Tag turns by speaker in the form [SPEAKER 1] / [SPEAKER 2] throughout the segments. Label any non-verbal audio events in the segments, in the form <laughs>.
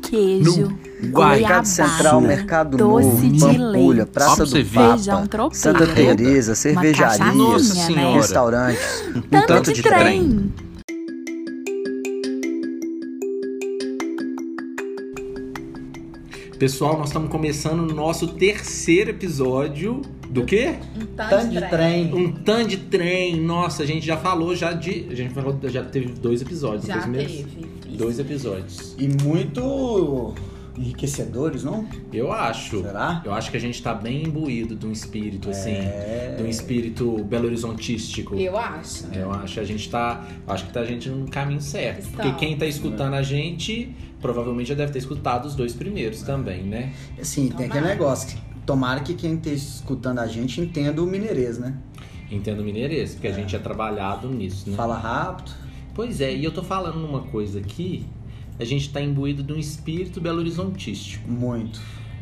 [SPEAKER 1] queijo,
[SPEAKER 2] No Mercado
[SPEAKER 1] goiabada,
[SPEAKER 2] Central,
[SPEAKER 3] né?
[SPEAKER 4] Mercado
[SPEAKER 1] doce
[SPEAKER 4] Novo,
[SPEAKER 1] de
[SPEAKER 4] Pampulha,
[SPEAKER 1] leite,
[SPEAKER 4] Praça
[SPEAKER 2] Ó, pra você
[SPEAKER 4] do
[SPEAKER 2] ver. Uhum.
[SPEAKER 4] Papa,
[SPEAKER 1] feijão tropeiro,
[SPEAKER 4] Santa Teresa,
[SPEAKER 1] uma
[SPEAKER 4] cervejarias,
[SPEAKER 1] cachaçinha,
[SPEAKER 2] Nossa
[SPEAKER 1] né?
[SPEAKER 2] Senhora.
[SPEAKER 4] restaurantes, um
[SPEAKER 1] tanto, de, trem.
[SPEAKER 2] Pessoal, nós estamos começando o nosso terceiro episódio do quê?
[SPEAKER 4] Tanto de trem.
[SPEAKER 2] Um tan de trem. Nossa, a gente já falou já de. A gente falou, já teve dois episódios,
[SPEAKER 3] Já
[SPEAKER 2] não foi mesmo?
[SPEAKER 3] teve.
[SPEAKER 2] Dois episódios.
[SPEAKER 4] E muito enriquecedores, não?
[SPEAKER 2] Eu acho.
[SPEAKER 4] Será?
[SPEAKER 2] Eu acho que a gente tá bem imbuído de um espírito, assim.
[SPEAKER 4] É.
[SPEAKER 2] De um espírito belo horizontístico. É,
[SPEAKER 3] Eu acho.
[SPEAKER 2] Eu acho que a gente tá. Acho que tá a gente no caminho certo.
[SPEAKER 3] Está.
[SPEAKER 2] Porque quem tá escutando a gente provavelmente já deve ter escutado os dois primeiros também, né?
[SPEAKER 4] Assim, tem aquele
[SPEAKER 3] Tomara.
[SPEAKER 4] negócio. que- Tomara que quem esteja escutando a gente entenda o mineirês, né?
[SPEAKER 2] Entendo mineirês, porque a gente é trabalhado nisso, né?
[SPEAKER 4] Fala rápido.
[SPEAKER 2] Pois é, e eu tô falando uma coisa aqui. A gente tá imbuído de um espírito belo horizontístico.
[SPEAKER 4] Muito.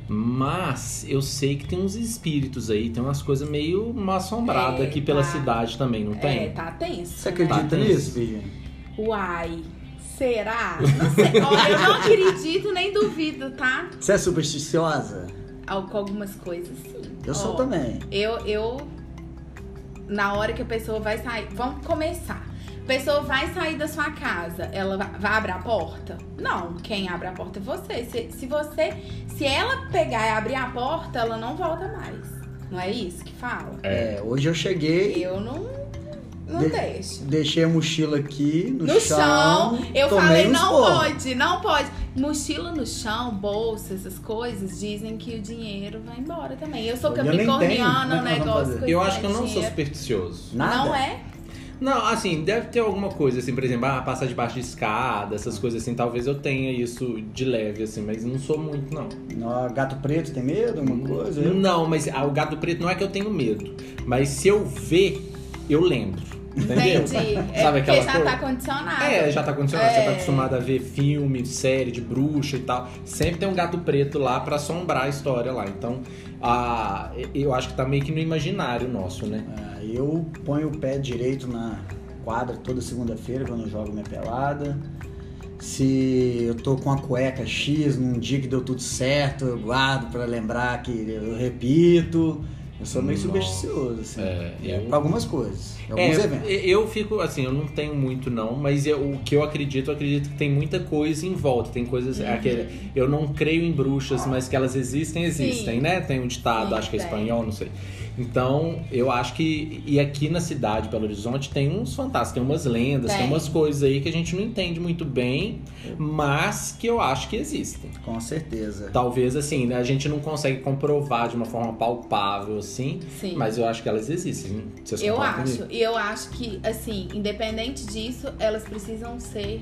[SPEAKER 2] Mas eu sei que tem uns espíritos aí, tem umas coisas meio mal assombradas
[SPEAKER 3] É,
[SPEAKER 2] aqui pela
[SPEAKER 3] tá.
[SPEAKER 2] cidade também, não
[SPEAKER 3] É,
[SPEAKER 2] tem?
[SPEAKER 3] tá tenso.
[SPEAKER 4] Você
[SPEAKER 3] né?
[SPEAKER 4] acredita
[SPEAKER 2] Tá
[SPEAKER 4] nisso, Virgínia?
[SPEAKER 3] Uai, será? Não sei. Ó, eu
[SPEAKER 4] <laughs>
[SPEAKER 3] não acredito nem duvido, tá?
[SPEAKER 4] Você é supersticiosa?
[SPEAKER 3] Al- Com algumas coisas, sim.
[SPEAKER 4] Eu sou
[SPEAKER 3] Ó,
[SPEAKER 4] também.
[SPEAKER 3] Eu, eu. Na hora que a pessoa vai sair. Vamos começar. A pessoa vai sair da sua casa, ela va- vai abrir a porta? Não, quem abre a porta é você. Se, se você. Se ela pegar e abrir a porta, ela não volta mais. Não é isso que fala?
[SPEAKER 4] É, hoje eu cheguei,
[SPEAKER 3] Eu não. Não
[SPEAKER 4] De-
[SPEAKER 3] deixo.
[SPEAKER 4] deixei a mochila aqui no,
[SPEAKER 3] No chão, eu
[SPEAKER 4] tomei
[SPEAKER 3] falei,
[SPEAKER 4] uns
[SPEAKER 3] não
[SPEAKER 4] porros.
[SPEAKER 3] pode, não pode. Mochila no chão, bolsa, essas coisas, dizem que o dinheiro vai embora também. Eu sou
[SPEAKER 4] Eu nem tenho,
[SPEAKER 3] capricorniana,
[SPEAKER 4] como é
[SPEAKER 3] um
[SPEAKER 4] que nós vamos
[SPEAKER 3] negócio.
[SPEAKER 4] fazer?
[SPEAKER 3] coisa
[SPEAKER 2] Eu acho que eu
[SPEAKER 3] de
[SPEAKER 2] não sou
[SPEAKER 3] dinheiro.
[SPEAKER 2] supersticioso.
[SPEAKER 4] Nada.
[SPEAKER 3] Não é?
[SPEAKER 2] Não, assim, deve ter alguma coisa, assim, por exemplo, ah, passar debaixo de escada, essas coisas assim, talvez eu tenha isso de leve, assim, mas não sou muito, não.
[SPEAKER 4] Ó, Gato preto tem medo,
[SPEAKER 2] Hum.
[SPEAKER 4] alguma coisa? é. Eu-
[SPEAKER 2] Não, mas ah, o gato preto não é que eu tenho medo. Mas se eu ver, eu lembro. Entendeu?
[SPEAKER 3] Entendi. É
[SPEAKER 2] Sabe
[SPEAKER 3] porque
[SPEAKER 2] aquela
[SPEAKER 3] já
[SPEAKER 2] coisa?
[SPEAKER 3] tá condicionado.
[SPEAKER 2] É, já tá condicionado. Você tá
[SPEAKER 3] É.
[SPEAKER 2] acostumado a ver filme, série de bruxa e tal. Sempre tem um gato preto lá pra assombrar a história lá. Então, ah, eu acho que tá meio que no imaginário nosso, né?
[SPEAKER 4] Ah, Eu ponho o pé direito na quadra toda segunda-feira quando eu jogo minha pelada. Se eu tô com a cueca X num dia que deu tudo certo, eu guardo pra lembrar que eu repito. Eu sou meio
[SPEAKER 2] Nossa.
[SPEAKER 4] supersticioso, assim.
[SPEAKER 2] É, eu-
[SPEAKER 4] Pra algumas coisas, pra alguns eventos.
[SPEAKER 2] É, eu fico assim, eu não tenho muito não, mas eu- o que eu acredito, eu acredito que tem muita coisa em volta, tem coisas
[SPEAKER 3] Uhum.
[SPEAKER 2] aquele, eu não creio em bruxas, mas que elas existem, existem,
[SPEAKER 3] Sim.
[SPEAKER 2] né? Tem um ditado,
[SPEAKER 3] Sim,
[SPEAKER 2] acho que é
[SPEAKER 3] tem.
[SPEAKER 2] espanhol, não sei. Então, eu acho que e aqui na cidade de Belo Horizonte tem uns fantasmas, tem umas lendas, tem
[SPEAKER 3] Tem.
[SPEAKER 2] umas coisas aí que a gente não entende muito bem, mas que eu acho que existem.
[SPEAKER 4] Com certeza.
[SPEAKER 2] Talvez assim, né, a gente não consegue comprovar de uma forma palpável assim,
[SPEAKER 3] Sim.
[SPEAKER 2] mas eu acho que elas existem. Vocês
[SPEAKER 3] Eu
[SPEAKER 2] concordam comigo?
[SPEAKER 3] acho. E eu acho que, assim, independente disso, elas precisam ser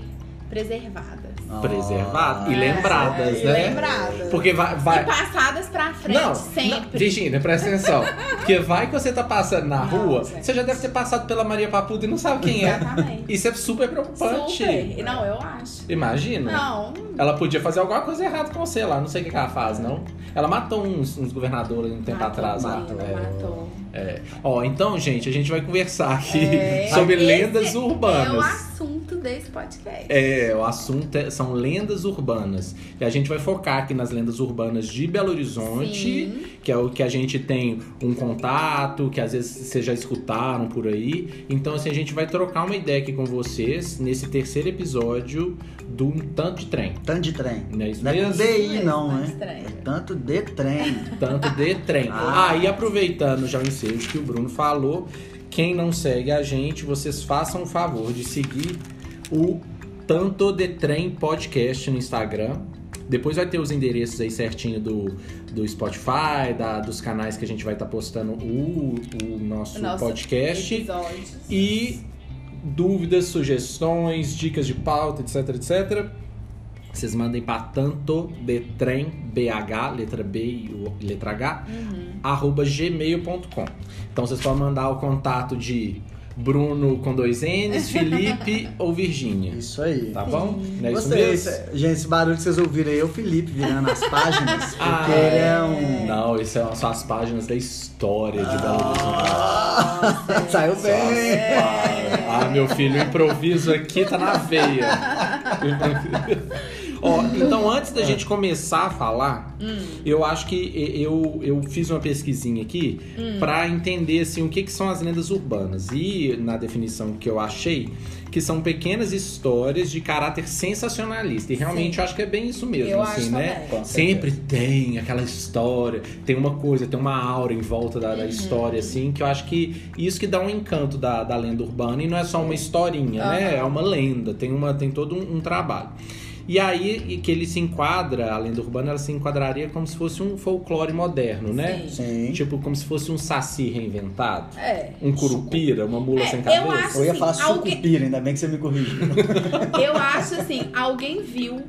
[SPEAKER 3] preservadas.
[SPEAKER 2] Preservado e
[SPEAKER 3] É,
[SPEAKER 2] lembradas,
[SPEAKER 3] e
[SPEAKER 2] né?
[SPEAKER 3] Lembradas.
[SPEAKER 2] Porque vai.
[SPEAKER 3] E
[SPEAKER 2] vai...
[SPEAKER 3] passadas pra frente,
[SPEAKER 2] Não, não,
[SPEAKER 3] sempre.
[SPEAKER 2] Virginia, presta atenção. Porque vai que você tá passando na
[SPEAKER 3] Não,
[SPEAKER 2] rua,
[SPEAKER 3] gente.
[SPEAKER 2] você já deve ter passado pela Maria Papuda e não sabe quem é.
[SPEAKER 3] Exatamente.
[SPEAKER 2] Isso é super preocupante.
[SPEAKER 3] Super. Não, eu acho.
[SPEAKER 2] Imagina.
[SPEAKER 3] Não,
[SPEAKER 2] Ela podia fazer alguma coisa errada com você lá, não sei o que, que ela faz, não. Ela matou uns, uns governadores um tempo
[SPEAKER 3] matou,
[SPEAKER 2] atrás lá.
[SPEAKER 3] menina,
[SPEAKER 2] É.
[SPEAKER 3] matou.
[SPEAKER 2] Ó, então, gente, a gente vai conversar aqui
[SPEAKER 3] É.
[SPEAKER 2] <laughs> sobre
[SPEAKER 3] Esse
[SPEAKER 2] lendas
[SPEAKER 3] É o
[SPEAKER 2] urbanas.
[SPEAKER 3] assunto desse podcast.
[SPEAKER 2] É, o assunto é- são lendas urbanas. E a gente vai focar aqui nas lendas urbanas de Belo Horizonte,
[SPEAKER 3] Sim.
[SPEAKER 2] que é o que a gente tem um contato, que às vezes vocês já escutaram por aí. Então, assim, a gente vai trocar uma ideia aqui com vocês nesse terceiro episódio do Um Tanto de Trem.
[SPEAKER 4] Tanto de trem.
[SPEAKER 2] Não é isso
[SPEAKER 4] Não é com
[SPEAKER 2] mesmo?
[SPEAKER 4] DI,
[SPEAKER 3] Isso,
[SPEAKER 4] não,
[SPEAKER 3] mas
[SPEAKER 4] né?
[SPEAKER 3] trem.
[SPEAKER 4] É tanto de trem.
[SPEAKER 2] Tanto de trem.
[SPEAKER 4] Ah.
[SPEAKER 2] Ah, e aproveitando já o ensejo que o Bruno falou, quem não segue a gente, vocês façam o favor de seguir o Tanto de Trem Podcast no Instagram. Depois vai ter os endereços aí certinho do, do Spotify, da- dos canais que a gente vai estar postando o, o nosso
[SPEAKER 3] Nosso
[SPEAKER 2] podcast.
[SPEAKER 3] Episódios.
[SPEAKER 2] E dúvidas, sugestões, dicas de pauta, etc, etc. Vocês mandem para tanto de trem BH, letra B e o- letra H,
[SPEAKER 3] Uhum.
[SPEAKER 2] arroba gmail.com. Então vocês podem mandar o contato de Bruno com dois N's, Felipe ou Virgínia.
[SPEAKER 4] Isso aí.
[SPEAKER 2] Tá bom? Não é isso
[SPEAKER 4] Gostei.
[SPEAKER 2] mesmo?
[SPEAKER 4] Esse- Gente, esse barulho que vocês ouviram aí é o Felipe virando as páginas,
[SPEAKER 2] <laughs>
[SPEAKER 4] porque
[SPEAKER 2] Ah,
[SPEAKER 4] ele é um.
[SPEAKER 2] Não, isso são só as páginas da história de Belo Horizonte.
[SPEAKER 4] Ah, <laughs> Saiu
[SPEAKER 2] Só as
[SPEAKER 4] bem.
[SPEAKER 2] tá páginas. Ah, meu filho, o improviso aqui tá na veia. Ó, então antes da gente começar a falar,
[SPEAKER 3] Hum.
[SPEAKER 2] eu acho que e- eu, eu fiz uma pesquisinha aqui
[SPEAKER 3] Hum.
[SPEAKER 2] pra entender assim o que, que são as lendas urbanas. E na definição que eu achei, que são pequenas histórias de caráter sensacionalista. E realmente
[SPEAKER 3] Sim.
[SPEAKER 2] eu acho que é bem isso mesmo,
[SPEAKER 3] eu
[SPEAKER 2] assim,
[SPEAKER 3] acho
[SPEAKER 2] né?
[SPEAKER 3] também.
[SPEAKER 4] Com certeza.
[SPEAKER 2] Sempre tem aquela história, tem uma coisa, tem uma aura em volta da,
[SPEAKER 3] Uhum.
[SPEAKER 2] da história, assim, que eu acho que isso que dá um encanto da, da lenda urbana, e não é só uma historinha, né? É uma lenda, tem, uma, tem todo um, um trabalho. E aí e que ele se enquadra, a lenda urbana, ela se enquadraria como se fosse um folclore moderno, né?
[SPEAKER 3] Sim.
[SPEAKER 4] Sim.
[SPEAKER 2] Tipo, como se fosse um saci reinventado,
[SPEAKER 3] É.
[SPEAKER 2] um curupira, uma mula
[SPEAKER 3] É,
[SPEAKER 2] sem
[SPEAKER 3] eu
[SPEAKER 2] cabeça.
[SPEAKER 3] acho-
[SPEAKER 4] Eu ia falar
[SPEAKER 3] Assim, alguém-
[SPEAKER 4] sucupira, ainda bem que você me corrigiu.
[SPEAKER 3] <laughs> Eu acho assim, alguém viu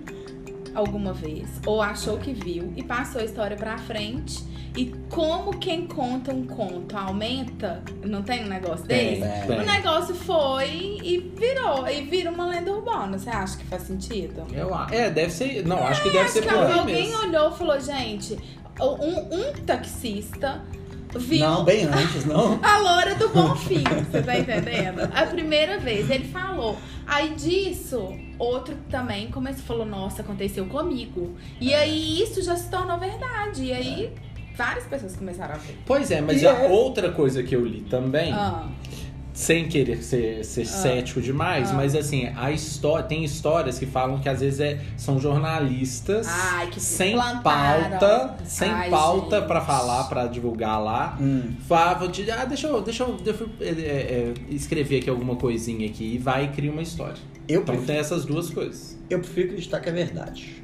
[SPEAKER 3] alguma vez, ou achou que viu, e passou a história pra frente. E como quem conta um conto aumenta, não tem um negócio
[SPEAKER 2] Tem,
[SPEAKER 3] desse?
[SPEAKER 4] Esse?
[SPEAKER 2] tem.
[SPEAKER 3] O negócio foi e virou, e vira uma lenda urbana. Você acha que faz sentido?
[SPEAKER 2] Eu acho. É, deve ser. Não, acho que deve ser
[SPEAKER 3] Ah, Acho que
[SPEAKER 2] por aí
[SPEAKER 3] alguém
[SPEAKER 2] mesmo.
[SPEAKER 3] olhou e falou, gente, um, um taxista <laughs> viu
[SPEAKER 4] Não, bem antes, não.
[SPEAKER 3] a loura do Bonfim, você tá entendendo? A primeira vez ele falou. Aí disso, outro também começou falou: Nossa, aconteceu comigo.
[SPEAKER 2] É.
[SPEAKER 3] E aí isso já se tornou verdade. E aí várias pessoas começaram a ver.
[SPEAKER 2] Pois é, mas
[SPEAKER 4] E
[SPEAKER 2] a
[SPEAKER 4] é-
[SPEAKER 2] outra coisa que eu li também.
[SPEAKER 3] Ah,
[SPEAKER 2] sem querer ser, ser cético demais,
[SPEAKER 3] Ah.
[SPEAKER 2] mas assim, a história tem histórias que falam que às vezes é- são jornalistas
[SPEAKER 3] Ai, que
[SPEAKER 2] sem
[SPEAKER 3] plantaram.
[SPEAKER 2] pauta, sem
[SPEAKER 3] Ai,
[SPEAKER 2] pauta
[SPEAKER 3] gente.
[SPEAKER 2] pra falar, pra divulgar lá.
[SPEAKER 4] Hum,
[SPEAKER 2] Falavam de, ah, deixa eu, deixa eu, deixa eu, é, é, é, escrever aqui alguma coisinha aqui e vai e cria uma história.
[SPEAKER 4] eu,
[SPEAKER 2] Então
[SPEAKER 4] prefiro,
[SPEAKER 2] tem essas duas coisas.
[SPEAKER 4] eu prefiro acreditar que é verdade.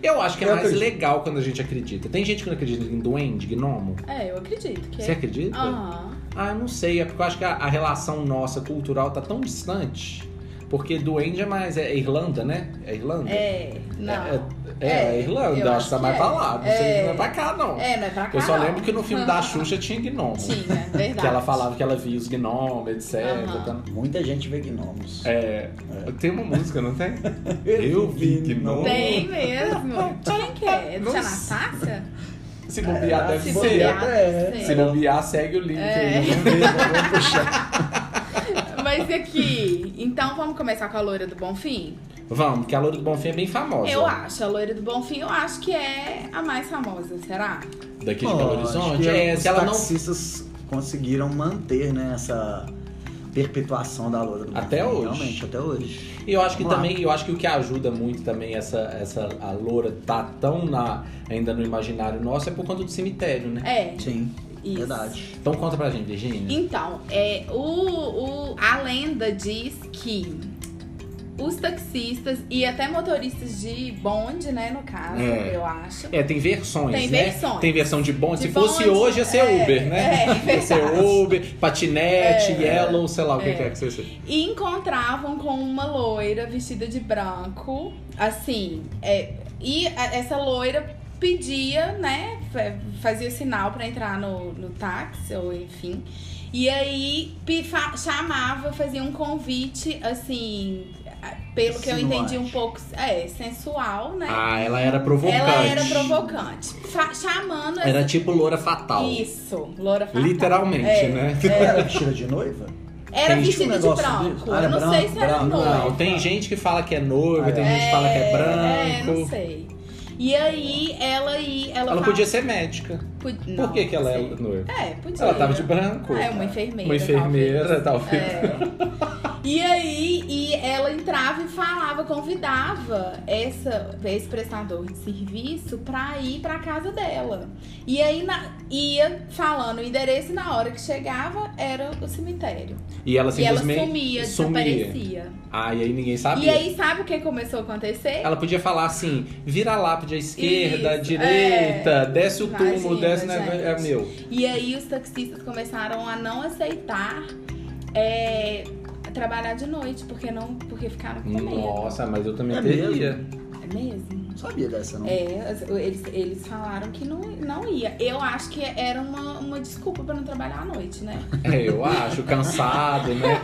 [SPEAKER 2] Eu acho que é
[SPEAKER 4] Eu
[SPEAKER 2] mais
[SPEAKER 4] acredito.
[SPEAKER 2] legal quando a gente acredita. Tem gente que não acredita em duende, gnomo.
[SPEAKER 3] é, eu acredito que.
[SPEAKER 2] Você acredita?
[SPEAKER 3] Aham.
[SPEAKER 2] Ah, eu não sei. É porque eu acho que a, a relação nossa cultural tá tão distante. Porque duende é mais. É Irlanda, né? É Irlanda?
[SPEAKER 3] É, não.
[SPEAKER 2] É, é, é,
[SPEAKER 3] É,
[SPEAKER 2] Irlanda.
[SPEAKER 3] eu
[SPEAKER 2] Eu acho
[SPEAKER 3] acho
[SPEAKER 2] que tá
[SPEAKER 3] que
[SPEAKER 2] mais
[SPEAKER 3] é.
[SPEAKER 2] pra lá. Não, sei,
[SPEAKER 3] É.
[SPEAKER 2] não é pra cá, não.
[SPEAKER 3] É, não é pra cá.
[SPEAKER 2] eu só
[SPEAKER 3] não.
[SPEAKER 2] lembro que no filme
[SPEAKER 3] <laughs>
[SPEAKER 2] da Xuxa tinha gnomo.
[SPEAKER 3] Tinha, verdade.
[SPEAKER 2] Que ela falava que ela via os gnomos, etc.
[SPEAKER 3] Aham.
[SPEAKER 2] Então,
[SPEAKER 4] Muita gente vê gnomos. <laughs>
[SPEAKER 2] É, tem uma música, não tem? gnomo.
[SPEAKER 3] Tem mesmo. Quem que é?
[SPEAKER 2] Não
[SPEAKER 3] Tia
[SPEAKER 2] sei.
[SPEAKER 3] Anastácia?
[SPEAKER 2] Se bobear, deve
[SPEAKER 3] se
[SPEAKER 2] ser.
[SPEAKER 3] bobear, né?
[SPEAKER 4] É.
[SPEAKER 3] sim.
[SPEAKER 2] Se bobear, segue o link
[SPEAKER 3] É.
[SPEAKER 2] aí. né?
[SPEAKER 4] Vamos puxar.
[SPEAKER 3] Mas aqui, então vamos começar com a loira do Bonfim?
[SPEAKER 2] Vamos, porque a Loura do Bonfim é bem famosa.
[SPEAKER 3] Eu acho, a loira do Bonfim, eu acho que é a mais famosa, será?
[SPEAKER 2] Daqui de Belo
[SPEAKER 4] Bom, acho
[SPEAKER 2] Horizonte.
[SPEAKER 4] que
[SPEAKER 2] É,
[SPEAKER 4] os
[SPEAKER 2] se ela não
[SPEAKER 4] taxistas conseguiram manter né, essa perpetuação da loura do
[SPEAKER 2] Até
[SPEAKER 4] Bonfim,
[SPEAKER 2] hoje.
[SPEAKER 4] Realmente, até hoje.
[SPEAKER 2] E eu acho que
[SPEAKER 4] Vamos lá.
[SPEAKER 2] também, eu acho que o que ajuda muito também essa, essa a loura tá tão na, ainda no imaginário nosso é por conta do cemitério, né?
[SPEAKER 3] É,
[SPEAKER 4] Sim,
[SPEAKER 3] isso. É.
[SPEAKER 4] verdade.
[SPEAKER 2] Então conta pra gente, Virginia.
[SPEAKER 3] Então, é, o, o- a lenda diz que os taxistas e até motoristas de bonde, né, no caso,
[SPEAKER 2] É.
[SPEAKER 3] eu acho.
[SPEAKER 2] É, tem versões,
[SPEAKER 3] Tem
[SPEAKER 2] né?
[SPEAKER 3] versões.
[SPEAKER 2] Tem versão de bonde.
[SPEAKER 3] De
[SPEAKER 2] Se fosse
[SPEAKER 3] bonde,
[SPEAKER 2] hoje, ia ser
[SPEAKER 3] é,
[SPEAKER 2] Uber, né?
[SPEAKER 3] é,
[SPEAKER 2] <laughs> ia ser
[SPEAKER 3] verdade.
[SPEAKER 2] Uber, patinete, Yellow, sei lá o que
[SPEAKER 3] É.
[SPEAKER 2] que é que você seja.
[SPEAKER 3] E encontravam com uma loira vestida de branco, assim, é, e a- essa loira pedia, né, fa- fazia sinal pra entrar no, no táxi, ou enfim, e aí pi- fa- chamava, fazia um convite, assim, a- pelo que eu entendi um
[SPEAKER 4] Insinuante.
[SPEAKER 3] pouco, é, sensual, né,
[SPEAKER 2] Ah, ela era provocante.
[SPEAKER 3] ela era provocante, fa- chamando...
[SPEAKER 2] Era tipo loura fatal.
[SPEAKER 3] Isso, loira fatal.
[SPEAKER 2] Literalmente,
[SPEAKER 3] É.
[SPEAKER 2] né?
[SPEAKER 4] Era tira de noiva?
[SPEAKER 3] Era
[SPEAKER 2] Tem
[SPEAKER 4] um
[SPEAKER 3] vestida de
[SPEAKER 4] negócio
[SPEAKER 3] branco,
[SPEAKER 4] disso? Ah,
[SPEAKER 3] eu
[SPEAKER 4] era
[SPEAKER 3] não sei se era
[SPEAKER 4] branco, branco.
[SPEAKER 3] noiva.
[SPEAKER 2] Não, tem gente que fala que é noiva,
[SPEAKER 4] Ah,
[SPEAKER 2] tem
[SPEAKER 4] é.
[SPEAKER 2] gente que fala que é
[SPEAKER 3] É, não
[SPEAKER 2] branco.
[SPEAKER 3] sei. E aí, ela e ela,
[SPEAKER 2] ela
[SPEAKER 3] fala-
[SPEAKER 2] podia ser médica.
[SPEAKER 3] Pod-
[SPEAKER 2] Por
[SPEAKER 3] não,
[SPEAKER 2] que, que ela é
[SPEAKER 3] sei.
[SPEAKER 2] noiva?
[SPEAKER 3] É, podia.
[SPEAKER 2] Ela tava de branco.
[SPEAKER 3] Ah, é uma enfermeira. É.
[SPEAKER 2] Uma enfermeira, talvez.
[SPEAKER 3] talvez. E aí, e ela entrava e falava, convidava essa, esse prestador de serviço pra ir pra casa dela. E aí na- ia falando o endereço e na hora que chegava era o cemitério.
[SPEAKER 2] E ela
[SPEAKER 3] e ela
[SPEAKER 2] simplesmente
[SPEAKER 3] sumia,
[SPEAKER 2] sumia.
[SPEAKER 3] desaparecia.
[SPEAKER 2] Ah, e aí ninguém sabia.
[SPEAKER 3] E aí, sabe o que começou a acontecer?
[SPEAKER 2] Ela podia falar assim: vira a lápide à esquerda, à
[SPEAKER 3] Isso, é.
[SPEAKER 2] direita, desce o
[SPEAKER 3] Imagina,
[SPEAKER 2] túmulo, desce o negócio. É
[SPEAKER 3] gente.
[SPEAKER 2] meu.
[SPEAKER 3] E aí os taxistas começaram a não aceitar é, trabalhar de noite, porque não, porque ficaram com medo.
[SPEAKER 2] Nossa, mas eu também
[SPEAKER 4] É
[SPEAKER 2] teria.
[SPEAKER 3] É mesmo?
[SPEAKER 4] Não sabia dessa, não.
[SPEAKER 3] É, as- eles, eles falaram que não, não ia. Eu acho que era uma, uma desculpa pra não trabalhar à noite, né?
[SPEAKER 2] É, eu acho, cansado,
[SPEAKER 3] <laughs>
[SPEAKER 2] né?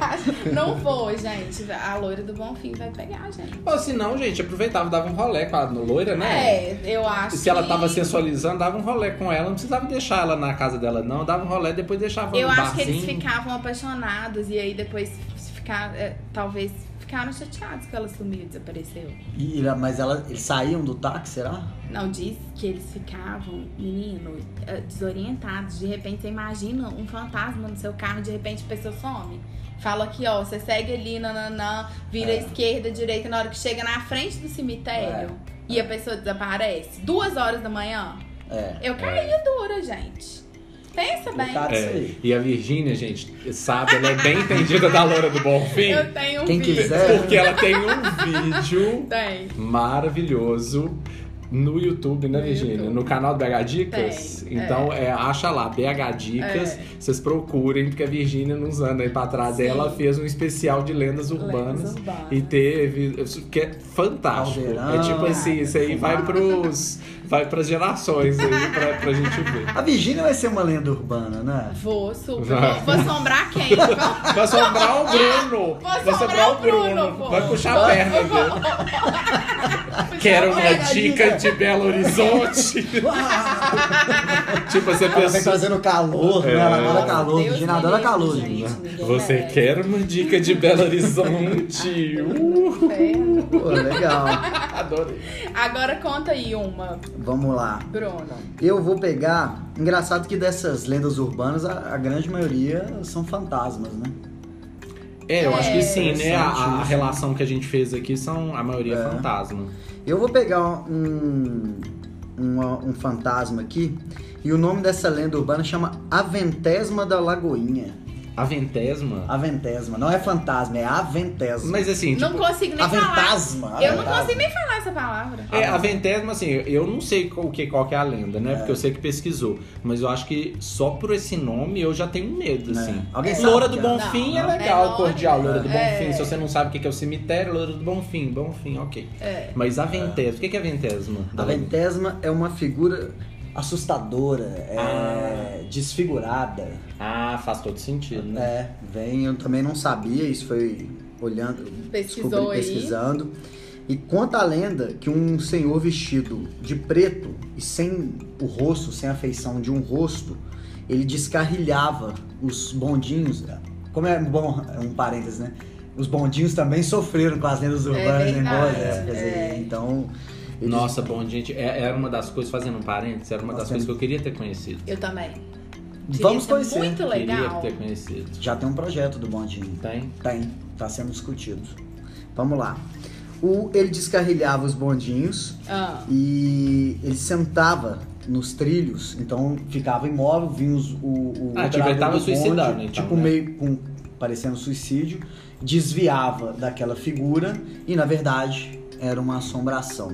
[SPEAKER 3] não vou, gente. A loira do Bonfim vai pegar, gente.
[SPEAKER 2] Ou se não, gente, aproveitava, dava um rolê com a loira, né?
[SPEAKER 3] É, eu acho.
[SPEAKER 2] Se ela
[SPEAKER 3] que-
[SPEAKER 2] tava sensualizando, dava um rolê com ela. Não precisava deixar ela na casa dela, não. Dava um rolê, depois deixava
[SPEAKER 3] Eu
[SPEAKER 2] no
[SPEAKER 3] acho que
[SPEAKER 2] barzinho.
[SPEAKER 3] eles ficavam apaixonados e aí depois ficar, é, talvez ficaram chateados que ela sumiu e desapareceu.
[SPEAKER 4] E, mas ela, eles saíam do táxi, será?
[SPEAKER 3] Não, diz que eles ficavam, menino, eh, desorientados. De repente, você imagina um fantasma no seu carro, de repente a pessoa some. Fala aqui, ó, você segue ali, nananã, vira à
[SPEAKER 4] É.
[SPEAKER 3] esquerda, direita, na hora que chega na frente do cemitério e a pessoa desaparece. Duas horas da manhã.
[SPEAKER 4] É.
[SPEAKER 3] Eu caía dura, gente. Pensa bem.
[SPEAKER 4] Coitado disso aí.
[SPEAKER 2] É, E a Virgínia, gente, sabe, ela é bem entendida da Loura do
[SPEAKER 3] <laughs>
[SPEAKER 2] Bonfim.
[SPEAKER 3] Eu tenho um
[SPEAKER 4] Quem
[SPEAKER 3] vídeo.
[SPEAKER 4] quiser.
[SPEAKER 2] Porque ela tem um vídeo
[SPEAKER 3] Tem.
[SPEAKER 2] maravilhoso no YouTube, né,
[SPEAKER 3] No
[SPEAKER 2] Virgínia?
[SPEAKER 3] YouTube.
[SPEAKER 2] No canal do BH Dicas.
[SPEAKER 3] Tem,
[SPEAKER 2] então, é, acha lá, BH Dicas. Vocês procurem, porque a Virgínia, nos anos aí pra trás,
[SPEAKER 3] Sim.
[SPEAKER 2] ela fez um especial de lendas urbanas.
[SPEAKER 3] Lendas urbanas.
[SPEAKER 2] E teve. isso Que é fantástico.
[SPEAKER 4] Caldeirão,
[SPEAKER 2] é tipo assim, isso aí vai
[SPEAKER 4] fumar.
[SPEAKER 2] pros. Vai pras gerações aí pra, pra gente ver.
[SPEAKER 4] A Virgínia vai ser uma lenda
[SPEAKER 3] <laughs>
[SPEAKER 4] urbana, né?
[SPEAKER 3] Vou super.
[SPEAKER 2] Vai.
[SPEAKER 3] Vou assombrar quem? Vamos
[SPEAKER 2] Vai sobrar <laughs> o Bruno!
[SPEAKER 3] Vou
[SPEAKER 2] Vai sobrar o Bruno!
[SPEAKER 3] pô.
[SPEAKER 2] vai puxar a perna dele. Quero uma
[SPEAKER 3] Olha,
[SPEAKER 2] dica de Belo Horizonte.
[SPEAKER 4] <laughs>
[SPEAKER 2] tipo, essa
[SPEAKER 4] Ah, Ela vem
[SPEAKER 2] pessoa.
[SPEAKER 4] fazendo calor, né? Ela adora calor.
[SPEAKER 3] Deus
[SPEAKER 4] Virgínia
[SPEAKER 3] me
[SPEAKER 4] adora
[SPEAKER 3] livre,
[SPEAKER 4] calor,
[SPEAKER 3] gente.
[SPEAKER 4] gente.
[SPEAKER 3] Ninguém
[SPEAKER 2] Você
[SPEAKER 3] merece.
[SPEAKER 2] quer uma dica de Belo Horizonte? Uh,
[SPEAKER 3] Inferno.
[SPEAKER 4] Pô, legal.
[SPEAKER 2] adorei.
[SPEAKER 3] Agora conta aí uma,
[SPEAKER 4] Vamos lá.
[SPEAKER 3] Bruno.
[SPEAKER 4] Eu vou pegar. Engraçado que dessas lendas urbanas, a, a grande maioria são fantasmas, né?
[SPEAKER 2] É, eu acho
[SPEAKER 3] É.
[SPEAKER 2] que sim, né? A, a
[SPEAKER 4] Interessante.
[SPEAKER 2] relação que a gente fez aqui são a maioria
[SPEAKER 4] É.
[SPEAKER 2] fantasma.
[SPEAKER 4] Eu vou pegar um, uma- um fantasma aqui. E o nome dessa lenda urbana chama Aventesma da Lagoinha.
[SPEAKER 2] A ventésima.
[SPEAKER 4] Aventesma. Não é fantasma, é Aventesma.
[SPEAKER 2] Mas assim,
[SPEAKER 3] não
[SPEAKER 2] tipo,
[SPEAKER 3] consigo nem falar.
[SPEAKER 4] Aventasma.
[SPEAKER 3] Eu não
[SPEAKER 4] Aventasma.
[SPEAKER 3] consigo nem falar essa palavra.
[SPEAKER 2] É, a ventésima, assim, eu não sei qual que, qual que é a lenda, né? Porque eu sei que pesquisou. Mas eu acho que só por esse nome eu já tenho medo,
[SPEAKER 4] É.
[SPEAKER 2] assim.
[SPEAKER 4] Alguém
[SPEAKER 2] É.
[SPEAKER 4] sabe
[SPEAKER 2] Loura
[SPEAKER 4] que
[SPEAKER 2] do
[SPEAKER 4] é?
[SPEAKER 2] Bonfim é
[SPEAKER 3] Não,
[SPEAKER 2] legal,
[SPEAKER 3] é Loura.
[SPEAKER 2] cordial. Loura do
[SPEAKER 3] É.
[SPEAKER 2] Bonfim, se você não sabe o que que é o cemitério, Loura do Bonfim, Bonfim, ok.
[SPEAKER 3] É.
[SPEAKER 2] Mas a ventésima, o que que é a ventésima?
[SPEAKER 4] A ventésima é uma figura assustadora, é
[SPEAKER 3] Ah.
[SPEAKER 4] desfigurada.
[SPEAKER 2] Ah, faz todo sentido, né?
[SPEAKER 4] É, vem, eu também não sabia, isso foi olhando,
[SPEAKER 3] Pesquisou
[SPEAKER 4] descobri
[SPEAKER 3] aí.
[SPEAKER 4] pesquisando. E conta a lenda que um senhor vestido de preto e sem o rosto, sem a feição de um rosto, ele descarrilhava os bondinhos. Como é bom, é um parênteses, né? Os bondinhos também sofreram com as lendas urbanas né? em boas
[SPEAKER 3] É verdade,
[SPEAKER 4] épocas.
[SPEAKER 3] é.
[SPEAKER 4] Então, eles
[SPEAKER 2] Nossa, bom, gente, é- era uma das coisas, fazendo um parênteses, era uma das
[SPEAKER 4] Nossa, é.
[SPEAKER 2] coisas que eu queria ter conhecido.
[SPEAKER 3] Eu também.
[SPEAKER 4] Vamos
[SPEAKER 3] Seria
[SPEAKER 4] conhecer.
[SPEAKER 3] Muito legal.
[SPEAKER 2] Queria ter conhecido.
[SPEAKER 4] já tem um projeto do bondinho.
[SPEAKER 2] Tem?
[SPEAKER 4] Tem, tá sendo discutido. Vamos lá. O, ele descarrilhava os bondinhos
[SPEAKER 3] Ah,
[SPEAKER 4] e ele sentava nos trilhos, então ficava imóvel, vinha os, o, o
[SPEAKER 2] Ah,
[SPEAKER 4] operador
[SPEAKER 2] tipo, ele tava
[SPEAKER 4] do bonde,
[SPEAKER 2] suicidado, então,
[SPEAKER 4] tipo
[SPEAKER 2] né?
[SPEAKER 4] meio com parecendo suicídio, desviava daquela figura e na verdade era uma assombração.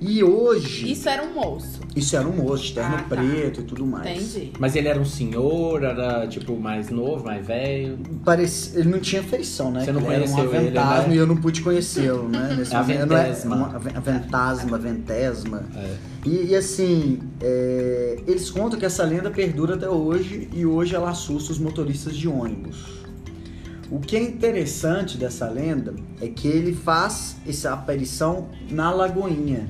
[SPEAKER 4] E hoje isso,
[SPEAKER 3] isso era um moço.
[SPEAKER 4] era um moço, terno
[SPEAKER 3] Ah, tá.
[SPEAKER 4] preto e tudo mais.
[SPEAKER 3] Entendi.
[SPEAKER 2] Mas ele era um senhor, era, tipo, mais novo, mais velho.
[SPEAKER 4] Parecia, ele não tinha feição, né?
[SPEAKER 2] Você não
[SPEAKER 4] ele era
[SPEAKER 2] conheceu
[SPEAKER 4] um
[SPEAKER 2] ele,
[SPEAKER 4] aventasmo
[SPEAKER 2] né?
[SPEAKER 4] e eu não pude
[SPEAKER 2] <laughs>
[SPEAKER 4] conhecê-lo, né? Nesse momento, não
[SPEAKER 2] Aventasma.
[SPEAKER 4] uma aven- aventasma, ventesma.
[SPEAKER 2] É.
[SPEAKER 4] E, e assim, é, eles contam que essa lenda perdura até hoje e hoje ela assusta os motoristas de ônibus. O que é interessante dessa lenda é que ele faz essa aparição na Lagoinha.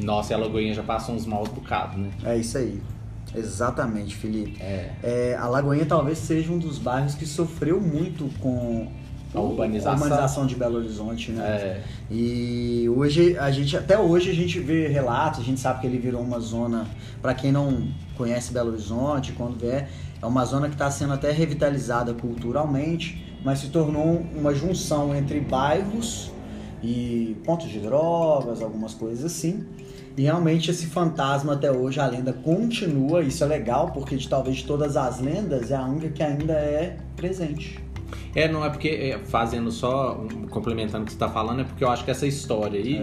[SPEAKER 2] Nossa, e a Lagoinha já passou uns maus bocados, né?
[SPEAKER 4] É isso aí. Exatamente, Felipe.
[SPEAKER 2] É.
[SPEAKER 4] É, a Lagoinha talvez seja um dos bairros que sofreu muito com
[SPEAKER 2] A urbanização.
[SPEAKER 4] a urbanização de Belo Horizonte, né?
[SPEAKER 2] É.
[SPEAKER 4] E hoje a gente até hoje a gente vê relatos, a gente sabe que ele virou uma zona para quem não conhece Belo Horizonte, quando vier, é uma zona que está sendo até revitalizada culturalmente, mas se tornou uma junção entre bairros e pontos de drogas, algumas coisas assim. E realmente esse fantasma até hoje, a lenda continua, isso é legal, porque de talvez de todas as lendas é a única que ainda é presente.
[SPEAKER 2] É, não é porque, é, fazendo só, um, complementando o que você tá falando, é porque eu acho que essa história aí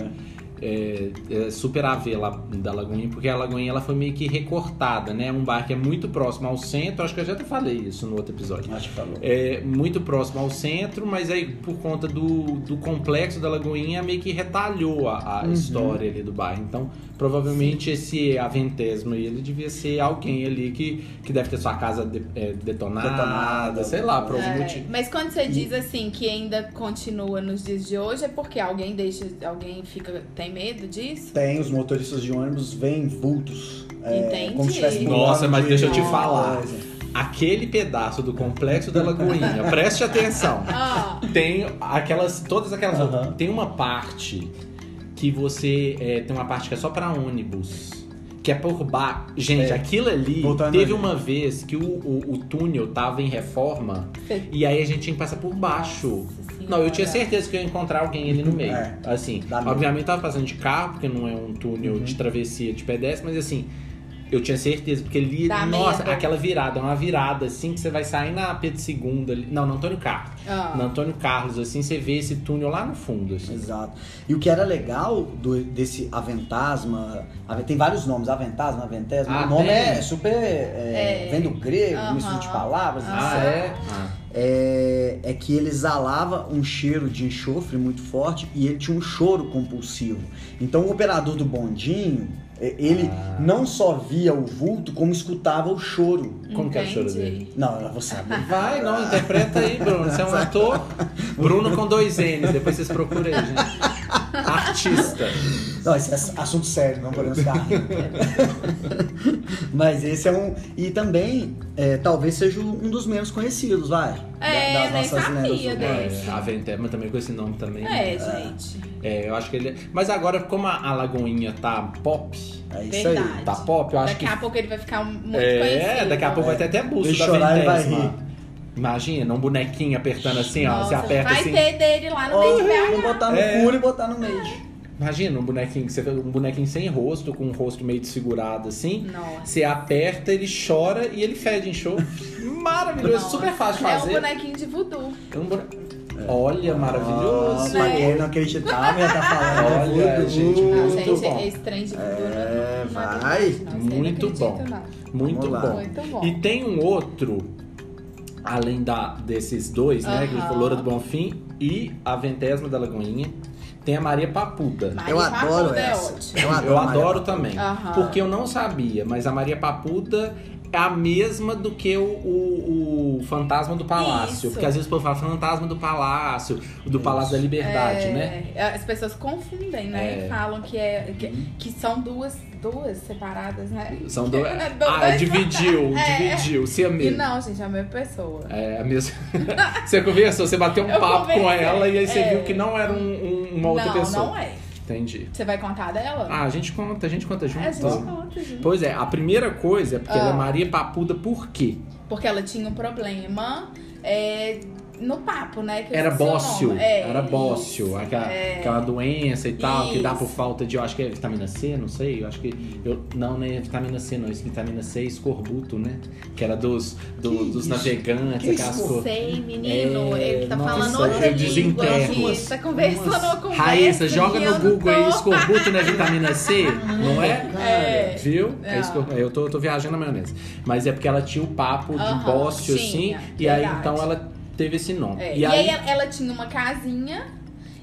[SPEAKER 2] é, é super a ver lá da Lagoinha, porque a Lagoinha ela foi meio que recortada, né? É Um bar que é muito próximo ao centro, acho que eu já até falei isso no outro episódio.
[SPEAKER 4] Acho que falou.
[SPEAKER 2] É muito próximo ao centro, mas aí por conta do, do complexo da Lagoinha meio que retalhou a, a
[SPEAKER 4] Uhum.
[SPEAKER 2] história ali do bairro. Então, provavelmente esse aventésimo aí, ele devia ser alguém ali que, que deve ter sua casa de- é, detonada,
[SPEAKER 4] Detonada,
[SPEAKER 2] sei lá, por algum
[SPEAKER 3] É,
[SPEAKER 2] motivo.
[SPEAKER 3] mas quando você
[SPEAKER 2] Hum.
[SPEAKER 3] diz assim que ainda continua nos dias de hoje, é porque alguém deixa. Alguém fica. tem medo disso?
[SPEAKER 4] Tem, os motoristas de ônibus veem vultos. É,
[SPEAKER 3] Entendi.
[SPEAKER 4] como se tivesse
[SPEAKER 2] Nossa, mas deixa eu te
[SPEAKER 4] Nossa.
[SPEAKER 2] falar. aquele pedaço do complexo
[SPEAKER 4] <laughs>
[SPEAKER 2] da Lagoinha, preste atenção.
[SPEAKER 3] Ó,
[SPEAKER 2] <laughs> Tem aquelas, todas aquelas
[SPEAKER 4] Aham.
[SPEAKER 2] outras. Tem uma parte que você é, tem uma parte que é só pra ônibus. Que é por bar. Gente,
[SPEAKER 4] É.
[SPEAKER 2] aquilo ali.
[SPEAKER 4] Voltando
[SPEAKER 2] teve
[SPEAKER 4] ali.
[SPEAKER 2] uma vez que o, o- o túnel tava em reforma.
[SPEAKER 3] Fe-
[SPEAKER 2] E aí a gente tinha que passar por baixo.
[SPEAKER 3] Nossa
[SPEAKER 2] Não, eu tinha
[SPEAKER 3] Senhora.
[SPEAKER 2] certeza que eu ia encontrar alguém ali no meio.
[SPEAKER 4] É.
[SPEAKER 2] Assim,
[SPEAKER 4] Dá medo. Uhum.
[SPEAKER 2] obviamente tava passando de carro, porque não é um túnel de travessia de pedestre, mas assim, eu tinha certeza, porque ali,
[SPEAKER 3] Dá
[SPEAKER 2] nossa,
[SPEAKER 3] medo.
[SPEAKER 2] aquela virada, é uma virada assim que você vai sair na Pedro II ali. Não, no Antônio Carlos.
[SPEAKER 3] Ó.
[SPEAKER 2] No Antônio Carlos, assim, você vê esse túnel lá no fundo, assim.
[SPEAKER 4] Exato. E o que era legal do- desse Aventasma, Ave- tem vários nomes, Aventasma, Aventesma,
[SPEAKER 2] Ah,
[SPEAKER 4] o nome
[SPEAKER 2] tem.
[SPEAKER 4] é super. é,
[SPEAKER 3] É.
[SPEAKER 4] Vem do grego,
[SPEAKER 3] Aham.
[SPEAKER 4] mistura de palavras,
[SPEAKER 2] Ah,
[SPEAKER 4] etc.
[SPEAKER 2] é? Ah.
[SPEAKER 4] é, é que ele exalava um cheiro de enxofre muito forte e ele tinha um choro compulsivo. Então o operador do bondinho, é, ele
[SPEAKER 2] Ah.
[SPEAKER 4] não só via o vulto, como escutava o choro.
[SPEAKER 2] Como que é o choro
[SPEAKER 3] Entendi.
[SPEAKER 2] dele?
[SPEAKER 4] Não, ela você sabe.
[SPEAKER 2] Vai, não, interpreta aí, Bruno. Você
[SPEAKER 3] <laughs>
[SPEAKER 2] é um ator. Bruno com dois N's, depois vocês procuram aí, gente. Artista.
[SPEAKER 4] Não, esse é ass- assunto sério, não podemos ficar. Mas esse é um. E também, é, talvez seja um dos menos conhecidos, vai. da-
[SPEAKER 3] É, nem sabia
[SPEAKER 4] urbanas.
[SPEAKER 3] desse.
[SPEAKER 2] É, Aventé, mas também com esse nome também.
[SPEAKER 3] É, gente.
[SPEAKER 2] É, eu acho que ele. Mas agora, como a, a Lagoinha tá pop,
[SPEAKER 4] É isso aí.
[SPEAKER 3] Verdade.
[SPEAKER 2] tá pop, eu acho
[SPEAKER 3] daqui
[SPEAKER 2] que.
[SPEAKER 3] a pouco ele vai ficar muito
[SPEAKER 2] é,
[SPEAKER 3] conhecido. né?
[SPEAKER 2] daqui a pouco vai ter até busto
[SPEAKER 4] Ele
[SPEAKER 2] da
[SPEAKER 4] chorar, ele vai
[SPEAKER 2] Ventésima. Imagina, um bonequinho apertando assim, ó. Você
[SPEAKER 3] Nossa,
[SPEAKER 2] aperta
[SPEAKER 3] vai
[SPEAKER 2] assim.
[SPEAKER 3] ter dele lá no meio de
[SPEAKER 4] Ou
[SPEAKER 3] BH.
[SPEAKER 4] não botar no
[SPEAKER 2] É.
[SPEAKER 4] cura e botar no meio.
[SPEAKER 2] Imagina um bonequinho, que você vê um bonequinho sem rosto, com o rosto meio desfigurado assim.
[SPEAKER 3] Nossa.
[SPEAKER 2] Você aperta, ele chora e ele fede
[SPEAKER 3] <laughs>
[SPEAKER 2] em show. Maravilhoso,
[SPEAKER 3] Nossa.
[SPEAKER 2] super fácil de
[SPEAKER 3] É um
[SPEAKER 2] fazer.
[SPEAKER 3] bonequinho de voodoo.
[SPEAKER 2] É um bone- Olha,
[SPEAKER 4] Ah,
[SPEAKER 2] maravilhoso.
[SPEAKER 4] pra
[SPEAKER 3] né?
[SPEAKER 4] quem não acreditava, já tá falando.
[SPEAKER 2] Olha,
[SPEAKER 4] Vudu.
[SPEAKER 2] gente,
[SPEAKER 3] Não,
[SPEAKER 2] Muito
[SPEAKER 3] Ah, gente,
[SPEAKER 2] bom.
[SPEAKER 3] esse trem de voodoo não,
[SPEAKER 4] É,
[SPEAKER 3] não
[SPEAKER 4] vai.
[SPEAKER 3] acredito, não. Isso aí não
[SPEAKER 2] Muito
[SPEAKER 3] acredito,
[SPEAKER 2] bom.
[SPEAKER 3] não.
[SPEAKER 2] Muito
[SPEAKER 4] Vamos lá.
[SPEAKER 2] bom.
[SPEAKER 3] Muito bom.
[SPEAKER 2] E tem um outro, além da, desses dois, né? Que ele
[SPEAKER 3] Aham.
[SPEAKER 2] falou Loura do Bonfim e a Ventésima da Lagoinha. Tem a Maria Papuda.
[SPEAKER 3] Mas-
[SPEAKER 4] Eu
[SPEAKER 3] Maria
[SPEAKER 4] adoro
[SPEAKER 3] Papuda é
[SPEAKER 4] essa.
[SPEAKER 3] ótima.
[SPEAKER 2] eu
[SPEAKER 4] Maria
[SPEAKER 2] adoro
[SPEAKER 4] Papuda.
[SPEAKER 2] também.
[SPEAKER 3] Aham.
[SPEAKER 2] Porque eu não sabia, mas a Maria Papuda é a mesma do que o, o- o Fantasma do Palácio.
[SPEAKER 3] Isso.
[SPEAKER 2] Porque às vezes o povo fala Fantasma do Palácio, do Palácio da Liberdade, né?
[SPEAKER 3] É, As pessoas confundem, né?
[SPEAKER 2] É. Uhum.
[SPEAKER 3] E falam que, é, que, que são duas, duas separadas, né?
[SPEAKER 2] São do...
[SPEAKER 3] É, do-
[SPEAKER 2] Ah,
[SPEAKER 3] dois- <laughs>
[SPEAKER 2] dividiu,
[SPEAKER 3] É.
[SPEAKER 2] dividiu. Se
[SPEAKER 3] E
[SPEAKER 2] amei.
[SPEAKER 3] não, gente, é a mesma pessoa.
[SPEAKER 2] É a mesma. <laughs> você conversou, você bateu um
[SPEAKER 3] Eu
[SPEAKER 2] papo com
[SPEAKER 3] conversei,
[SPEAKER 2] ela e aí você
[SPEAKER 3] é.
[SPEAKER 2] viu que não era um- um- uma outra
[SPEAKER 3] não,
[SPEAKER 2] pessoa.
[SPEAKER 3] não é.
[SPEAKER 2] Entendi.
[SPEAKER 3] Você vai contar dela?
[SPEAKER 2] Ah, a gente conta, a gente conta junto.
[SPEAKER 3] é, a gente
[SPEAKER 2] ó.
[SPEAKER 3] conta, gente.
[SPEAKER 2] Pois é, a primeira coisa é porque ela é
[SPEAKER 3] Ah.
[SPEAKER 2] Maria Papuda, por quê?
[SPEAKER 3] Porque ela tinha um problema é, no papo, né? que eu
[SPEAKER 2] Era
[SPEAKER 3] esqueci o
[SPEAKER 2] bócio.
[SPEAKER 3] nome. É,
[SPEAKER 2] era bócio.
[SPEAKER 3] isso,
[SPEAKER 2] Aquela,
[SPEAKER 3] é.
[SPEAKER 2] aquela doença e tal, que dá
[SPEAKER 3] Isso.
[SPEAKER 2] por falta de. Eu acho que é vitamina C, não sei. Eu acho que. Eu, não, não é vitamina C, não. Isso é vitamina C e escorbuto, né? Que era dos, do-
[SPEAKER 4] Que
[SPEAKER 2] dos
[SPEAKER 4] isso?
[SPEAKER 2] navegantes,
[SPEAKER 4] Que
[SPEAKER 2] aquelas
[SPEAKER 4] isso?
[SPEAKER 2] coisas.
[SPEAKER 3] Sei, menino,
[SPEAKER 2] É,
[SPEAKER 3] ele tá
[SPEAKER 2] nossa,
[SPEAKER 3] falando outra
[SPEAKER 2] eu
[SPEAKER 3] língua
[SPEAKER 2] desenterro.
[SPEAKER 3] aqui. Tá conversando
[SPEAKER 4] Nossa.
[SPEAKER 3] uma conversa.
[SPEAKER 2] Raíssa, joga
[SPEAKER 3] que
[SPEAKER 2] no
[SPEAKER 3] eu não
[SPEAKER 2] Google aí,
[SPEAKER 3] tô.
[SPEAKER 2] escorbuto não é vitamina
[SPEAKER 3] <laughs>
[SPEAKER 2] C, não é?
[SPEAKER 3] É.
[SPEAKER 2] Viu? É
[SPEAKER 3] É.
[SPEAKER 2] escor- Eu tô, eu tô viajando na maionese. Mas é porque ela tinha o papo de
[SPEAKER 3] Aham,
[SPEAKER 2] bócio,
[SPEAKER 3] tinha,
[SPEAKER 2] assim, e aí
[SPEAKER 3] verdade.
[SPEAKER 2] então ela teve esse nome.
[SPEAKER 3] É,
[SPEAKER 2] E, aí,
[SPEAKER 3] ela, ela tinha uma casinha.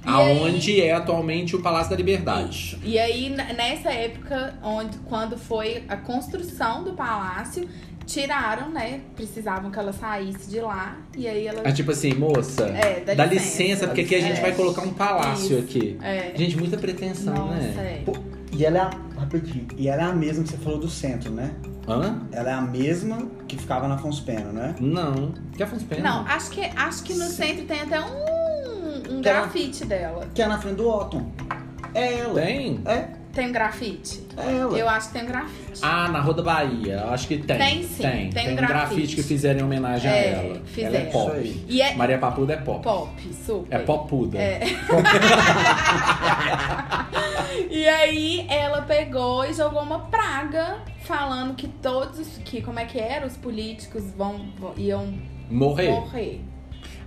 [SPEAKER 3] e
[SPEAKER 2] aonde é atualmente o Palácio da Liberdade.
[SPEAKER 3] aí- E aí, n- nessa época, onde, quando foi a construção do palácio, tiraram, né? Precisavam que ela saísse de lá. E aí ela.
[SPEAKER 2] É tipo assim, moça,
[SPEAKER 3] É,
[SPEAKER 2] dá, licença, porque aqui a gente
[SPEAKER 3] é.
[SPEAKER 2] vai colocar um palácio
[SPEAKER 3] Isso.
[SPEAKER 2] aqui.
[SPEAKER 3] É.
[SPEAKER 2] Gente, muita pretensão,
[SPEAKER 3] Nossa,
[SPEAKER 2] né?
[SPEAKER 3] é.
[SPEAKER 4] Pô, E ela é a, rapidinho, e ela é a mesma que você falou do centro, né?
[SPEAKER 2] Hã?
[SPEAKER 4] Ela é a mesma que ficava na Afonso Pena, né?
[SPEAKER 2] Não. Que Afonso Pena?
[SPEAKER 3] Não, acho que, acho que no centro tem até um, um
[SPEAKER 4] Tem.
[SPEAKER 3] grafite dela.
[SPEAKER 4] Que é na frente do Otton. É ela.
[SPEAKER 2] Tem?
[SPEAKER 4] É,
[SPEAKER 3] Tem um grafite?
[SPEAKER 4] é ela.
[SPEAKER 3] Eu acho que tem um grafite.
[SPEAKER 2] Ah, na Rua da Bahia. Acho que tem.
[SPEAKER 3] Tem, sim.
[SPEAKER 2] Tem,
[SPEAKER 3] Tem
[SPEAKER 2] um
[SPEAKER 3] um
[SPEAKER 2] grafite,
[SPEAKER 3] grafite.
[SPEAKER 2] que fizeram em homenagem
[SPEAKER 3] É,
[SPEAKER 2] a ela.
[SPEAKER 3] fizeram.
[SPEAKER 2] Ela é
[SPEAKER 4] Isso
[SPEAKER 2] pop.
[SPEAKER 4] aí.
[SPEAKER 3] E é
[SPEAKER 2] Maria Papuda é pop.
[SPEAKER 3] pop, super.
[SPEAKER 2] É popuda.
[SPEAKER 3] É. e aí ela pegou e jogou uma praga falando que todos, que como é que era, os políticos vão, vão- iam
[SPEAKER 2] Morrer.
[SPEAKER 3] morrer.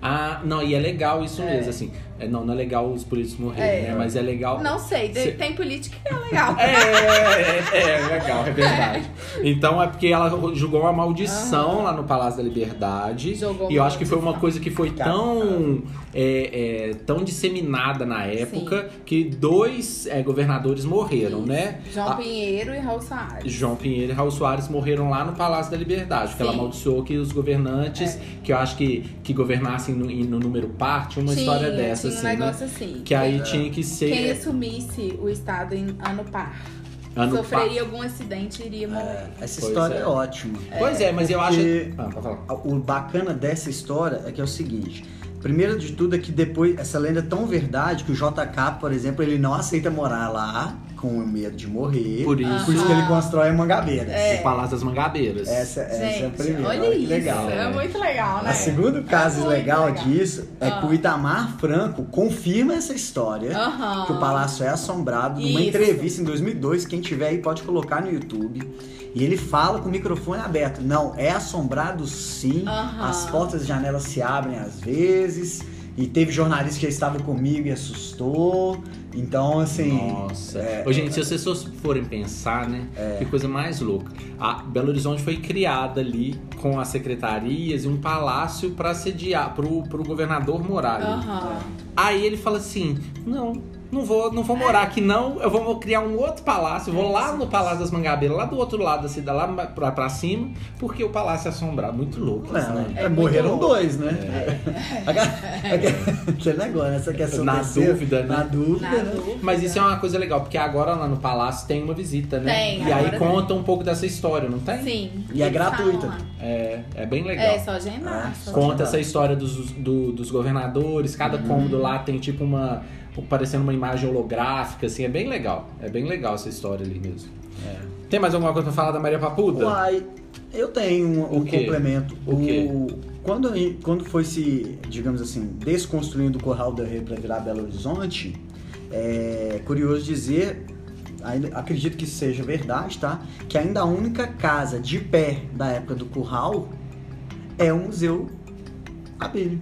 [SPEAKER 2] Ah, não, e é legal isso
[SPEAKER 3] É.
[SPEAKER 2] mesmo, assim. É, não, não é legal os políticos morrerem,
[SPEAKER 3] É.
[SPEAKER 2] né? Mas é legal.
[SPEAKER 3] Não sei, de-
[SPEAKER 2] Cê-
[SPEAKER 3] tem política que é legal.
[SPEAKER 2] É, é, é, é legal, é verdade. Então é porque ela julgou uma maldição lá no Palácio da Liberdade.
[SPEAKER 3] Ah. Jogou
[SPEAKER 2] E eu
[SPEAKER 3] uma
[SPEAKER 2] acho que foi uma
[SPEAKER 3] maldição.
[SPEAKER 2] coisa que foi tão, é, é, tão disseminada na época que dois é, governadores morreram,
[SPEAKER 3] Isso.
[SPEAKER 2] né?
[SPEAKER 3] João
[SPEAKER 2] Ah.
[SPEAKER 3] Pinheiro e Raul Soares.
[SPEAKER 2] João Pinheiro e Raul Soares morreram lá no Palácio da Liberdade, porque ela
[SPEAKER 3] Sim. É.
[SPEAKER 2] amaldiçoou que os governantes, que eu acho que, que governassem no, em- no número par, tinha uma
[SPEAKER 3] Tinha- um
[SPEAKER 2] história dessa,
[SPEAKER 3] tinha
[SPEAKER 2] assim,
[SPEAKER 3] um
[SPEAKER 2] né?
[SPEAKER 3] negócio assim.
[SPEAKER 2] Que aí tinha que
[SPEAKER 3] Quem
[SPEAKER 2] ser.
[SPEAKER 3] assumisse o estado em ano par.
[SPEAKER 2] Ano
[SPEAKER 3] Sofreria algum acidente e iria morrer.
[SPEAKER 4] Essa
[SPEAKER 2] Pois
[SPEAKER 4] história
[SPEAKER 2] é.
[SPEAKER 4] é, ótima.
[SPEAKER 2] pa- Pois é, mas eu acho.
[SPEAKER 4] Porque-
[SPEAKER 2] Ah, pra falar.
[SPEAKER 4] O bacana dessa história é que é o seguinte. Primeiro de tudo é que depois essa lenda é tão verdade que o JK, por exemplo, ele não aceita morar lá com medo de morrer.
[SPEAKER 2] Por isso,
[SPEAKER 4] Por isso que ele constrói Mangabeiras.
[SPEAKER 2] o Palácio das Mangabeiras.
[SPEAKER 4] Essa, essa é a
[SPEAKER 3] É, Gente,
[SPEAKER 4] primeira.
[SPEAKER 3] olha
[SPEAKER 4] que
[SPEAKER 3] isso.
[SPEAKER 4] legal.
[SPEAKER 3] É muito legal, né?
[SPEAKER 4] A segundo caso
[SPEAKER 3] muito
[SPEAKER 4] legal,
[SPEAKER 3] legal.
[SPEAKER 4] disso é que o Itamar Franco confirma essa história.
[SPEAKER 3] Aham.
[SPEAKER 4] Que o palácio é assombrado. Numa
[SPEAKER 3] Isso.
[SPEAKER 4] entrevista em 2002, quem tiver aí pode colocar no YouTube. E ele fala com o microfone aberto. Não, é assombrado sim.
[SPEAKER 3] Aham.
[SPEAKER 4] As portas e janelas se abrem às vezes. E teve jornalista que já estava comigo e assustou. Então, assim.
[SPEAKER 2] Nossa. Ô, gente, se vocês fos- forem pensar, né?
[SPEAKER 4] É.
[SPEAKER 2] Que coisa mais louca. A Belo Horizonte foi criada ali com as secretarias e um palácio pra sediar, pro, pro governador morar ali.
[SPEAKER 4] Ah.
[SPEAKER 3] Aham.
[SPEAKER 2] Aí ele fala assim: não, não vou, não vou morar aqui, não. Eu vou, vou criar um outro palácio, eu vou lá no Palácio das Mangabeiras, lá do outro lado da cidade, lá pra, pra cima, porque o palácio é assombrado. Muito louco isso, né?
[SPEAKER 4] É,
[SPEAKER 3] É
[SPEAKER 4] morreram
[SPEAKER 3] muito louco.
[SPEAKER 4] dois, né? <laughs> é Aquele negócio, né? Você quer ser o
[SPEAKER 2] Na
[SPEAKER 4] terceiro,
[SPEAKER 2] dúvida, né?
[SPEAKER 4] Na dúvida,
[SPEAKER 3] Na
[SPEAKER 4] né?
[SPEAKER 3] dúvida.
[SPEAKER 2] Mas isso é uma coisa legal, porque agora lá no palácio tem uma visita, né?
[SPEAKER 3] Tem,
[SPEAKER 2] e aí
[SPEAKER 3] agora
[SPEAKER 2] conta um pouco dessa história, não tem?
[SPEAKER 3] Sim.
[SPEAKER 4] E é
[SPEAKER 3] né? Eles
[SPEAKER 4] gratuita.
[SPEAKER 3] falam lá.
[SPEAKER 2] É, é bem legal.
[SPEAKER 3] É, só agendar.
[SPEAKER 4] Ah,
[SPEAKER 3] só
[SPEAKER 4] com-
[SPEAKER 2] Conta essa história dos, do- dos governadores, cada cômodo lá tem tipo uma. parecendo uma imagem holográfica, assim, é bem legal. É bem legal essa história ali mesmo.
[SPEAKER 4] É.
[SPEAKER 2] Tem mais alguma coisa pra falar da Maria Papuda?
[SPEAKER 4] Uai, eu tenho um,
[SPEAKER 2] O
[SPEAKER 4] um
[SPEAKER 2] quê?
[SPEAKER 4] complemento.
[SPEAKER 2] O quê?
[SPEAKER 4] Quando, a gente- quando foi se, digamos assim, desconstruindo o Corral do Rei para virar Belo Horizonte, é curioso dizer, ainda- acredito que isso seja verdade, tá? Que ainda a única casa de pé da época do Curral é o Museu Abelha.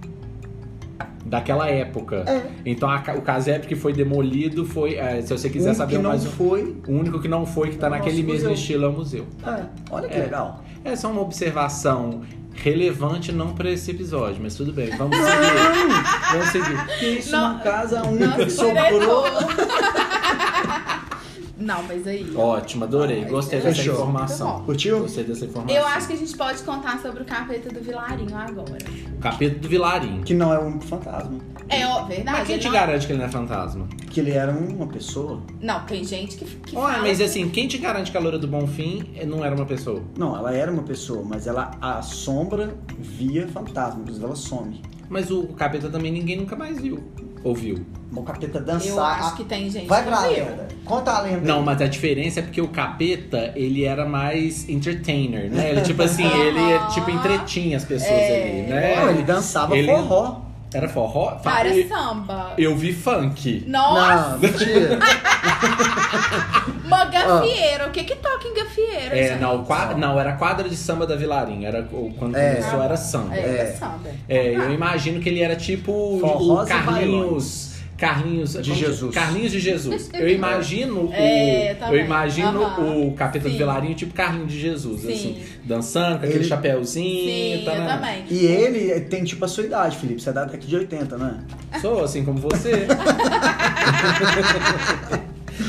[SPEAKER 4] Um
[SPEAKER 2] Daquela época. Então a ca- o casebre que foi demolido foi. é, se você quiser
[SPEAKER 4] Um
[SPEAKER 2] saber
[SPEAKER 4] que não
[SPEAKER 2] mais. um-
[SPEAKER 4] foi.
[SPEAKER 2] O único que não foi, que tá
[SPEAKER 4] Nosso
[SPEAKER 2] naquele mesmo
[SPEAKER 4] museu.
[SPEAKER 2] estilo, é o museu.
[SPEAKER 4] é, olha que
[SPEAKER 2] É.
[SPEAKER 4] legal.
[SPEAKER 2] Essa é uma observação relevante não pra esse episódio, mas tudo bem, vamos seguir. vamos seguir.
[SPEAKER 4] Que isso, é
[SPEAKER 3] Não-
[SPEAKER 4] uma casa única
[SPEAKER 3] Nossa, <laughs>
[SPEAKER 4] que sobrou.
[SPEAKER 3] Não, mas aí.
[SPEAKER 2] Ótimo, adorei. Gostei
[SPEAKER 3] Fechou.
[SPEAKER 2] dessa informação.
[SPEAKER 3] é Muito
[SPEAKER 4] Curtiu?
[SPEAKER 2] Gostei dessa informação.
[SPEAKER 3] Eu acho que a gente pode contar sobre o capeta do Vilarinho agora.
[SPEAKER 2] Capítulo do Vilarinho.
[SPEAKER 4] Que não é o único fantasma.
[SPEAKER 3] É ó, verdade.
[SPEAKER 2] Mas quem
[SPEAKER 3] ele
[SPEAKER 2] te
[SPEAKER 3] não-
[SPEAKER 2] garante que ele não é fantasma?
[SPEAKER 4] Que ele era uma pessoa.
[SPEAKER 3] Não, tem gente que, que
[SPEAKER 2] Ué,
[SPEAKER 3] fala
[SPEAKER 2] mas
[SPEAKER 3] que-
[SPEAKER 2] assim, quem te garante que a loura do Bonfim eh, não era uma pessoa?
[SPEAKER 4] Não, ela era uma pessoa, mas ela assombra via fantasma, inclusive ela some.
[SPEAKER 2] Mas o capeta também ninguém nunca mais viu. Ouviu.
[SPEAKER 4] O capeta
[SPEAKER 3] Eu
[SPEAKER 4] dançar. Ah,
[SPEAKER 3] acho que tem gente
[SPEAKER 4] Vai
[SPEAKER 3] que
[SPEAKER 4] pra
[SPEAKER 3] viu.
[SPEAKER 4] lenda. Conta a lenda.
[SPEAKER 2] Não, mas a diferença é porque o capeta, ele era mais entertainer, né? Ele, tipo assim, ele tipo entretinha as pessoas
[SPEAKER 3] É.
[SPEAKER 2] ali,
[SPEAKER 4] Não,
[SPEAKER 2] né?
[SPEAKER 4] ele dançava
[SPEAKER 2] Ele-
[SPEAKER 4] forró.
[SPEAKER 2] Era forró? Fa-
[SPEAKER 3] Para
[SPEAKER 2] eu-
[SPEAKER 3] samba.
[SPEAKER 2] Eu vi funk.
[SPEAKER 3] Nossa,
[SPEAKER 4] Não, mentira.
[SPEAKER 3] uma gafieira. O que que toca em gafieira,
[SPEAKER 2] É,
[SPEAKER 3] gente?
[SPEAKER 2] não, quadra, não, era quadra de samba da Vilarinha. Era, o- quando
[SPEAKER 4] É.
[SPEAKER 2] começou era samba.
[SPEAKER 3] É,
[SPEAKER 4] É.
[SPEAKER 3] samba.
[SPEAKER 2] É, eu imagino que ele era tipo o
[SPEAKER 4] Forrós e
[SPEAKER 2] Carlinhos. Carlinhos
[SPEAKER 4] De
[SPEAKER 2] como que- é?
[SPEAKER 4] Jesus.
[SPEAKER 2] Carlinhos
[SPEAKER 3] <laughs>
[SPEAKER 2] de Jesus. Eu imagino o.
[SPEAKER 3] É, também.
[SPEAKER 2] eu imagino
[SPEAKER 3] Aham.
[SPEAKER 2] o capeta do
[SPEAKER 3] Sim.
[SPEAKER 2] Vilarinho, tipo Carlinhos de Jesus,
[SPEAKER 3] Sim.
[SPEAKER 2] assim. Dançando com aquele
[SPEAKER 4] Ele-
[SPEAKER 2] chapéuzinho.
[SPEAKER 3] Sim,
[SPEAKER 2] tá,
[SPEAKER 3] eu
[SPEAKER 2] né?
[SPEAKER 3] também.
[SPEAKER 4] e ele tem tipo a sua idade, Felipe. Você é da década de 80, né?
[SPEAKER 2] Sou assim como
[SPEAKER 3] <laughs>
[SPEAKER 2] você.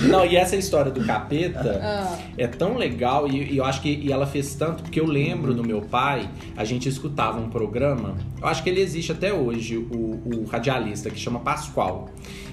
[SPEAKER 2] Não, e essa história do capeta
[SPEAKER 3] Ah,
[SPEAKER 2] é tão legal e, e eu acho que e ela fez tanto, porque eu lembro do meu pai, a gente escutava um programa, eu acho que ele existe até hoje, o, o radialista, que chama Pascoal.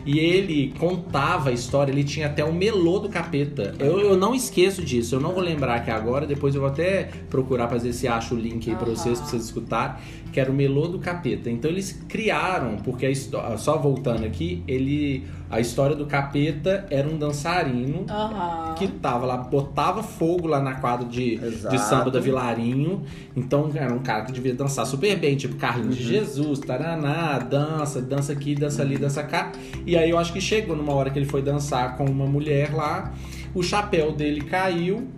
[SPEAKER 2] E ele contava a história, ele tinha até o melô do capeta. Eu, eu não esqueço disso, eu não vou lembrar aqui agora, depois eu vou até procurar pra ver se acho o link aí pra
[SPEAKER 3] Aham.
[SPEAKER 2] vocês, pra vocês escutarem, que era o melô do capeta. Então eles criaram, porque a história, só voltando aqui, ele a história do capeta era um dançarino
[SPEAKER 3] Aham.
[SPEAKER 2] que tava lá, botava fogo lá na quadra de,
[SPEAKER 4] Exato.
[SPEAKER 2] de samba da Vilarinho. Então era um cara que devia dançar super bem, tipo Carlinhos de
[SPEAKER 4] Uhum.
[SPEAKER 2] Jesus, taraná, dança, dança aqui, dança ali, dança cá. E aí eu acho que chegou numa hora que ele foi dançar com uma mulher lá, o chapéu dele caiu.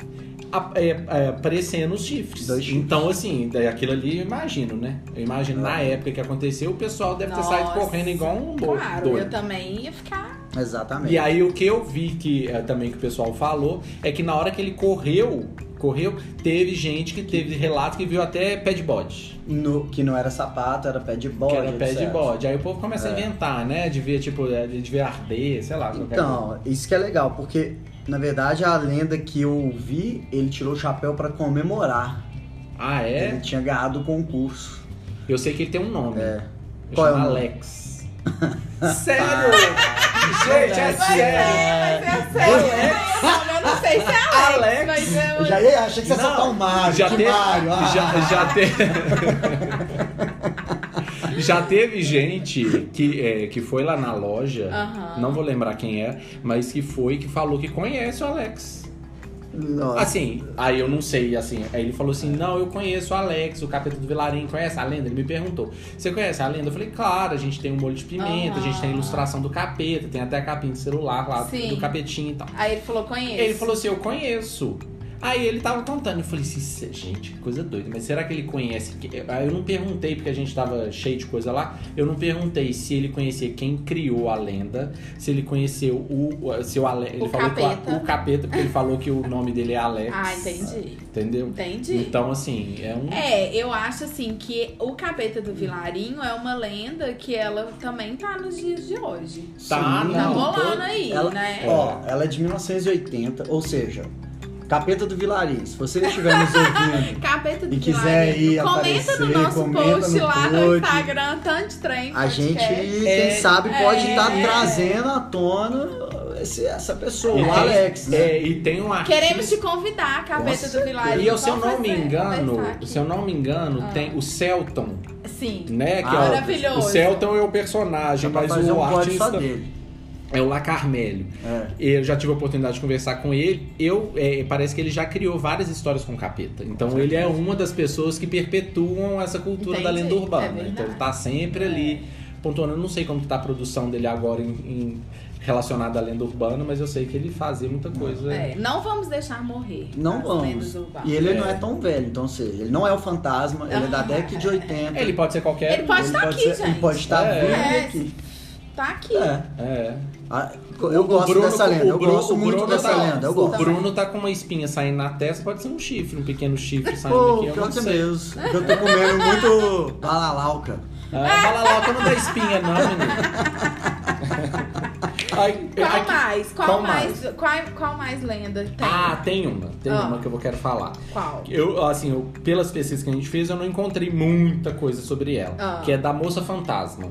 [SPEAKER 2] a- é, é, aparecendo os chifres.
[SPEAKER 4] Dois chifres. Ah.
[SPEAKER 2] Então, assim, daí aquilo ali, eu imagino, né? Eu imagino, na época que aconteceu, o pessoal deve ter saído
[SPEAKER 3] Nossa.
[SPEAKER 2] correndo igual um bo-
[SPEAKER 3] Claro,
[SPEAKER 2] doido.
[SPEAKER 3] eu também ia ficar.
[SPEAKER 4] Exatamente.
[SPEAKER 2] E aí o que eu vi que eh, também que o pessoal falou é que na hora que ele correu, correu, teve gente que teve relato que viu até pé de bode.
[SPEAKER 4] No- que não era sapato, era pé de bode.
[SPEAKER 2] que era pé de
[SPEAKER 4] etc.
[SPEAKER 2] bode. Aí o povo começa
[SPEAKER 4] É.
[SPEAKER 2] a inventar, né? De ver, tipo, eh, de ver arder, sei lá. qualquer
[SPEAKER 4] Então, isso que é legal, porque na verdade a lenda que eu ouvi, ele tirou o chapéu pra comemorar.
[SPEAKER 2] coisa. Ah,
[SPEAKER 4] Ele
[SPEAKER 2] é?
[SPEAKER 4] tinha ganhado o concurso.
[SPEAKER 2] Eu sei que ele tem um nome.
[SPEAKER 4] É.
[SPEAKER 2] Eu
[SPEAKER 4] Qual é <laughs>
[SPEAKER 2] chamo
[SPEAKER 4] o nome?
[SPEAKER 2] Alex. Sério?
[SPEAKER 1] Gente, é
[SPEAKER 3] Mas
[SPEAKER 1] sério.
[SPEAKER 3] é, mas é sério. Eu não sei se é Alex,
[SPEAKER 1] Alex.
[SPEAKER 3] mas é.
[SPEAKER 4] Eu já ia, achei que você ia
[SPEAKER 1] Não.
[SPEAKER 4] soltar um Mário.
[SPEAKER 2] Já
[SPEAKER 4] que
[SPEAKER 2] teve,
[SPEAKER 4] Mário, ah.
[SPEAKER 2] já, já teve, <laughs> já teve gente que, é, que foi lá na loja,
[SPEAKER 3] Aham.
[SPEAKER 2] não vou lembrar quem é, mas que foi que falou que conhece o Alex.
[SPEAKER 4] Nossa.
[SPEAKER 2] Assim, aí eu não sei, assim, aí ele falou assim, não, eu conheço o Alex, o capeta do Vilarim, conhece a lenda? Ele me perguntou, você conhece a lenda? Eu falei, claro, a gente tem um molho de pimenta, a gente tem a
[SPEAKER 3] Aham.
[SPEAKER 2] ilustração do capeta, tem até a capinha de celular lá,
[SPEAKER 3] Sim.
[SPEAKER 2] do capetinho e tal.
[SPEAKER 3] Aí ele falou, conheço.
[SPEAKER 2] Ele falou assim, eu conheço. Aí ele tava contando, eu falei assim, "Cê- gente, que coisa doida, mas será que ele conhece? que-" Aí eu não perguntei, porque a gente tava cheio de coisa lá, eu não perguntei se ele conhecia quem criou a lenda, se ele conheceu o. o- Se o Ale... ele
[SPEAKER 3] O
[SPEAKER 2] falou que
[SPEAKER 3] capeta.
[SPEAKER 2] o capeta, porque ele falou que o nome dele é Alex.
[SPEAKER 3] Ah, entendi.
[SPEAKER 2] Entendeu?
[SPEAKER 3] Entendi.
[SPEAKER 2] Então, assim, é um.
[SPEAKER 3] É, eu acho assim que o capeta do Vilarinho é uma lenda que ela também tá nos dias de hoje.
[SPEAKER 2] Tá,
[SPEAKER 4] Sim,
[SPEAKER 3] Tá
[SPEAKER 2] não.
[SPEAKER 4] todo-
[SPEAKER 3] rolando aí,
[SPEAKER 4] ela-
[SPEAKER 3] né?
[SPEAKER 4] Ó, ela é de 1980, ou seja, Capeta do Vilarim. Se você estiver nos
[SPEAKER 3] <laughs>
[SPEAKER 4] ouvindo,
[SPEAKER 3] Capeta do
[SPEAKER 4] E quiser
[SPEAKER 3] Vilarinho.
[SPEAKER 4] ir
[SPEAKER 3] comenta no
[SPEAKER 4] aparecer,
[SPEAKER 3] nosso
[SPEAKER 4] comenta
[SPEAKER 3] post
[SPEAKER 4] no
[SPEAKER 3] lá no
[SPEAKER 4] post.
[SPEAKER 3] Instagram, tanto de trem.
[SPEAKER 4] a gente,
[SPEAKER 3] podcast.
[SPEAKER 4] quem sabe, pode
[SPEAKER 3] é.
[SPEAKER 4] estar trazendo à tona esse- essa pessoa,
[SPEAKER 2] E
[SPEAKER 4] o
[SPEAKER 2] tem-
[SPEAKER 4] Alex, né?
[SPEAKER 2] é, e tem um artista.
[SPEAKER 3] Queremos te convidar, capeta do
[SPEAKER 4] certeza.
[SPEAKER 3] Vilarinho.
[SPEAKER 2] E é eu, se eu
[SPEAKER 3] Vamos
[SPEAKER 2] não me
[SPEAKER 3] fazer- Ah.
[SPEAKER 2] engano,
[SPEAKER 3] conversar aqui.
[SPEAKER 2] se eu não me engano, tem o Celton,
[SPEAKER 3] Sim.
[SPEAKER 2] né? Que
[SPEAKER 4] Ah,
[SPEAKER 2] é o-
[SPEAKER 3] maravilhoso.
[SPEAKER 2] O Celton é o
[SPEAKER 4] Dá
[SPEAKER 2] personagem,
[SPEAKER 4] pra
[SPEAKER 2] mas
[SPEAKER 4] fazer
[SPEAKER 2] o
[SPEAKER 4] um corte
[SPEAKER 2] artista
[SPEAKER 4] só dele.
[SPEAKER 2] é o La Carmelio.
[SPEAKER 4] É.
[SPEAKER 2] Eu já tive a oportunidade de conversar com ele. Eu é, parece que ele já criou várias histórias com o capeta. Então ele é uma das pessoas que perpetuam essa cultura da
[SPEAKER 3] Entendi,
[SPEAKER 2] lenda
[SPEAKER 3] é
[SPEAKER 2] urbana.
[SPEAKER 3] verdade. É.
[SPEAKER 2] então ele tá sempre ali pontuando. Eu não sei como que tá a produção dele agora em, em- relacionada à lenda urbana, mas eu sei que ele fazia muita coisa.
[SPEAKER 3] É, não vamos deixar morrer.
[SPEAKER 4] Não
[SPEAKER 3] as
[SPEAKER 4] vamos.
[SPEAKER 3] lendas urbanas.
[SPEAKER 4] E ele não é tão velho, então, ou seja, ele não é o fantasma, ele é da década de 80.
[SPEAKER 2] Ele pode ser qualquer.
[SPEAKER 3] Ah.
[SPEAKER 2] um.
[SPEAKER 3] Ele pode estar aqui,
[SPEAKER 4] ser-
[SPEAKER 3] gente.
[SPEAKER 4] Ele pode estar
[SPEAKER 2] É.
[SPEAKER 4] vivo
[SPEAKER 3] É.
[SPEAKER 4] aqui.
[SPEAKER 3] Tá aqui.
[SPEAKER 4] É.
[SPEAKER 2] É.
[SPEAKER 4] Ah, Eu
[SPEAKER 2] O
[SPEAKER 4] gosto
[SPEAKER 2] Bruno-
[SPEAKER 4] dessa lenda,
[SPEAKER 2] o
[SPEAKER 4] eu
[SPEAKER 2] Bruno-
[SPEAKER 4] gosto
[SPEAKER 2] o
[SPEAKER 4] muito
[SPEAKER 2] Bruno
[SPEAKER 4] dessa
[SPEAKER 2] tá-
[SPEAKER 4] lenda, eu
[SPEAKER 2] O
[SPEAKER 4] gosto.
[SPEAKER 2] Bruno tá com uma espinha saindo na testa, pode ser um chifre, um pequeno
[SPEAKER 4] <laughs>
[SPEAKER 2] chifre saindo
[SPEAKER 4] Pô,
[SPEAKER 2] aqui. Eu
[SPEAKER 4] pior
[SPEAKER 2] não
[SPEAKER 4] que é
[SPEAKER 2] sei.
[SPEAKER 4] mesmo. Eu tô comendo <laughs> muito balalauca.
[SPEAKER 2] Ah, fala lá, que não dá espinha,
[SPEAKER 3] <laughs>
[SPEAKER 2] não, menino. Ai, é,
[SPEAKER 3] Qual
[SPEAKER 2] aqui-
[SPEAKER 3] mais? Qual,
[SPEAKER 2] qual
[SPEAKER 3] mais? Qual, qual mais lenda tem?
[SPEAKER 2] Ah, tem uma. Tem
[SPEAKER 3] Ah.
[SPEAKER 2] uma que eu vou quero falar.
[SPEAKER 3] Qual?
[SPEAKER 2] Eu, assim, eu- pelas pesquisas que a gente fez, eu não encontrei muita coisa sobre ela.
[SPEAKER 3] Ah.
[SPEAKER 2] Que é da moça fantasma.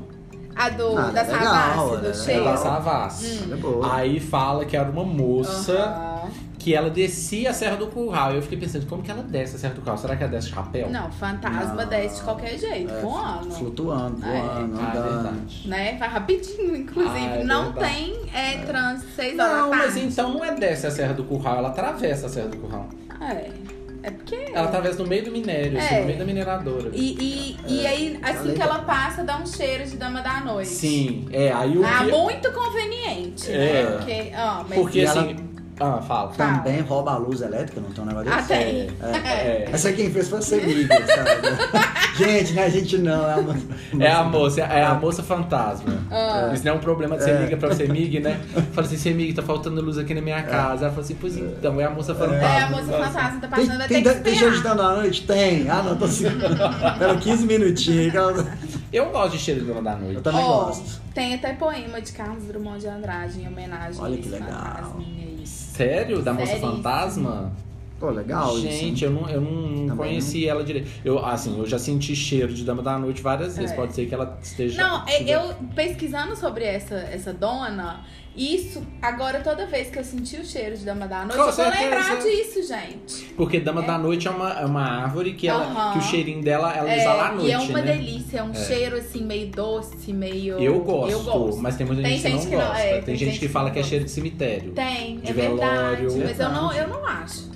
[SPEAKER 3] A do,
[SPEAKER 4] Ah,
[SPEAKER 3] da
[SPEAKER 4] legal,
[SPEAKER 3] Savassi,
[SPEAKER 4] né?
[SPEAKER 3] do
[SPEAKER 2] É
[SPEAKER 3] cheiro.
[SPEAKER 2] da
[SPEAKER 4] Legal.
[SPEAKER 2] Savassi.
[SPEAKER 4] É boa.
[SPEAKER 2] Aí fala que era uma moça
[SPEAKER 3] Hum. Aham.
[SPEAKER 2] que ela descia a Serra do Curral. Eu fiquei pensando, como que ela desce a Serra do Curral? Será que ela desce de chapéu?
[SPEAKER 3] Não, fantasma
[SPEAKER 4] Não.
[SPEAKER 3] desce de qualquer jeito,
[SPEAKER 2] É,
[SPEAKER 3] com ano.
[SPEAKER 4] É, Flutuando, voando,
[SPEAKER 3] Ah, é.
[SPEAKER 2] Ah,
[SPEAKER 4] andando.
[SPEAKER 2] verdade.
[SPEAKER 3] Né? Vai rapidinho, inclusive.
[SPEAKER 2] Ah, é
[SPEAKER 3] não
[SPEAKER 2] verdade.
[SPEAKER 3] tem é, trans 6 horas
[SPEAKER 2] Não,
[SPEAKER 3] da
[SPEAKER 2] mas
[SPEAKER 3] tarde.
[SPEAKER 2] então não é desce a Serra do Curral, ela atravessa a Serra do Curral.
[SPEAKER 3] É. É porque.
[SPEAKER 2] Ela atravessa no meio do minério, assim,
[SPEAKER 3] É.
[SPEAKER 2] no meio da mineradora.
[SPEAKER 3] E, e, e aí, assim
[SPEAKER 4] Falei.
[SPEAKER 3] que ela passa, dá um cheiro de dama da noite.
[SPEAKER 2] Sim, é, aí o
[SPEAKER 3] Ah,
[SPEAKER 2] que-
[SPEAKER 3] muito conveniente. né?
[SPEAKER 2] É.
[SPEAKER 3] Porque, ó, mas
[SPEAKER 2] Porque
[SPEAKER 4] E ela-
[SPEAKER 2] assim. Ah, fala.
[SPEAKER 3] Tá.
[SPEAKER 4] Também rouba a luz elétrica, não tem um negócio
[SPEAKER 3] Ah,
[SPEAKER 4] desse?
[SPEAKER 3] tem.
[SPEAKER 2] É.
[SPEAKER 4] Essa quem fez foi a Semília, sabe? gente, não é a gente não, é a moça.
[SPEAKER 2] É a moça, é a moça fantasma.
[SPEAKER 3] Ah.
[SPEAKER 2] Isso não é um problema de você liga pra você, Mig, né? Fala assim, você, Mig, tá faltando luz aqui na minha casa. Ela fala assim, pois então, é a moça fantasma.
[SPEAKER 3] <laughs> É, a moça fantasma tá
[SPEAKER 4] Tem,
[SPEAKER 3] passando, vai
[SPEAKER 4] tem,
[SPEAKER 3] ter que
[SPEAKER 4] tem gente
[SPEAKER 3] esperar.
[SPEAKER 4] dando a noite? Tem. Ah, não, tô segurando. Pera 15 minutinhos. que ela-
[SPEAKER 2] Eu gosto de cheiro de dona da noite.
[SPEAKER 4] Eu também
[SPEAKER 3] Ó,
[SPEAKER 4] gosto.
[SPEAKER 3] Tem até poema de Carlos Drummond de Andrade em homenagem
[SPEAKER 4] Olha
[SPEAKER 3] a esse
[SPEAKER 4] que legal.
[SPEAKER 3] fantasminha aí.
[SPEAKER 2] Sério? Da moça
[SPEAKER 3] Sério?
[SPEAKER 2] fantasma?
[SPEAKER 4] Pô, legal
[SPEAKER 2] Gente,
[SPEAKER 4] isso.
[SPEAKER 2] eu não, eu não
[SPEAKER 4] Também
[SPEAKER 2] conheci ela direito. Eu, assim, eu já senti cheiro de dama da noite várias vezes.
[SPEAKER 3] É.
[SPEAKER 2] Pode ser que ela esteja.
[SPEAKER 3] Não, é- eu pesquisando sobre essa, essa dona, isso, agora toda vez que eu senti o cheiro de Dama da Noite,
[SPEAKER 2] Com
[SPEAKER 3] eu vou
[SPEAKER 2] certeza.
[SPEAKER 3] lembrar disso, gente.
[SPEAKER 2] Porque dama da noite é uma, é uma árvore que, ela,
[SPEAKER 3] Aham.
[SPEAKER 2] que o cheirinho dela ela
[SPEAKER 3] É,
[SPEAKER 2] exala à noite.
[SPEAKER 3] e é uma
[SPEAKER 2] né?
[SPEAKER 3] delícia, é um cheiro assim, meio doce, meio.
[SPEAKER 2] Eu gosto,
[SPEAKER 3] Eu gosto.
[SPEAKER 2] mas tem muita
[SPEAKER 3] Tem
[SPEAKER 2] gente,
[SPEAKER 3] gente
[SPEAKER 2] que
[SPEAKER 3] que
[SPEAKER 2] não
[SPEAKER 3] não-
[SPEAKER 2] gosta.
[SPEAKER 3] é,
[SPEAKER 2] tem, gente que fala que é
[SPEAKER 3] gosta.
[SPEAKER 2] cheiro de cemitério.
[SPEAKER 3] Tem,
[SPEAKER 2] de
[SPEAKER 3] é verdade.
[SPEAKER 2] velório. é
[SPEAKER 3] Mas eu não, eu não acho.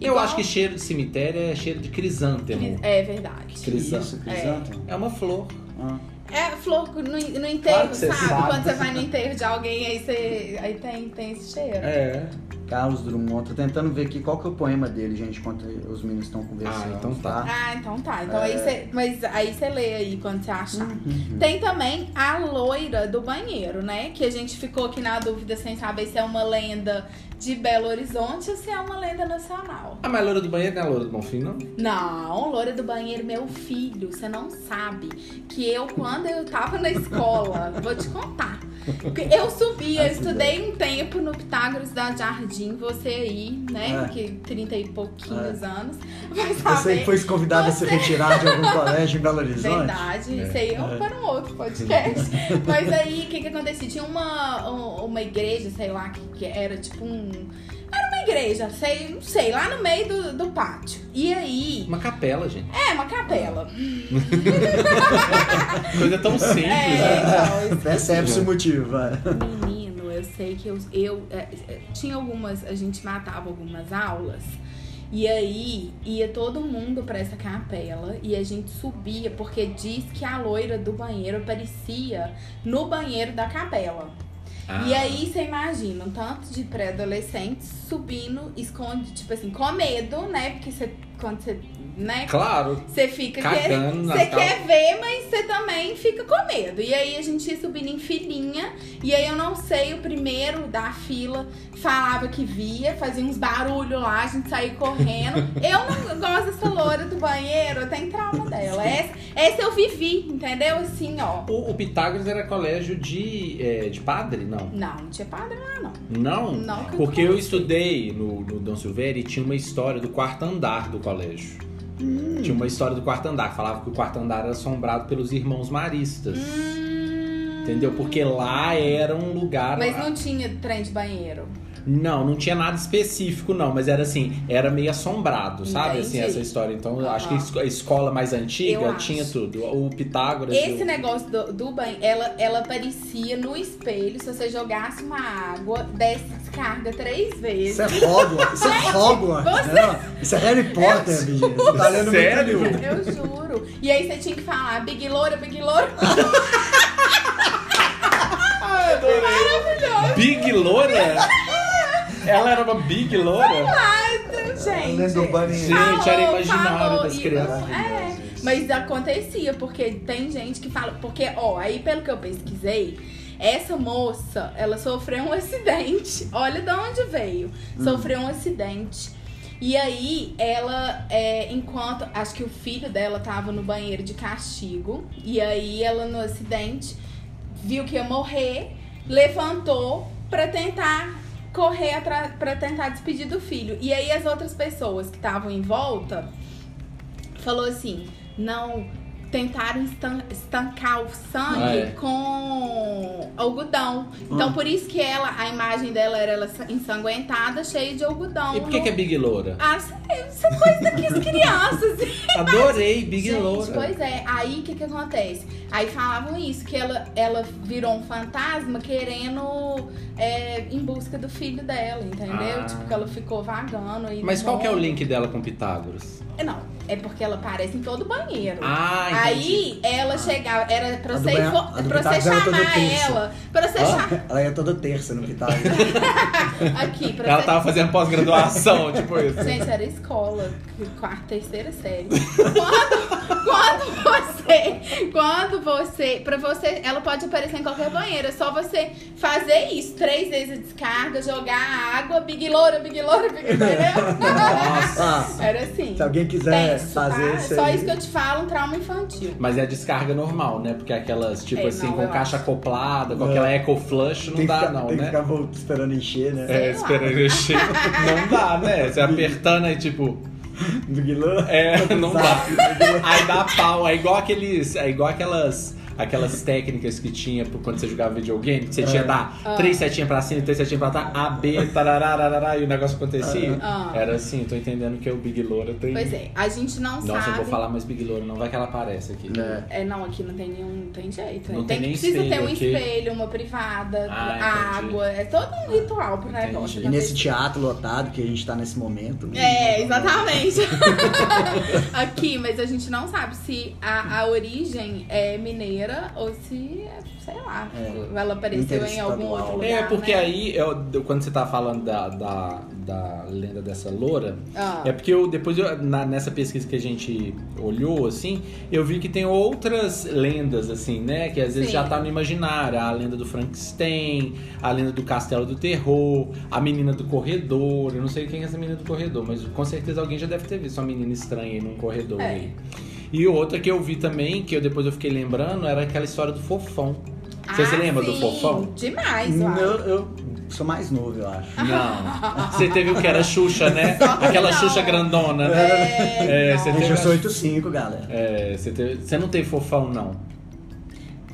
[SPEAKER 2] Eu
[SPEAKER 3] Igual-
[SPEAKER 2] acho que cheiro de cemitério é cheiro de crisântemo.
[SPEAKER 3] É verdade.
[SPEAKER 2] Crisântemo.
[SPEAKER 4] Isso, crisântemo.
[SPEAKER 2] É uma flor.
[SPEAKER 4] então. Ah.
[SPEAKER 3] É, flor, no, no enterro,
[SPEAKER 2] Claro que você
[SPEAKER 3] sabe?
[SPEAKER 2] sabe.
[SPEAKER 3] Quando você vai no enterro de alguém, aí você. Aí tem, tem esse cheiro.
[SPEAKER 2] É.
[SPEAKER 4] Carlos Drummond, tô tentando ver aqui qual que é o poema dele, gente, enquanto os meninos estão conversando.
[SPEAKER 2] Ah, então tá.
[SPEAKER 3] Ah, então tá. Então aí você. Mas aí você lê aí quando você achar.
[SPEAKER 4] Uhum.
[SPEAKER 3] Tem também a loira do banheiro, né? Que a gente ficou aqui na dúvida sem saber se é uma lenda de Belo Horizonte ou se é uma lenda nacional.
[SPEAKER 2] Ah, mas loura do banheiro não é loura do Bonfim, não?
[SPEAKER 3] Não, loira do banheiro, meu
[SPEAKER 4] <laughs>
[SPEAKER 3] filho, você não sabe que eu, quando eu tava na escola, vou te contar. Eu subi,
[SPEAKER 4] Assim,
[SPEAKER 3] eu
[SPEAKER 4] né?
[SPEAKER 3] estudei um tempo no Pitágoras da Jardim, você aí, né?
[SPEAKER 4] É.
[SPEAKER 3] Que 30 e pouquinhos anos. Vai
[SPEAKER 4] Eu sei
[SPEAKER 3] saber.
[SPEAKER 4] que foi convidado a se retirar de algum colégio em Belo Horizonte.
[SPEAKER 3] Verdade, isso aí é um-
[SPEAKER 4] É.
[SPEAKER 3] para um outro podcast.
[SPEAKER 4] <laughs>
[SPEAKER 3] Mas aí, o que que acontecia? Tinha uma, um- uma igreja, sei lá, que, que era tipo um... Era uma igreja, sei, não sei, lá no meio do, do pátio. E aí...
[SPEAKER 2] Uma capela, gente.
[SPEAKER 3] É, uma capela.
[SPEAKER 2] Coisa tão simples,
[SPEAKER 3] É,
[SPEAKER 2] né?
[SPEAKER 3] então, isso
[SPEAKER 4] Percebe-se o motivo, vai.
[SPEAKER 3] Menino, eu sei que eu, eu é, é, tinha algumas, a gente matava algumas aulas. E aí ia todo mundo pra essa capela e a gente subia porque diz que a loira do banheiro aparecia no banheiro da capela. E
[SPEAKER 2] Ah,
[SPEAKER 3] aí você imagina um tanto de pré-adolescentes subindo, esconde, tipo assim, com medo, né? Porque você quando você, né,
[SPEAKER 2] Ah, Claro.
[SPEAKER 3] você fica
[SPEAKER 2] Cagando na
[SPEAKER 3] Você
[SPEAKER 2] tal.
[SPEAKER 3] quer ver, mas você também fica com medo. E aí a gente ia subindo em filinha. E aí eu não sei, o primeiro da fila falava que via, fazia uns barulhos lá, a gente saía correndo. eu não gosto dessa loura do banheiro, eu tenho trauma dela. Essa, essa eu vivi, entendeu? Assim, ó.
[SPEAKER 2] O, o Pitágoras era colégio de, é, de padre? Não.
[SPEAKER 3] Não, não tinha padre lá, não.
[SPEAKER 2] Não? um
[SPEAKER 3] Não que eu
[SPEAKER 2] Porque eu estudei no, no Dom Silveira e tinha uma história do quarto andar do colégio.
[SPEAKER 3] Hum.
[SPEAKER 2] Tinha uma história do quarto andar. que Falava que o quarto andar era assombrado pelos irmãos maristas.
[SPEAKER 3] Hum,
[SPEAKER 2] Entendeu? Porque lá era um lugar.
[SPEAKER 3] Mas não tinha trem de banheiro.
[SPEAKER 2] Não, não tinha nada específico, não. Mas era assim, era meio assombrado, sabe? Assim,
[SPEAKER 3] Entendi.
[SPEAKER 2] essa história. Então, eu acho que a
[SPEAKER 3] Aham.
[SPEAKER 2] esco- a escola mais antiga
[SPEAKER 3] Eu acho.
[SPEAKER 2] tinha tudo. O Pitágoras.
[SPEAKER 3] Esse
[SPEAKER 2] o...
[SPEAKER 3] negócio do, do banho, ela, ela aparecia no espelho. Se você jogasse uma água, desse descarga três vezes.
[SPEAKER 4] Isso é Hogwarts, isso é Hogwarts,
[SPEAKER 3] você-
[SPEAKER 4] né? Isso é Harry Potter, bicho. Você tá lendo muito
[SPEAKER 2] Sério?
[SPEAKER 4] livro.
[SPEAKER 3] Eu juro. E aí você tinha que falar Big Loura, Big Loura. é
[SPEAKER 2] Big Loura? Ela era uma Big Loura?
[SPEAKER 3] Gente.
[SPEAKER 4] Lendo o
[SPEAKER 2] Gente,
[SPEAKER 4] banheiro.
[SPEAKER 2] era imaginário
[SPEAKER 3] falou,
[SPEAKER 2] das
[SPEAKER 3] e-
[SPEAKER 2] crianças.
[SPEAKER 3] É, mas acontecia, porque tem gente que fala. Porque, ó, aí pelo que eu pesquisei, essa moça, ela sofreu um <laughs> acidente. Olha de onde veio.
[SPEAKER 2] Hum.
[SPEAKER 3] Sofreu um acidente. E aí, ela, é, enquanto. Acho que o filho dela tava no banheiro de castigo. E aí, ela no acidente viu que ia morrer, levantou pra tentar correr atra- pra tentar despedir do filho. E aí as outras pessoas que estavam em volta falou assim: "Não, tentaram estan- estancar o sangue
[SPEAKER 2] Ah, é. Ah.
[SPEAKER 3] com algodão. Então
[SPEAKER 4] Hum.
[SPEAKER 3] por isso que ela, a imagem dela era ela sa- ensanguentada, cheia de algodão.
[SPEAKER 2] E por que, que é Big Loura?
[SPEAKER 3] Ah, sei, isso é coisa das crianças.
[SPEAKER 2] Adorei Big
[SPEAKER 3] Gente,
[SPEAKER 2] Loura.
[SPEAKER 3] Pois é, aí o que que acontece? Aí falavam isso, que ela, ela virou um fantasma querendo é, em busca do filho dela, entendeu?
[SPEAKER 2] Ah.
[SPEAKER 3] Tipo, que ela ficou vagando e.
[SPEAKER 2] Mas
[SPEAKER 3] não-
[SPEAKER 2] qual que é o link dela com Pitágoras?
[SPEAKER 3] Não, é porque ela aparece em todo banheiro.
[SPEAKER 2] Ah, entendi.
[SPEAKER 3] Aí ela chegava, era pra
[SPEAKER 4] A do
[SPEAKER 3] você,
[SPEAKER 4] banhe-
[SPEAKER 3] info-
[SPEAKER 4] a do
[SPEAKER 3] pra
[SPEAKER 4] tá
[SPEAKER 3] você
[SPEAKER 4] Pitágoras era toda
[SPEAKER 3] chamar
[SPEAKER 4] terça.
[SPEAKER 3] ela. Pra você
[SPEAKER 2] Hã?
[SPEAKER 3] chamar.
[SPEAKER 4] Ela ia toda terça no Pitágoras.
[SPEAKER 3] Aqui, pra
[SPEAKER 2] Ela
[SPEAKER 3] você.
[SPEAKER 2] tava
[SPEAKER 3] <laughs>
[SPEAKER 2] fazendo pós-graduação, tipo isso.
[SPEAKER 3] Gente, era escola, quarta, terceira série. Quando, quando você, quando você, pra você, ela pode aparecer em qualquer banheiro, é só você fazer isso, três vezes a descarga, jogar a água, big loura, big loura, big loura.
[SPEAKER 4] Nossa.
[SPEAKER 3] Era assim.
[SPEAKER 4] Se alguém quiser
[SPEAKER 3] Tenso,
[SPEAKER 4] fazer
[SPEAKER 3] tá?
[SPEAKER 4] isso
[SPEAKER 3] Só
[SPEAKER 4] aí.
[SPEAKER 3] isso que eu te falo, um trauma infantil.
[SPEAKER 2] Mas é a descarga normal, né? Porque aquelas, tipo
[SPEAKER 3] É,
[SPEAKER 2] assim,
[SPEAKER 3] não,
[SPEAKER 2] com
[SPEAKER 3] eu
[SPEAKER 2] caixa acoplada, com
[SPEAKER 4] Não.
[SPEAKER 2] aquela eco flush, não
[SPEAKER 4] tem que
[SPEAKER 2] dá
[SPEAKER 4] ficar,
[SPEAKER 2] não,
[SPEAKER 4] tem que
[SPEAKER 2] né?
[SPEAKER 4] ficar voltando, esperando encher, né?
[SPEAKER 3] Sei
[SPEAKER 2] É,
[SPEAKER 3] lá.
[SPEAKER 2] esperando encher.
[SPEAKER 3] <laughs>
[SPEAKER 2] Não dá, né? Você apertando aí, tipo,
[SPEAKER 4] Do Guilherme.
[SPEAKER 2] é, <laughs> não dá.
[SPEAKER 4] Sabe? Do Guilherme.
[SPEAKER 2] Aí dá pau, é igual aqueles. É igual aquelas. Aquelas técnicas que tinha pro- quando você jogava videogame, que você tinha dar
[SPEAKER 3] Ah.
[SPEAKER 2] três setinhas pra cima, três setinhas pra trás, A, B, tararararará, e o negócio acontecia.
[SPEAKER 3] Ah.
[SPEAKER 2] Era assim, tô entendendo que é o Big Loura tem.
[SPEAKER 3] Pois é, a gente não
[SPEAKER 2] Nossa, eu
[SPEAKER 3] sabe.
[SPEAKER 2] vou falar mais Big Loura, não vai que ela aparece aqui.
[SPEAKER 4] <laughs> É.
[SPEAKER 3] É, não, aqui não tem nenhum, não tem jeito.
[SPEAKER 2] Não
[SPEAKER 3] né?
[SPEAKER 2] tem nem
[SPEAKER 3] precisa ter um
[SPEAKER 2] espelho aqui.
[SPEAKER 3] espelho, uma privada,
[SPEAKER 2] Ah, entendi.
[SPEAKER 3] água. É todo um ritual pro
[SPEAKER 2] Entendi.
[SPEAKER 3] negócio.
[SPEAKER 4] E nesse teatro lotado que a gente tá nesse momento.
[SPEAKER 3] É, exatamente. <laughs> aqui, mas a gente não sabe se a, a origem é mineira ou se, é, sei lá,
[SPEAKER 4] É.
[SPEAKER 3] ela apareceu em algum outro
[SPEAKER 4] Interestadual.
[SPEAKER 3] lugar.
[SPEAKER 2] É, porque
[SPEAKER 3] né?
[SPEAKER 2] aí, eu- quando você tá falando da, da, da lenda dessa loura,
[SPEAKER 3] Ah,
[SPEAKER 2] É porque eu depois eu- na- nessa pesquisa que a gente olhou assim, eu vi que tem outras lendas assim, né, que às vezes
[SPEAKER 3] Sim.
[SPEAKER 2] já tá no imaginário, a lenda do Frankenstein, a lenda do Castelo do Terror, a menina do corredor. Eu não sei quem é essa menina do corredor, mas com certeza alguém já deve ter visto uma menina estranha aí num corredor
[SPEAKER 3] É.
[SPEAKER 2] aí. E outra que eu vi também, que eu depois eu fiquei lembrando, era aquela história do fofão.
[SPEAKER 3] ah,
[SPEAKER 2] Você se lembra do
[SPEAKER 3] sim, <laughs>
[SPEAKER 2] fofão?
[SPEAKER 3] Demais,
[SPEAKER 4] Não,
[SPEAKER 3] uai.
[SPEAKER 4] eu sou mais novo, eu acho.
[SPEAKER 2] <laughs> Não. Você teve o que era Xuxa, né?
[SPEAKER 3] Só que
[SPEAKER 2] Aquela
[SPEAKER 3] não.
[SPEAKER 2] Xuxa grandona, né?
[SPEAKER 3] É,
[SPEAKER 2] É,
[SPEAKER 3] não.
[SPEAKER 2] você
[SPEAKER 4] Gente, eu
[SPEAKER 2] teve-
[SPEAKER 4] sou 8,5, galera.
[SPEAKER 2] É, você, teve- você não teve fofão, não.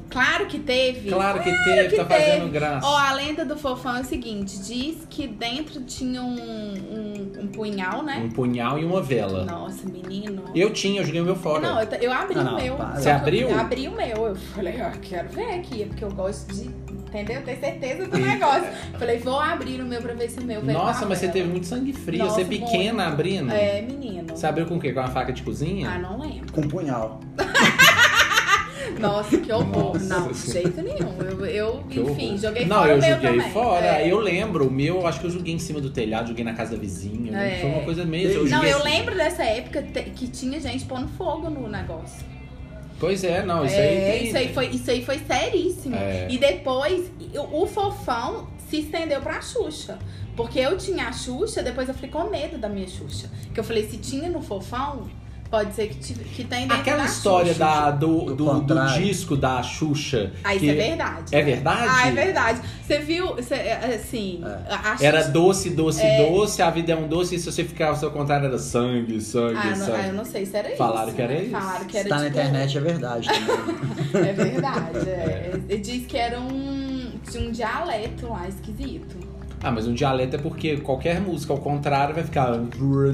[SPEAKER 3] Claro que teve.
[SPEAKER 2] Claro que teve,
[SPEAKER 3] que
[SPEAKER 2] tá
[SPEAKER 3] teve.
[SPEAKER 2] fazendo graça.
[SPEAKER 3] Ó, a lenda do fofão é o seguinte: diz que dentro tinha um, um, um punhal, né?
[SPEAKER 2] Um punhal e uma vela.
[SPEAKER 3] Nossa, menino.
[SPEAKER 2] Eu tinha, Um- eu joguei o meu fora.
[SPEAKER 3] Não, eu, ta- eu abri
[SPEAKER 4] Ah, não,
[SPEAKER 3] o meu.
[SPEAKER 4] para.
[SPEAKER 3] Só
[SPEAKER 2] Você
[SPEAKER 3] que eu-
[SPEAKER 2] abriu?
[SPEAKER 3] Eu abri o meu. Eu falei, ó, quero ver aqui, é porque eu gosto de. Entendeu? Ter certeza
[SPEAKER 2] <laughs>
[SPEAKER 3] do negócio. Falei, vou abrir o meu pra ver se o meu veio com
[SPEAKER 2] Nossa,
[SPEAKER 3] a
[SPEAKER 2] mas você
[SPEAKER 3] vela.
[SPEAKER 2] teve um muito sangue frio.
[SPEAKER 3] Nossa,
[SPEAKER 2] Você pequena
[SPEAKER 3] muito.
[SPEAKER 2] abrindo.
[SPEAKER 3] É, menino.
[SPEAKER 2] Você abriu com o quê? Com uma faca de cozinha?
[SPEAKER 3] Ah, não lembro.
[SPEAKER 4] Com um punhal.
[SPEAKER 3] Nossa, que horror.
[SPEAKER 2] Nossa
[SPEAKER 3] Não, de jeito nenhum. Eu, eu,
[SPEAKER 2] Que
[SPEAKER 3] enfim,
[SPEAKER 2] horror.
[SPEAKER 3] joguei
[SPEAKER 2] Não,
[SPEAKER 3] fora
[SPEAKER 2] eu
[SPEAKER 3] o meu
[SPEAKER 2] joguei
[SPEAKER 3] também.
[SPEAKER 2] fora.
[SPEAKER 3] É.
[SPEAKER 2] Eu lembro, o meu, eu acho que eu joguei em cima do telhado, joguei na casa da vizinha.
[SPEAKER 3] É.
[SPEAKER 2] Foi uma coisa meio.
[SPEAKER 4] Não,
[SPEAKER 3] Não,
[SPEAKER 2] joguei
[SPEAKER 3] eu
[SPEAKER 2] assim.
[SPEAKER 3] lembro dessa época te- que tinha gente pondo fogo no negócio.
[SPEAKER 2] Pois é, não, isso aí.
[SPEAKER 3] é,
[SPEAKER 2] tem-
[SPEAKER 3] isso, aí foi, isso aí foi seríssimo.
[SPEAKER 2] É.
[SPEAKER 3] E depois, o, o fofão se estendeu pra Xuxa. Porque eu tinha a Xuxa, depois eu fiquei com medo da minha Xuxa. Que eu falei, se tinha no fofão, pode ser que, tive- que tem dentro
[SPEAKER 2] Aquela
[SPEAKER 3] da
[SPEAKER 2] história
[SPEAKER 3] Xuxa.
[SPEAKER 2] da, do,
[SPEAKER 4] Do
[SPEAKER 2] do, do
[SPEAKER 4] contrário.
[SPEAKER 2] disco da Xuxa.
[SPEAKER 3] Ah, isso
[SPEAKER 2] que-
[SPEAKER 3] é verdade.
[SPEAKER 2] É verdade?
[SPEAKER 3] Ah, é verdade. Você viu, você, é, assim, a Xuxa...
[SPEAKER 2] Era doce, doce, doce, a vida é um doce, e se você ficar ao seu contrário, era sangue, sangue,
[SPEAKER 3] Ah, não, ah,
[SPEAKER 2] sangue.
[SPEAKER 3] eu não sei se era
[SPEAKER 2] é. Falaram
[SPEAKER 3] isso.
[SPEAKER 2] que era
[SPEAKER 3] né?
[SPEAKER 2] isso.
[SPEAKER 3] Falaram que
[SPEAKER 4] Se
[SPEAKER 3] era
[SPEAKER 4] tá na
[SPEAKER 3] tipo,
[SPEAKER 4] internet é
[SPEAKER 3] <laughs>
[SPEAKER 4] verdade também.
[SPEAKER 3] É verdade.
[SPEAKER 2] <laughs>
[SPEAKER 3] É. Diz que era um, de um dialeto lá esquisito.
[SPEAKER 2] Ah, mas um dialeto é porque qualquer música ao contrário vai ficar.
[SPEAKER 3] É,
[SPEAKER 4] Né?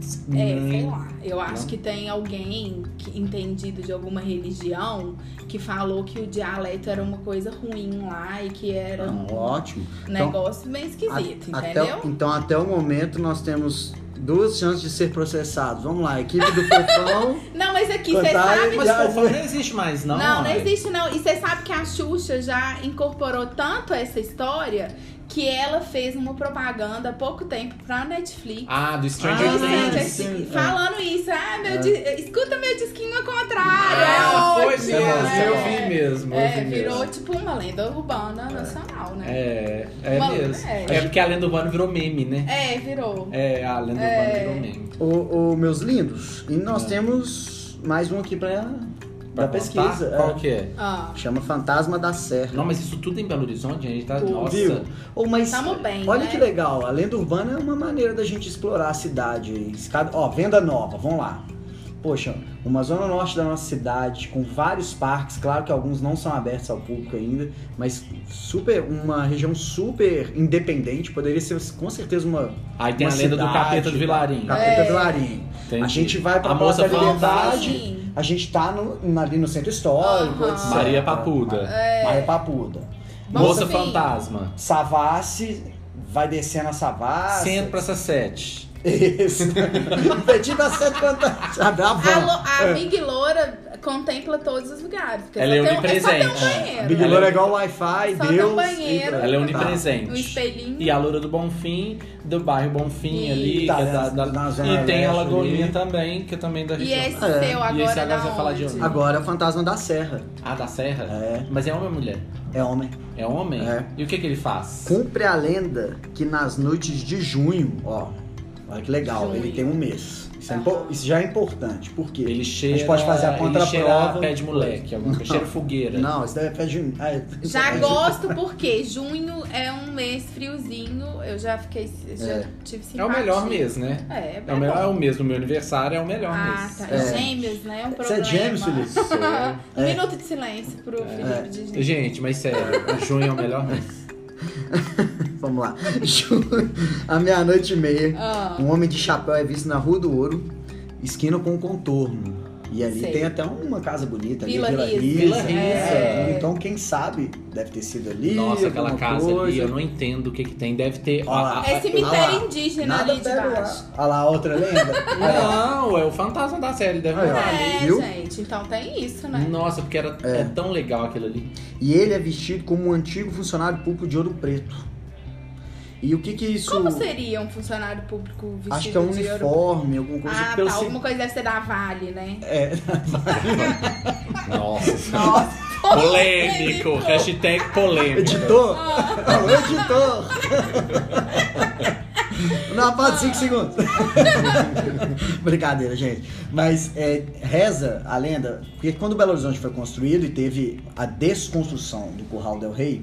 [SPEAKER 3] sei lá. Eu acho
[SPEAKER 2] Não?
[SPEAKER 3] que tem alguém que- entendido de alguma religião que falou que o dialeto era uma coisa ruim lá e que era
[SPEAKER 4] Não, Então, ótimo.
[SPEAKER 3] um negócio meio esquisito,
[SPEAKER 4] A- até,
[SPEAKER 3] entendeu?
[SPEAKER 4] o- então, até o momento, nós temos duas chances de ser processados. Vamos lá, equipe do Fofão. <laughs>
[SPEAKER 3] Não, mas aqui você
[SPEAKER 4] Contagem-
[SPEAKER 3] sabe.
[SPEAKER 2] Mas fofão não existe mais, não.
[SPEAKER 3] Não, não,
[SPEAKER 4] é.
[SPEAKER 2] né?
[SPEAKER 3] existe não. E você sabe que a Xuxa já incorporou tanto essa história que ela fez uma propaganda há pouco tempo pra Netflix.
[SPEAKER 2] Ah, do
[SPEAKER 3] Ah,
[SPEAKER 2] Stranger
[SPEAKER 4] Ah,
[SPEAKER 2] Things.
[SPEAKER 3] Stranger
[SPEAKER 4] sim,
[SPEAKER 3] Things.
[SPEAKER 4] é.
[SPEAKER 3] Falando isso, ah, meu
[SPEAKER 4] É.
[SPEAKER 3] di- escuta meu disquinho ao contrário.
[SPEAKER 2] Ah,
[SPEAKER 3] é
[SPEAKER 2] foi
[SPEAKER 3] ótimo.
[SPEAKER 2] mesmo,
[SPEAKER 3] é.
[SPEAKER 2] eu vi mesmo. eu
[SPEAKER 3] É,
[SPEAKER 2] vi
[SPEAKER 3] virou
[SPEAKER 2] mesmo.
[SPEAKER 3] tipo uma lenda urbana nacional, né?
[SPEAKER 2] É, é
[SPEAKER 3] Uma-
[SPEAKER 2] mesmo.
[SPEAKER 3] é.
[SPEAKER 2] É porque a lenda urbana virou meme, né?
[SPEAKER 3] É, virou.
[SPEAKER 2] É, a lenda urbana
[SPEAKER 3] É.
[SPEAKER 2] virou meme.
[SPEAKER 4] Ô, ô, meus lindos, e nós temos mais um aqui pra,
[SPEAKER 2] É. Pra contar?
[SPEAKER 4] da pesquisa. é.
[SPEAKER 2] Qual que é?
[SPEAKER 3] Ah,
[SPEAKER 4] Chama Fantasma da Serra.
[SPEAKER 2] Não, mas isso tudo em Belo Horizonte, a gente tá.
[SPEAKER 3] Tudo.
[SPEAKER 2] Nossa.
[SPEAKER 4] Viu? Ou mas
[SPEAKER 3] Tamo bem,
[SPEAKER 4] olha
[SPEAKER 3] né?
[SPEAKER 4] que legal, a lenda urbana é uma maneira da gente explorar a cidade. Escada- ó, venda nova, vamos lá. Poxa, uma zona norte da nossa cidade, com vários parques, claro que alguns não são abertos ao público ainda, mas super, uma região super independente, poderia ser com certeza uma.
[SPEAKER 2] Aí tem
[SPEAKER 4] uma
[SPEAKER 2] a lenda do
[SPEAKER 4] cidade, né?
[SPEAKER 2] capeta do Vilarinho.
[SPEAKER 4] Capeta
[SPEAKER 3] É.
[SPEAKER 4] do Vilarinho.
[SPEAKER 2] Entendi.
[SPEAKER 4] A gente vai pra
[SPEAKER 2] A moça
[SPEAKER 4] Praça da
[SPEAKER 2] fantasma.
[SPEAKER 4] Liberdade,
[SPEAKER 3] sim.
[SPEAKER 4] a gente tá no- na- ali no centro histórico,
[SPEAKER 3] Aham.
[SPEAKER 4] etc.
[SPEAKER 2] Maria Papuda.
[SPEAKER 4] Maria Papuda.
[SPEAKER 2] Moça
[SPEAKER 3] É, Bom, enfim.
[SPEAKER 2] Fantasma.
[SPEAKER 4] Savassi vai descendo a Savassi.
[SPEAKER 2] Centro Praça 7.
[SPEAKER 3] <laughs>
[SPEAKER 4] Isso. Tá Pedindo a sete quantas. Sabe, a
[SPEAKER 3] A,
[SPEAKER 4] van.
[SPEAKER 3] lo- a Big Loura contempla todos os lugares. Porque
[SPEAKER 2] É.
[SPEAKER 3] só
[SPEAKER 2] Ela é
[SPEAKER 3] tem um, É só
[SPEAKER 2] onipresente.
[SPEAKER 3] tem um banheiro.
[SPEAKER 4] Big
[SPEAKER 2] Ela é-
[SPEAKER 4] Loura é igual Wi-Fi,
[SPEAKER 3] Só tem um
[SPEAKER 4] Deus.
[SPEAKER 3] banheiro.
[SPEAKER 4] e-
[SPEAKER 2] Ela é
[SPEAKER 3] Um
[SPEAKER 2] onipresente.
[SPEAKER 3] espelhinho.
[SPEAKER 2] E a loura do Bonfim, do bairro Bonfim
[SPEAKER 3] E-
[SPEAKER 2] ali.
[SPEAKER 4] Tá,
[SPEAKER 2] que é da- da-
[SPEAKER 4] da- da Zona
[SPEAKER 2] e tem a
[SPEAKER 4] Leste
[SPEAKER 2] Lagoinha
[SPEAKER 4] ali.
[SPEAKER 2] também, que é também da
[SPEAKER 3] E
[SPEAKER 2] região.
[SPEAKER 3] esse
[SPEAKER 4] É.
[SPEAKER 3] seu agora
[SPEAKER 2] esse agora
[SPEAKER 3] da
[SPEAKER 2] você vai falar de
[SPEAKER 3] onde?
[SPEAKER 2] onde?
[SPEAKER 4] Agora é o fantasma da serra.
[SPEAKER 2] Ah, da Serra?
[SPEAKER 4] É.
[SPEAKER 2] Mas é homem ou mulher?
[SPEAKER 4] É homem.
[SPEAKER 2] É homem?
[SPEAKER 4] É.
[SPEAKER 2] E o que, que ele faz?
[SPEAKER 4] Cumpre a lenda que nas noites de junho, ó. Olha que legal,
[SPEAKER 3] Junho. Tá.
[SPEAKER 4] ele tem um mês. Isso, é
[SPEAKER 3] Aham.
[SPEAKER 4] impo- isso já é importante, por quê?
[SPEAKER 2] Ele cheira.
[SPEAKER 4] A gente pode fazer
[SPEAKER 2] Ele
[SPEAKER 4] a
[SPEAKER 2] cheira
[SPEAKER 4] contraprova.
[SPEAKER 2] pé de moleque, é alguma coisa. Cheira fogueira.
[SPEAKER 4] Não, isso daí é pé de. ah, é-
[SPEAKER 3] Já
[SPEAKER 4] é de-
[SPEAKER 3] gosto porque junho é um mês friozinho. Eu já fiquei. Já tive simpatia.
[SPEAKER 2] É o melhor mês, né?
[SPEAKER 3] É, é,
[SPEAKER 2] É o, melhor, é
[SPEAKER 3] bom.
[SPEAKER 2] o mês do meu aniversário, é o melhor
[SPEAKER 3] Ah,
[SPEAKER 2] mês.
[SPEAKER 3] tá.
[SPEAKER 4] É.
[SPEAKER 3] Gêmeos, né? É um
[SPEAKER 4] Você
[SPEAKER 3] problema.
[SPEAKER 4] é gêmeos, Felipe?
[SPEAKER 2] né?
[SPEAKER 3] <laughs> Um
[SPEAKER 4] É.
[SPEAKER 3] minuto de silêncio pro Felipe de Gêmeos.
[SPEAKER 2] Gente, mas sério, junho é o melhor mês.
[SPEAKER 4] Vamos lá. <laughs> a meia-noite e meia.
[SPEAKER 3] Ah,
[SPEAKER 4] Um homem de chapéu é visto na Rua do Ouro, esquina com um contorno. E ali
[SPEAKER 3] Sei.
[SPEAKER 4] tem até uma casa bonita ali,
[SPEAKER 3] Vila
[SPEAKER 4] Vila
[SPEAKER 3] Risa.
[SPEAKER 4] Risa.
[SPEAKER 2] Vila Risa.
[SPEAKER 4] É, Então, quem sabe, deve ter sido ali.
[SPEAKER 2] Nossa, aquela
[SPEAKER 4] alguma
[SPEAKER 2] casa ali,
[SPEAKER 4] coisa.
[SPEAKER 2] eu não entendo o que que tem. Deve ter...
[SPEAKER 4] Ó lá.
[SPEAKER 2] a- a-
[SPEAKER 3] é
[SPEAKER 4] Olha
[SPEAKER 3] cemitério
[SPEAKER 4] lá.
[SPEAKER 3] indígena
[SPEAKER 4] Nada
[SPEAKER 3] ali de
[SPEAKER 4] pega lá.
[SPEAKER 3] baixo.
[SPEAKER 4] Olha lá, outra lenda.
[SPEAKER 3] <laughs>
[SPEAKER 4] Olha lá.
[SPEAKER 2] Não, é o fantasma da série, deve
[SPEAKER 4] Aí, ó.
[SPEAKER 2] morar ali.
[SPEAKER 3] É,
[SPEAKER 4] Viu?
[SPEAKER 3] gente. Então tem isso, né?
[SPEAKER 2] Nossa, porque era, é. tão legal aquilo
[SPEAKER 4] <laughs>
[SPEAKER 2] ali.
[SPEAKER 4] E ele é vestido como um antigo funcionário público de Ouro Preto. E o que que isso...
[SPEAKER 3] Como seria um funcionário público vestido
[SPEAKER 4] Acho que é um
[SPEAKER 3] de ouro?
[SPEAKER 4] uniforme, alguma coisa.
[SPEAKER 3] Ah,
[SPEAKER 4] pelo
[SPEAKER 3] tá.
[SPEAKER 4] se-
[SPEAKER 3] Alguma coisa deve ser da Vale, né?
[SPEAKER 2] É
[SPEAKER 4] assim. <laughs>
[SPEAKER 2] Nossa.
[SPEAKER 3] Nossa.
[SPEAKER 2] polêmico.
[SPEAKER 3] Ah.
[SPEAKER 2] Hashtag polêmico.
[SPEAKER 4] Editor? Alô, editor! Não, falta 5 segundos. <laughs> Brincadeira, gente. Mas é, reza a lenda, porque quando Belo Horizonte foi construído e teve a desconstrução do Curral del Rei,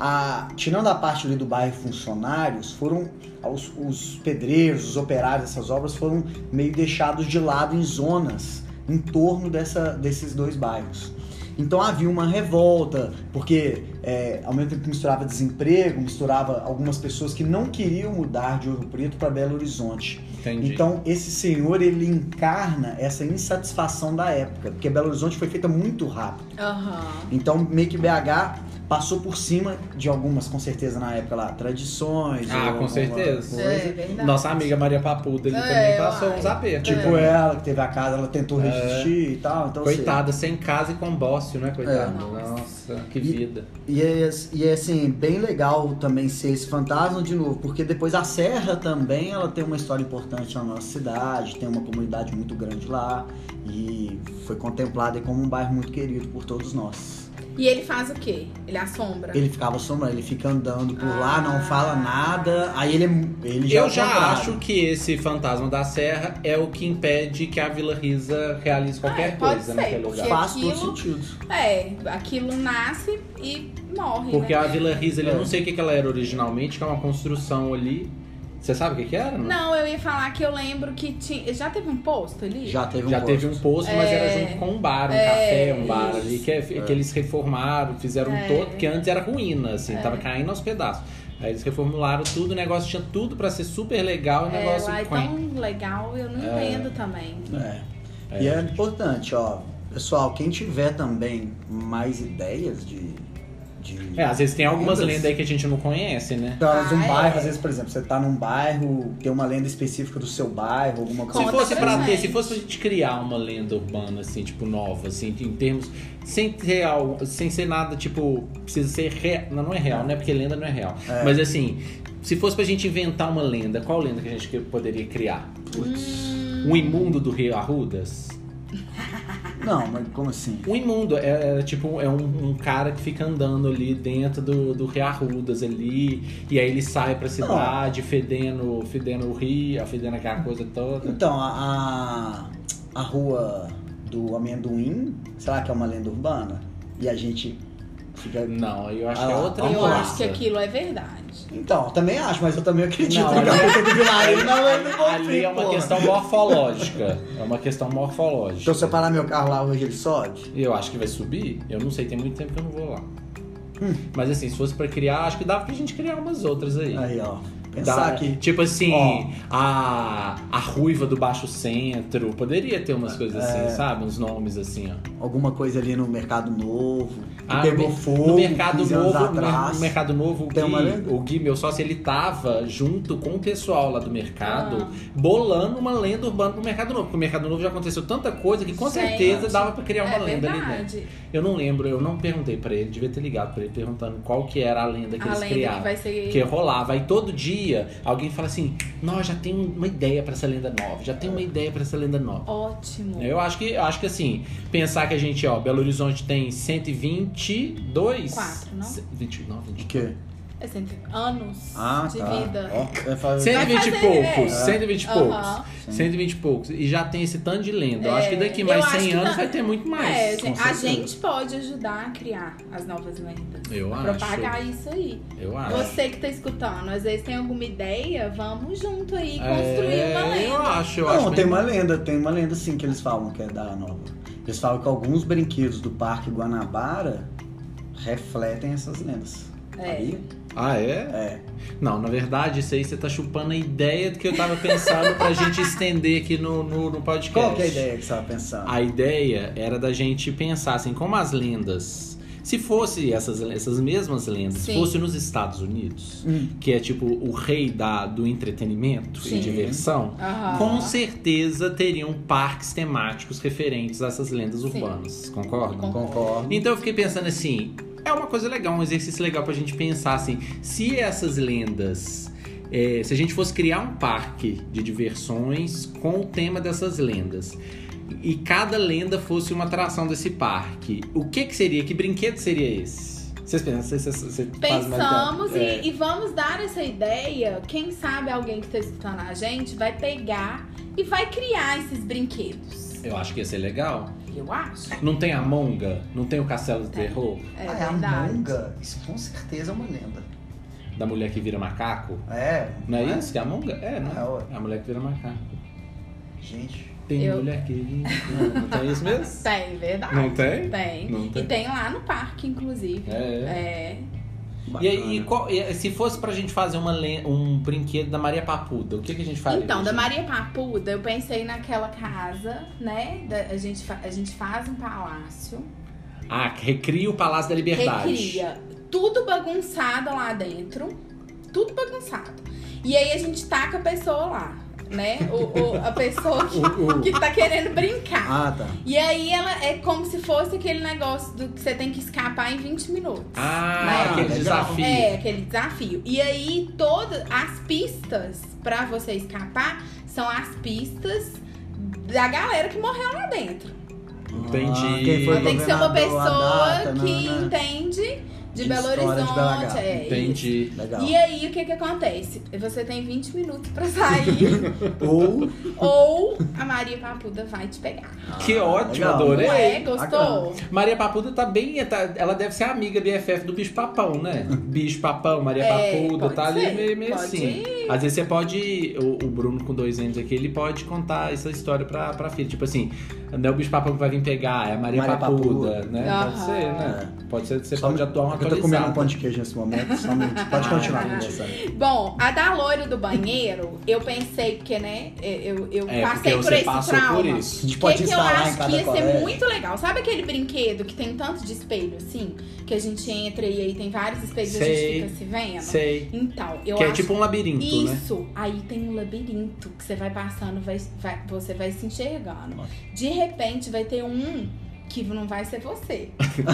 [SPEAKER 4] a- tirando a parte ali do bairro funcionários, foram os, os pedreiros, os operários dessas obras foram meio deixados de lado em zonas em torno dessa- desses dois bairros. Então havia uma revolta, porque é, ao mesmo tempo que misturava desemprego, misturava algumas pessoas que não queriam mudar de Ouro Preto para Belo Horizonte.
[SPEAKER 2] Entendi.
[SPEAKER 4] Então, esse senhor, ele encarna essa insatisfação da época, porque Belo Horizonte foi feita muito rápido.
[SPEAKER 3] Aham.
[SPEAKER 4] Então, meio que BH passou por cima de algumas, com certeza, na época lá, tradições.
[SPEAKER 2] Ah,
[SPEAKER 4] ou
[SPEAKER 2] com
[SPEAKER 4] alguma
[SPEAKER 2] certeza.
[SPEAKER 4] coisa.
[SPEAKER 3] É, verdade.
[SPEAKER 2] Nossa amiga Maria Papuda ali
[SPEAKER 3] É,
[SPEAKER 2] também passou
[SPEAKER 3] uai.
[SPEAKER 2] uns apertos.
[SPEAKER 4] Tipo ela, que teve a casa, ela tentou resistir e tal. Então, assim,
[SPEAKER 2] É. Coitada, sem casa e com bócio, né, coitada?
[SPEAKER 3] É.
[SPEAKER 2] Nossa, que
[SPEAKER 4] E-
[SPEAKER 2] vida.
[SPEAKER 4] E é, e é, assim, bem legal também ser esse fantasma de novo, porque depois a Serra também ela tem uma história importante na nossa cidade, tem uma comunidade muito grande lá e foi contemplada como um bairro muito querido por todos nós.
[SPEAKER 3] E ele faz o quê? Ele assombra.
[SPEAKER 4] Ele ficava sombrando, ele fica andando por
[SPEAKER 3] Tá. Ah.
[SPEAKER 4] lá, não fala nada, aí ele, ele já é
[SPEAKER 2] Eu
[SPEAKER 4] o
[SPEAKER 2] já
[SPEAKER 4] contrário.
[SPEAKER 2] acho que esse fantasma da serra é o que impede que a Vila Risa realize qualquer
[SPEAKER 3] Ah, pode
[SPEAKER 2] coisa
[SPEAKER 3] ser,
[SPEAKER 2] naquele
[SPEAKER 3] porque-
[SPEAKER 2] lugar.
[SPEAKER 4] faz
[SPEAKER 3] aquilo-
[SPEAKER 4] todo sentido.
[SPEAKER 3] É, aquilo nasce e morre.
[SPEAKER 2] Porque
[SPEAKER 3] né?
[SPEAKER 2] a Vila Risa, ele, eu
[SPEAKER 4] É.
[SPEAKER 2] não sei o que que ela era originalmente, que é uma construção ali. Você sabe o que, que era?
[SPEAKER 3] Não, eu ia falar que eu lembro que tinha. Já teve um posto ali?
[SPEAKER 4] Já teve um
[SPEAKER 2] Já
[SPEAKER 4] corte.
[SPEAKER 2] teve um posto, mas
[SPEAKER 3] É.
[SPEAKER 2] era junto com um bar, um
[SPEAKER 3] É,
[SPEAKER 2] café, um bar ali,
[SPEAKER 3] isso.
[SPEAKER 2] que, é- que eles reformaram, fizeram um
[SPEAKER 3] É.
[SPEAKER 2] todo, porque antes era ruína, assim,
[SPEAKER 3] É.
[SPEAKER 2] tava caindo aos pedaços. Aí eles reformularam tudo, o negócio tinha tudo pra ser super legal, o
[SPEAKER 3] É,
[SPEAKER 2] negócio
[SPEAKER 3] lá é
[SPEAKER 2] quen.
[SPEAKER 3] tão legal, eu não entendo também.
[SPEAKER 2] um
[SPEAKER 4] É. E é importante, ó. Pessoal, quem tiver também mais ideias de. de
[SPEAKER 2] É, às vezes tem algumas
[SPEAKER 4] lendas,
[SPEAKER 2] lendas aí que a gente não conhece, né?
[SPEAKER 4] Então, às vezes, um
[SPEAKER 3] Ah,
[SPEAKER 4] bairro,
[SPEAKER 3] é.
[SPEAKER 4] às vezes, por exemplo, você tá num bairro, tem uma lenda específica do seu bairro, alguma
[SPEAKER 2] Se
[SPEAKER 3] Conta
[SPEAKER 4] coisa.
[SPEAKER 2] fosse pra
[SPEAKER 3] pra
[SPEAKER 2] ter,
[SPEAKER 3] gente.
[SPEAKER 2] se fosse pra gente criar uma lenda urbana, assim, tipo, nova, assim, em termos. Sem ter al- sem ser nada, tipo, precisa ser real. Não, não é real, né? Porque lenda não é real. Mas assim, se fosse pra gente inventar uma lenda, qual lenda que a gente que- poderia criar?
[SPEAKER 4] Putz.
[SPEAKER 3] Hum,
[SPEAKER 2] O imundo do Rio Arrudas?
[SPEAKER 4] Não, mas como assim?
[SPEAKER 2] O imundo é, é tipo é um, um cara que fica andando ali dentro do, do Rio Arrudas ali, e aí ele sai pra cidade fedendo, fedendo o rio, fedendo aquela coisa toda.
[SPEAKER 4] Então, a, a, a rua do amendoim, será que é uma lenda urbana? E a gente fica.
[SPEAKER 2] Não, eu acho
[SPEAKER 4] Ah
[SPEAKER 2] que é
[SPEAKER 4] lá,
[SPEAKER 2] outra
[SPEAKER 4] vamos
[SPEAKER 3] Eu
[SPEAKER 4] lá.
[SPEAKER 2] coisa.
[SPEAKER 3] acho que aquilo é verdade.
[SPEAKER 4] Então, eu também acho, mas eu também acredito
[SPEAKER 2] Não,
[SPEAKER 4] que
[SPEAKER 2] não.
[SPEAKER 4] a puta do vilarejo não é do bom
[SPEAKER 2] Ali
[SPEAKER 4] fim,
[SPEAKER 2] é uma
[SPEAKER 4] porra.
[SPEAKER 2] questão morfológica. É uma questão morfológica.
[SPEAKER 4] Então, se eu parar meu carro lá hoje, ele sobe?
[SPEAKER 2] Eu acho que vai subir. Eu não sei, tem muito tempo que eu não vou lá. Mas assim, se fosse pra criar, acho que dava pra gente criar umas outras aí.
[SPEAKER 4] Hum. Aí, ó.
[SPEAKER 2] Dá-
[SPEAKER 4] Pensar que.
[SPEAKER 2] Tipo assim,
[SPEAKER 4] Ó.
[SPEAKER 2] a, a ruiva do Baixo Centro. Poderia ter umas coisas
[SPEAKER 4] É.
[SPEAKER 2] assim, sabe? Uns nomes assim, ó.
[SPEAKER 4] Alguma coisa ali no Mercado Novo, que
[SPEAKER 2] Ah,
[SPEAKER 4] pegou
[SPEAKER 2] no-
[SPEAKER 4] fogo
[SPEAKER 2] no mercado
[SPEAKER 4] 15
[SPEAKER 2] novo,
[SPEAKER 4] anos
[SPEAKER 2] no-
[SPEAKER 4] atrás.
[SPEAKER 2] no mercado novo, o
[SPEAKER 4] Tem uma
[SPEAKER 2] Gui,
[SPEAKER 4] lenda?
[SPEAKER 2] o Gui, meu sócio, ele tava junto com o pessoal lá do
[SPEAKER 4] Ah.
[SPEAKER 2] mercado,
[SPEAKER 3] Ah,
[SPEAKER 2] bolando uma lenda urbana pro mercado novo. Porque o mercado novo já aconteceu tanta coisa que com
[SPEAKER 3] Gente.
[SPEAKER 2] certeza dava pra criar uma
[SPEAKER 3] é
[SPEAKER 2] lenda ali né? dentro.
[SPEAKER 3] verdade.
[SPEAKER 2] Eu não lembro, eu não perguntei pra ele, devia ter ligado pra ele perguntando qual que era a lenda que
[SPEAKER 3] A
[SPEAKER 2] eles
[SPEAKER 3] lenda que
[SPEAKER 2] criavam.
[SPEAKER 3] vai ser.
[SPEAKER 2] Porque rolava. Aí todo dia alguém fala assim: Nós já tem uma ideia pra essa lenda nova, já tem uma ideia pra essa lenda nova.
[SPEAKER 3] Ótimo.
[SPEAKER 2] Eu acho que, acho que assim, pensar que a gente, ó, Belo Horizonte tem 122.
[SPEAKER 3] Quatro, não?
[SPEAKER 2] Se- 20, não, 20.
[SPEAKER 4] De quê?
[SPEAKER 3] É sempre anos
[SPEAKER 4] Ah,
[SPEAKER 3] de
[SPEAKER 4] tá.
[SPEAKER 3] vida.
[SPEAKER 4] Ó, eu falo-
[SPEAKER 2] 120 e
[SPEAKER 3] fazer,
[SPEAKER 2] poucos,
[SPEAKER 3] né?
[SPEAKER 2] 120 e
[SPEAKER 3] Aham.
[SPEAKER 2] poucos. 120 e poucos. E já tem esse tanto de lenda. Eu acho que daqui
[SPEAKER 3] eu
[SPEAKER 2] mais
[SPEAKER 3] acho
[SPEAKER 2] 100
[SPEAKER 3] que
[SPEAKER 2] anos
[SPEAKER 3] tá-
[SPEAKER 2] vai ter muito mais.
[SPEAKER 3] É,
[SPEAKER 4] com
[SPEAKER 3] gente, a
[SPEAKER 4] certeza.
[SPEAKER 3] gente pode ajudar a criar as novas lendas.
[SPEAKER 2] Eu
[SPEAKER 3] a
[SPEAKER 2] acho.
[SPEAKER 3] Propagar isso aí.
[SPEAKER 2] Eu acho.
[SPEAKER 3] Você que tá escutando, às vezes tem alguma ideia, vamos junto aí construir
[SPEAKER 2] É,
[SPEAKER 3] uma
[SPEAKER 2] Eu
[SPEAKER 3] lenda.
[SPEAKER 2] acho, eu acho.
[SPEAKER 4] Não,
[SPEAKER 2] bem-
[SPEAKER 4] tem uma lenda, tem uma lenda sim que eles falam que é da nova. Eles falam que alguns brinquedos do Parque Guanabara refletem essas lendas.
[SPEAKER 3] É.
[SPEAKER 4] Sabia?
[SPEAKER 2] Ah, é?
[SPEAKER 4] É.
[SPEAKER 2] Não, na verdade, isso aí você tá chupando a ideia do que eu tava pensando pra gente estender aqui no, no, no podcast.
[SPEAKER 4] Qual que é a ideia que você estava pensando?
[SPEAKER 2] A ideia era da gente pensar assim, como as lendas. Se fosse essas, essas mesmas lendas,
[SPEAKER 3] Sim.
[SPEAKER 2] fosse nos Estados Unidos,
[SPEAKER 4] Hum.
[SPEAKER 2] que é tipo o rei da, do entretenimento e
[SPEAKER 3] Sim.
[SPEAKER 2] diversão,
[SPEAKER 3] É. Aham.
[SPEAKER 2] com certeza teriam parques temáticos referentes a essas lendas
[SPEAKER 3] Sim.
[SPEAKER 2] urbanas, concordam?
[SPEAKER 3] Concordo.
[SPEAKER 4] Concordo.
[SPEAKER 2] Então eu fiquei pensando assim, é uma coisa legal, um exercício legal pra gente pensar assim, se essas lendas. é, se a gente fosse criar um parque de diversões com o tema dessas lendas e cada lenda fosse uma atração desse parque, o que que seria? Que brinquedo seria esse? Vocês pensam, vocês, vocês, vocês fazem mais
[SPEAKER 3] Pensamos
[SPEAKER 2] ideia. É.
[SPEAKER 3] e, e vamos dar essa ideia. Quem sabe alguém que está escutando a gente vai pegar e vai criar esses brinquedos.
[SPEAKER 2] Eu acho que ia ser legal.
[SPEAKER 3] Eu acho.
[SPEAKER 2] Não tem a Monga? Não tem o Castelo do Terror?
[SPEAKER 3] É
[SPEAKER 4] ah, é a
[SPEAKER 3] verdade.
[SPEAKER 4] Monga? Isso com certeza é uma lenda.
[SPEAKER 2] Da mulher que vira macaco?
[SPEAKER 4] É.
[SPEAKER 2] Não é, isso que é a Monga? É, né?
[SPEAKER 4] É, ué.
[SPEAKER 2] É a mulher que vira macaco.
[SPEAKER 4] Gente,
[SPEAKER 2] Tem
[SPEAKER 3] Eu-
[SPEAKER 2] mulher que... Não, não tem isso mesmo?
[SPEAKER 3] Tem, verdade.
[SPEAKER 2] Não tem?
[SPEAKER 3] Tem.
[SPEAKER 2] Não tem.
[SPEAKER 3] E tem lá no parque, inclusive.
[SPEAKER 2] É.
[SPEAKER 3] É.
[SPEAKER 4] bacana.
[SPEAKER 2] E, aí, e qual- e se fosse pra gente fazer uma len- um brinquedo da Maria Papuda, o que, que a gente faria?
[SPEAKER 3] Então, da
[SPEAKER 2] gente?
[SPEAKER 3] Maria Papuda, eu pensei naquela casa, né? Da- a, gente, fa- a gente faz um palácio,
[SPEAKER 2] Ah, que recria o Palácio da Liberdade.
[SPEAKER 3] recria tudo bagunçado lá dentro. Tudo bagunçado. E aí a gente taca a pessoa lá, né? O, o- a
[SPEAKER 4] <laughs>
[SPEAKER 3] pessoa que,
[SPEAKER 2] O- o-
[SPEAKER 3] que tá querendo brincar.
[SPEAKER 4] Ah, tá.
[SPEAKER 3] E aí ela é como se fosse aquele negócio do que você tem que escapar em 20 minutos.
[SPEAKER 2] Ah,
[SPEAKER 3] Né?
[SPEAKER 2] aquele
[SPEAKER 4] Legal.
[SPEAKER 2] desafio.
[SPEAKER 3] É, aquele desafio. E aí, todas as pistas pra você escapar são as pistas da galera que morreu lá dentro.
[SPEAKER 2] Entendi.
[SPEAKER 4] Ah, quem foi
[SPEAKER 2] Mas
[SPEAKER 3] tem que ser uma
[SPEAKER 4] governador,
[SPEAKER 3] pessoa
[SPEAKER 4] a data,
[SPEAKER 3] que
[SPEAKER 4] né, né?
[SPEAKER 3] entende de,
[SPEAKER 4] De
[SPEAKER 3] Belo
[SPEAKER 4] história de BH.
[SPEAKER 3] Horizonte. é, isso.
[SPEAKER 2] Entendi.
[SPEAKER 4] Legal.
[SPEAKER 3] E aí, o que que acontece? Você tem 20 minutos pra
[SPEAKER 2] <laughs>
[SPEAKER 3] sair,
[SPEAKER 4] Ou.
[SPEAKER 3] ou a Maria Papuda vai te pegar.
[SPEAKER 2] Que ótimo,
[SPEAKER 4] legal.
[SPEAKER 2] adorei.
[SPEAKER 3] Ué, gostou?
[SPEAKER 2] Maria Papuda tá bem. tá- ela deve ser amiga BFF do Bicho Papão, né? Bicho Papão, Maria
[SPEAKER 3] É,
[SPEAKER 2] Papuda,
[SPEAKER 3] pode
[SPEAKER 2] tá
[SPEAKER 3] ser,
[SPEAKER 2] ali meio, meio
[SPEAKER 3] pode
[SPEAKER 2] assim. Às vezes você pode. O, o Bruno com dois anos aqui, ele pode contar essa história pra, pra filha. Tipo assim, não é o Bicho Papão que vai vir pegar, é a Maria,
[SPEAKER 4] Maria
[SPEAKER 2] Papuda,
[SPEAKER 4] Papuda.
[SPEAKER 2] né? Pode
[SPEAKER 3] Aham.
[SPEAKER 2] ser,
[SPEAKER 4] é.
[SPEAKER 2] né? Pode ser, você
[SPEAKER 4] Só
[SPEAKER 2] pode
[SPEAKER 4] me-
[SPEAKER 2] atuar uma
[SPEAKER 4] Eu tô comendo um
[SPEAKER 2] atualizada.
[SPEAKER 4] pão de queijo nesse momento, só um minuto. Pode
[SPEAKER 2] Ah,
[SPEAKER 4] continuar
[SPEAKER 3] tá.
[SPEAKER 4] conversando.
[SPEAKER 3] Bom, a da loira do banheiro, eu pensei, porque, né, eu, eu
[SPEAKER 2] É, porque
[SPEAKER 3] passei por
[SPEAKER 2] você
[SPEAKER 3] esse
[SPEAKER 2] passou
[SPEAKER 3] trauma.
[SPEAKER 2] por isso.
[SPEAKER 4] A gente
[SPEAKER 3] O
[SPEAKER 4] pode
[SPEAKER 3] que, que eu
[SPEAKER 4] instalar
[SPEAKER 3] acho
[SPEAKER 4] em
[SPEAKER 3] que
[SPEAKER 4] cada
[SPEAKER 3] ia ser
[SPEAKER 4] colégio.
[SPEAKER 3] muito legal? Sabe aquele brinquedo que tem tanto de espelho, assim? Que a gente entra e aí tem vários espelhos e a
[SPEAKER 2] Sei.
[SPEAKER 3] gente fica se vendo?
[SPEAKER 2] Sei.
[SPEAKER 3] Então, eu
[SPEAKER 2] que
[SPEAKER 3] acho
[SPEAKER 2] é tipo um labirinto,
[SPEAKER 3] <laughs>
[SPEAKER 2] né?
[SPEAKER 3] isso, aí tem um labirinto que você vai passando, vai, vai- você vai se enxergando. De repente vai ter um que não vai ser você.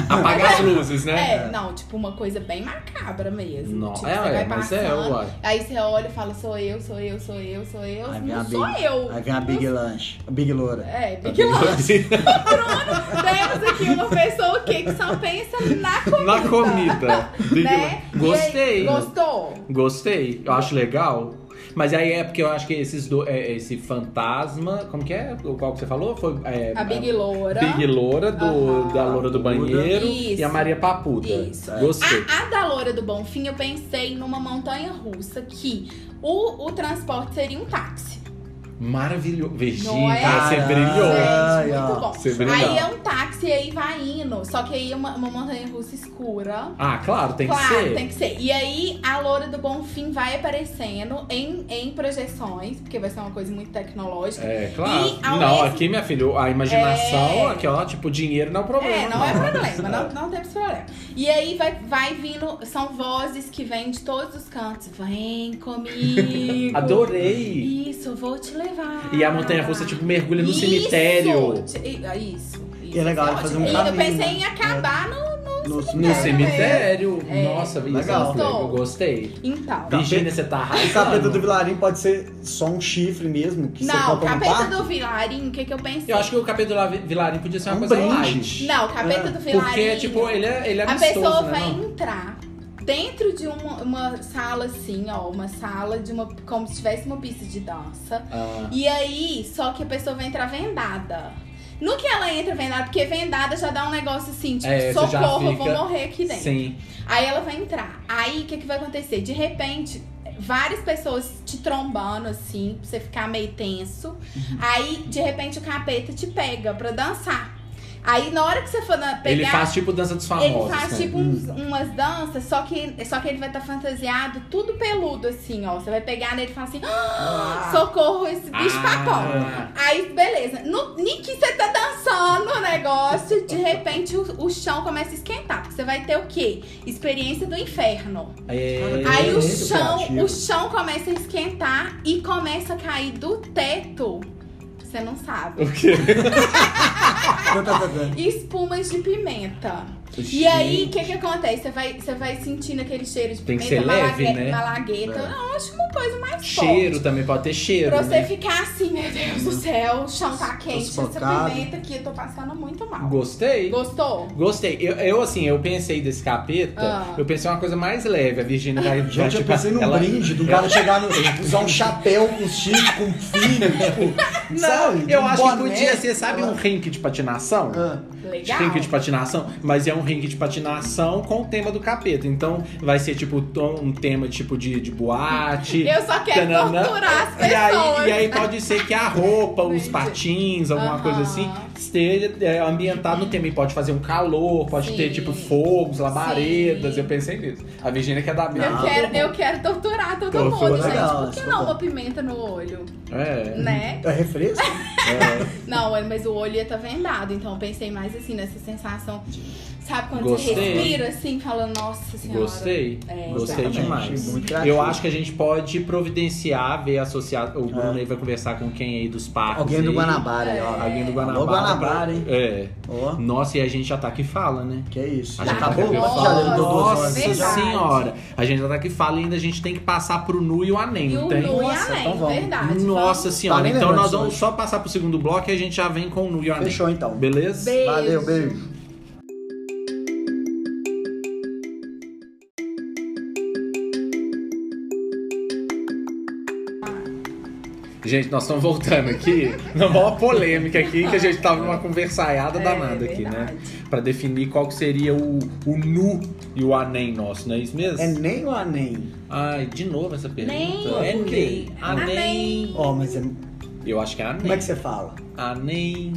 [SPEAKER 2] Apagar as luzes, né?
[SPEAKER 3] É, não, tipo uma coisa bem macabra mesmo.
[SPEAKER 2] Não,
[SPEAKER 3] tipo,
[SPEAKER 2] é,
[SPEAKER 3] você
[SPEAKER 2] ué,
[SPEAKER 3] vai
[SPEAKER 2] mas
[SPEAKER 3] passando,
[SPEAKER 2] é, uai.
[SPEAKER 3] Aí você olha e fala, sou eu, sou eu, sou eu, sou eu,
[SPEAKER 4] Aí vem a
[SPEAKER 3] não
[SPEAKER 4] Big-
[SPEAKER 3] sou eu.
[SPEAKER 4] Aí vem a Big Lunch, a Big Loura.
[SPEAKER 3] É, Big Love. Temos aqui uma pessoa que, que só pensa na comida.
[SPEAKER 2] <laughs> Na comida.
[SPEAKER 3] <laughs> Né? E aí,
[SPEAKER 2] Gostei.
[SPEAKER 3] gostou?
[SPEAKER 2] Gostei. Eu acho legal. Mas aí é porque eu acho que esses do, é, esse fantasma. Como que é? O qual que você falou? Foi. É,
[SPEAKER 3] A Big Loura.
[SPEAKER 2] Big Loura do,
[SPEAKER 3] Aham.
[SPEAKER 2] da Loura do Banheiro
[SPEAKER 3] Isso.
[SPEAKER 2] e a Maria Papuda.
[SPEAKER 3] Isso. Ah!
[SPEAKER 2] Gostei.
[SPEAKER 3] A, a da Loura do Bonfim, eu pensei numa montanha russa que o, o transporte seria um táxi.
[SPEAKER 2] Maravilhoso.
[SPEAKER 3] Não
[SPEAKER 2] Virgínia,
[SPEAKER 3] é?
[SPEAKER 2] você brilhou.
[SPEAKER 4] Ai,
[SPEAKER 3] Gente,
[SPEAKER 4] ó.
[SPEAKER 3] muito bom.
[SPEAKER 2] Você brilhou.
[SPEAKER 3] Aí é um táxi e aí vai indo. Só que aí é uma, uma montanha russa escura.
[SPEAKER 2] Ah, claro, tem
[SPEAKER 3] claro,
[SPEAKER 2] que ser.
[SPEAKER 3] tem que ser. E aí a loura do Bonfim vai aparecendo em, em projeções, porque vai ser uma coisa muito tecnológica.
[SPEAKER 2] É, claro.
[SPEAKER 3] E ao
[SPEAKER 2] Não,
[SPEAKER 3] mesmo-
[SPEAKER 2] aqui, minha filha, a imaginação,
[SPEAKER 3] É.
[SPEAKER 2] aqui, ó, tipo, dinheiro não é o problema.
[SPEAKER 3] É, não é problema,
[SPEAKER 2] <laughs>
[SPEAKER 3] não, não temos problema. E aí vai, vai vindo, são vozes que vêm de todos os cantos. Vem comigo.
[SPEAKER 2] Adorei.
[SPEAKER 3] Isso, eu vou te levar.
[SPEAKER 2] E a montanha russa, tipo, mergulha no
[SPEAKER 3] Isso,
[SPEAKER 2] cemitério.
[SPEAKER 3] te- Isso. isso
[SPEAKER 4] E é legal,
[SPEAKER 3] ótimo.
[SPEAKER 4] fazer um
[SPEAKER 3] E
[SPEAKER 4] caminho,
[SPEAKER 3] Eu pensei em
[SPEAKER 4] né?
[SPEAKER 3] acabar no.
[SPEAKER 4] No,
[SPEAKER 2] No
[SPEAKER 3] É.
[SPEAKER 2] cemitério?
[SPEAKER 3] É.
[SPEAKER 2] Nossa, isso é
[SPEAKER 4] Legal.
[SPEAKER 2] legal. Eu gostei.
[SPEAKER 3] Então.
[SPEAKER 4] Tá.
[SPEAKER 2] Virgínia, você tá
[SPEAKER 4] O capeta do
[SPEAKER 2] arrasando.
[SPEAKER 4] vilarinho pode ser só um chifre mesmo, que você
[SPEAKER 3] Não,
[SPEAKER 4] compra um no
[SPEAKER 3] capeta
[SPEAKER 4] parque.
[SPEAKER 3] do Vilarinho, o que, que eu pensei?
[SPEAKER 2] Eu acho que o capeta do la- vilarinho podia ser uma
[SPEAKER 4] Um
[SPEAKER 2] coisa light.
[SPEAKER 4] brinde.
[SPEAKER 3] Não, capeta
[SPEAKER 4] É,
[SPEAKER 3] do Vilarinho.
[SPEAKER 2] Porque, tipo, ele é, ele é
[SPEAKER 3] A
[SPEAKER 2] amistoso,
[SPEAKER 3] pessoa
[SPEAKER 2] né?
[SPEAKER 3] vai
[SPEAKER 2] não?
[SPEAKER 3] entrar dentro de uma, uma sala assim, ó, uma sala de uma como se tivesse uma pista de dança.
[SPEAKER 2] Ah,
[SPEAKER 3] E aí, só que a pessoa vai entrar vendada. No que ela entra vendada, porque vendada já dá um negócio assim, tipo,
[SPEAKER 2] É, você já
[SPEAKER 3] socorro, eu vou
[SPEAKER 2] fica-
[SPEAKER 3] morrer aqui dentro.
[SPEAKER 2] sim.
[SPEAKER 3] Aí ela vai entrar. Aí o que, que vai acontecer? De repente, várias pessoas te trombando assim, pra você ficar meio tenso.
[SPEAKER 2] Uhum.
[SPEAKER 3] Aí, de repente, o capeta te pega pra dançar. Aí, na hora que você for na- pegar.
[SPEAKER 2] Ele faz tipo dança dos famosos.
[SPEAKER 3] Ele faz
[SPEAKER 2] né?
[SPEAKER 3] tipo uns- umas danças, só que, só que ele vai estar fantasiado, tudo peludo, assim, ó. Você vai pegar nele e falar assim: "Ah, socorro, esse bicho tá
[SPEAKER 2] Ah.
[SPEAKER 3] papão. Aí, beleza. No Nick, você tá dançando o negócio, de repente o, o chão começa a esquentar. Porque você vai ter o quê? Experiência do inferno.
[SPEAKER 2] É...
[SPEAKER 3] Aí o
[SPEAKER 4] muito
[SPEAKER 3] chão,
[SPEAKER 4] criativo.
[SPEAKER 3] o chão começa a esquentar e começa a cair do teto. Você não sabe.
[SPEAKER 2] O quê?
[SPEAKER 4] Tá, tá, tá, tá.
[SPEAKER 3] E espumas de pimenta. E aí, o que que acontece? Você vai, você vai sentindo aquele cheiro de
[SPEAKER 2] Tem que
[SPEAKER 3] pimenta,
[SPEAKER 2] ser leve,
[SPEAKER 3] malague-
[SPEAKER 2] né?
[SPEAKER 3] malagueta.
[SPEAKER 4] É.
[SPEAKER 3] Não, acho uma coisa mais
[SPEAKER 2] Cheiro
[SPEAKER 3] forte.
[SPEAKER 2] também Uhum. pode ter cheiro.
[SPEAKER 3] Pra você
[SPEAKER 2] né?
[SPEAKER 3] ficar assim, meu Deus do céu, o chão tá quente, essa
[SPEAKER 4] sufocado.
[SPEAKER 3] pimenta aqui, eu tô passando muito mal.
[SPEAKER 2] Gostei.
[SPEAKER 3] Gostou?
[SPEAKER 2] Gostei. Eu, eu, assim, eu pensei desse capeta,
[SPEAKER 3] Ah.
[SPEAKER 2] eu pensei uma coisa mais leve. A
[SPEAKER 4] <laughs>
[SPEAKER 2] Virgínia vai. vai,
[SPEAKER 4] Gente, eu
[SPEAKER 2] tipo,
[SPEAKER 4] pensei num
[SPEAKER 2] ela-
[SPEAKER 4] brinde do cara chegar no. usar um chapéu com chifre, com um filho, tipo.
[SPEAKER 2] Não,
[SPEAKER 4] sabe?
[SPEAKER 2] eu
[SPEAKER 4] Um
[SPEAKER 2] acho que
[SPEAKER 4] boné.
[SPEAKER 2] podia ser, sabe, um rink de patinação?
[SPEAKER 4] Ah,
[SPEAKER 3] Legal.
[SPEAKER 2] Rink de patinação, mas é um rink de patinação com o tema do capeta. Então vai ser tipo tom- um tema tipo de, de boate.
[SPEAKER 3] Eu só quero
[SPEAKER 2] Tananã.
[SPEAKER 3] torturar as
[SPEAKER 2] E
[SPEAKER 3] pessoas.
[SPEAKER 2] aí, e aí pode ser que a roupa, os
[SPEAKER 3] Entendi.
[SPEAKER 2] patins, alguma
[SPEAKER 3] Aham.
[SPEAKER 2] coisa assim, esteja é, ambientado no tema. E pode fazer um calor, pode
[SPEAKER 3] Sim.
[SPEAKER 2] ter tipo fogos, labaredas.
[SPEAKER 3] Sim.
[SPEAKER 2] Eu pensei nisso. A Virgínia quer dar
[SPEAKER 3] Eu
[SPEAKER 2] mesmo.
[SPEAKER 3] quero, eu quero torturar todo
[SPEAKER 2] Tortura
[SPEAKER 3] mundo, gente.
[SPEAKER 4] legal,
[SPEAKER 3] Por que
[SPEAKER 4] isso
[SPEAKER 3] não
[SPEAKER 4] é bom.
[SPEAKER 3] uma pimenta no olho?
[SPEAKER 2] É.
[SPEAKER 3] Né?
[SPEAKER 4] É refresco?
[SPEAKER 3] Não, é, mas o olho ia estar vendado, então eu pensei mais assim nessa sensação. Sabe quando
[SPEAKER 2] Gostei.
[SPEAKER 3] você respira assim, falando, nossa senhora.
[SPEAKER 2] Gostei.
[SPEAKER 3] É,
[SPEAKER 2] Gostei
[SPEAKER 4] exatamente.
[SPEAKER 2] demais.
[SPEAKER 4] Muito
[SPEAKER 2] Eu
[SPEAKER 4] criativo. Ah.
[SPEAKER 2] acho que a gente pode providenciar, ver associado. O Bruno aí vai conversar com quem aí dos parques.
[SPEAKER 4] Alguém do
[SPEAKER 2] aí.
[SPEAKER 4] Guanabara aí,
[SPEAKER 3] É.
[SPEAKER 4] ó.
[SPEAKER 2] Alguém do Guanabara.
[SPEAKER 4] Alô, Guanabara, hein?
[SPEAKER 2] É.
[SPEAKER 4] Ó,
[SPEAKER 2] Nossa, e a gente já tá aqui e fala, né?
[SPEAKER 4] que é isso.
[SPEAKER 2] A
[SPEAKER 3] Já
[SPEAKER 2] gente tá
[SPEAKER 3] acabou?
[SPEAKER 2] aqui e fala.
[SPEAKER 3] Já deu duas
[SPEAKER 2] Nossa
[SPEAKER 3] horas. Verdade.
[SPEAKER 2] senhora! A gente já tá aqui e fala e ainda a gente tem que passar pro nu e o anem,
[SPEAKER 3] E o
[SPEAKER 2] não tem?
[SPEAKER 3] nu e
[SPEAKER 4] Nossa,
[SPEAKER 3] além,
[SPEAKER 4] então vamos.
[SPEAKER 3] verdade.
[SPEAKER 2] Nossa senhora,
[SPEAKER 4] Tá nem
[SPEAKER 2] então
[SPEAKER 4] lembrando
[SPEAKER 2] nós
[SPEAKER 4] disso
[SPEAKER 2] vamos
[SPEAKER 4] hoje.
[SPEAKER 2] só passar pro segundo bloco e a gente já vem com o nu e o anem.
[SPEAKER 4] Fechou então.
[SPEAKER 2] Beleza?
[SPEAKER 3] Beijo.
[SPEAKER 4] Valeu, beijo.
[SPEAKER 2] Gente, nós estamos voltando aqui <laughs> na maior polêmica aqui, que a gente tava numa conversaiada
[SPEAKER 3] É,
[SPEAKER 2] danada aqui, né?
[SPEAKER 3] verdade.
[SPEAKER 2] Pra definir qual que seria o, o nu e o anem nosso, não é isso mesmo?
[SPEAKER 4] É nem ou anem?
[SPEAKER 2] Ai, de novo essa pergunta.
[SPEAKER 3] Nem.
[SPEAKER 2] É
[SPEAKER 4] Por quê?
[SPEAKER 2] nem. Anem.
[SPEAKER 4] Ó, mas é-
[SPEAKER 2] Eu acho que é anem.
[SPEAKER 4] como é que você fala?
[SPEAKER 2] Anem.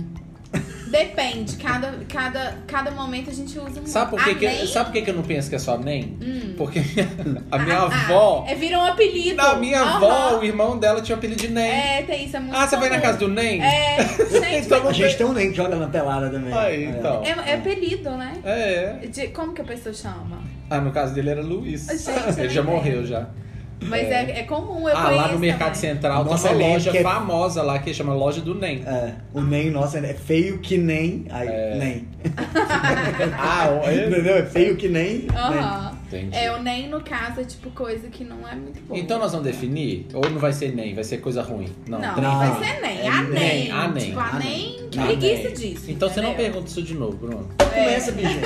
[SPEAKER 3] Depende, cada, cada, cada momento a gente usa um.
[SPEAKER 2] Sabe por, que que,
[SPEAKER 3] Além-
[SPEAKER 2] sabe por que, que eu não penso que é só anem?
[SPEAKER 3] Hum.
[SPEAKER 2] Porque <laughs> a minha
[SPEAKER 3] Ah, ah,
[SPEAKER 2] avó.
[SPEAKER 3] <laughs> É, vira um apelido.
[SPEAKER 2] Na minha
[SPEAKER 3] Aham.
[SPEAKER 2] avó, o irmão dela tinha o apelido de nem.
[SPEAKER 3] É, tem isso, é muito.
[SPEAKER 2] ah, você vai na
[SPEAKER 3] comum.
[SPEAKER 2] casa do nem?
[SPEAKER 3] É, gente,
[SPEAKER 2] <laughs> Então
[SPEAKER 4] A
[SPEAKER 2] não
[SPEAKER 4] gente tem um nem que joga na pelada também.
[SPEAKER 2] Aí, então.
[SPEAKER 3] é, é apelido, né?
[SPEAKER 2] É.
[SPEAKER 3] De- como que a pessoa chama?
[SPEAKER 2] Ah, no caso dele era Luiz.
[SPEAKER 3] Gente, eu
[SPEAKER 2] <laughs> Ele já
[SPEAKER 3] lembrei.
[SPEAKER 2] morreu já.
[SPEAKER 3] Mas é, é comum, eu
[SPEAKER 2] ah, lá no
[SPEAKER 3] conheço
[SPEAKER 2] Mercado
[SPEAKER 3] também.
[SPEAKER 2] Central
[SPEAKER 4] Nossa, é
[SPEAKER 2] tem uma
[SPEAKER 4] nem,
[SPEAKER 2] loja
[SPEAKER 4] porque-
[SPEAKER 2] famosa lá que chama Loja do Nem.
[SPEAKER 4] É, o nem, nossa, é feio que nem. Aí, nem.
[SPEAKER 2] ah,
[SPEAKER 4] Entendeu? É feio que nem.
[SPEAKER 2] né?
[SPEAKER 4] nem.
[SPEAKER 3] Aham.
[SPEAKER 2] <laughs> Entendi.
[SPEAKER 3] É, o nem no caso é tipo coisa que não é muito boa.
[SPEAKER 2] Então nós vamos definir? Ou não vai ser nem, vai ser coisa ruim? Não,
[SPEAKER 3] Não,
[SPEAKER 2] trem.
[SPEAKER 4] não.
[SPEAKER 3] vai ser nem.
[SPEAKER 4] É
[SPEAKER 3] a
[SPEAKER 2] nem,
[SPEAKER 3] nem.
[SPEAKER 2] a nem,
[SPEAKER 3] Tipo,
[SPEAKER 2] a
[SPEAKER 3] a nem. Que
[SPEAKER 2] Ah,
[SPEAKER 3] preguiça
[SPEAKER 2] nem.
[SPEAKER 3] disso.
[SPEAKER 2] Então você não
[SPEAKER 3] entendeu?
[SPEAKER 2] pergunta isso de novo, Bruno.
[SPEAKER 4] Começa, é
[SPEAKER 3] <laughs>
[SPEAKER 4] bicho.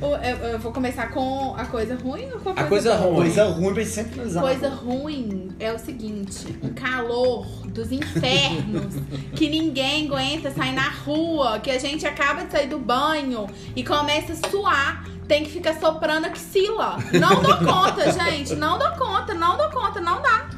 [SPEAKER 3] O- Eu, eu vou começar com a coisa ruim ou com a coisa,
[SPEAKER 2] A coisa
[SPEAKER 3] boa?
[SPEAKER 2] ruim.
[SPEAKER 4] Coisa ruim pra gente sempre finalizar.
[SPEAKER 3] Coisa ruim é o seguinte, o calor dos infernos, que ninguém aguenta sair na rua, que a gente acaba de sair do banho e começa a suar, tem que ficar soprando axila. Não dou conta, gente, não dou conta, não dou conta, não dá,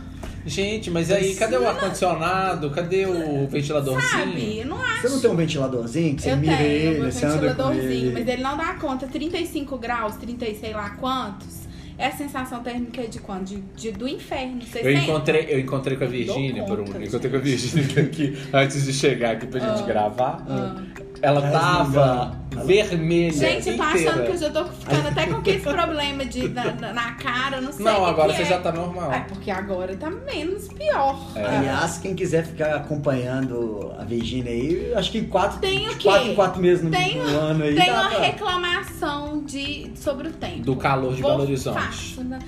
[SPEAKER 2] Gente, mas aí, cadê o ar-condicionador? Cadê o ventiladorzinho?
[SPEAKER 3] sabe? Não acho.
[SPEAKER 4] Você não tem um ventiladorzinho que você
[SPEAKER 3] eu
[SPEAKER 4] mira
[SPEAKER 3] tenho
[SPEAKER 4] ele,
[SPEAKER 3] meu
[SPEAKER 4] você anda com
[SPEAKER 3] ventiladorzinho, mas é
[SPEAKER 4] ele.
[SPEAKER 3] ele não dá conta. 35 graus, 30 e sei lá quantos. Essa sensação térmica é de quando? De, de- do inferno. Você
[SPEAKER 2] Eu
[SPEAKER 3] sente?
[SPEAKER 2] encontrei, eu encontrei com a Virgínia,
[SPEAKER 3] assim, conta,
[SPEAKER 2] Bruno.
[SPEAKER 3] gente.
[SPEAKER 2] Encontrei com a Virgínia aqui antes de chegar aqui pra gente
[SPEAKER 3] Ah.
[SPEAKER 2] gravar.
[SPEAKER 3] Ah.
[SPEAKER 2] Ela
[SPEAKER 4] Mas
[SPEAKER 2] tava
[SPEAKER 4] não.
[SPEAKER 2] vermelha.
[SPEAKER 3] Gente, eu tô achando
[SPEAKER 2] inteira.
[SPEAKER 3] que eu já tô ficando
[SPEAKER 2] <laughs>
[SPEAKER 3] até com aquele problema de na, na- na cara, não sei. o
[SPEAKER 2] Não,
[SPEAKER 3] que
[SPEAKER 2] agora
[SPEAKER 3] que
[SPEAKER 2] você
[SPEAKER 3] é.
[SPEAKER 2] já tá normal.
[SPEAKER 3] É, porque agora tá menos pior.
[SPEAKER 4] É.
[SPEAKER 2] É.
[SPEAKER 3] Ah,
[SPEAKER 4] Aliás, quem quiser ficar acompanhando a Virgínia aí, acho que em quatro,
[SPEAKER 3] Tem o
[SPEAKER 4] de quatro
[SPEAKER 3] quê?
[SPEAKER 4] em quatro meses no,
[SPEAKER 3] Tem-
[SPEAKER 4] no ano aí.
[SPEAKER 3] Tem
[SPEAKER 4] dá
[SPEAKER 3] uma
[SPEAKER 4] pra-
[SPEAKER 3] reclamação de, sobre o tempo.
[SPEAKER 2] Do calor de
[SPEAKER 3] Vou-
[SPEAKER 2] Belo Horizonte.
[SPEAKER 3] faço, né?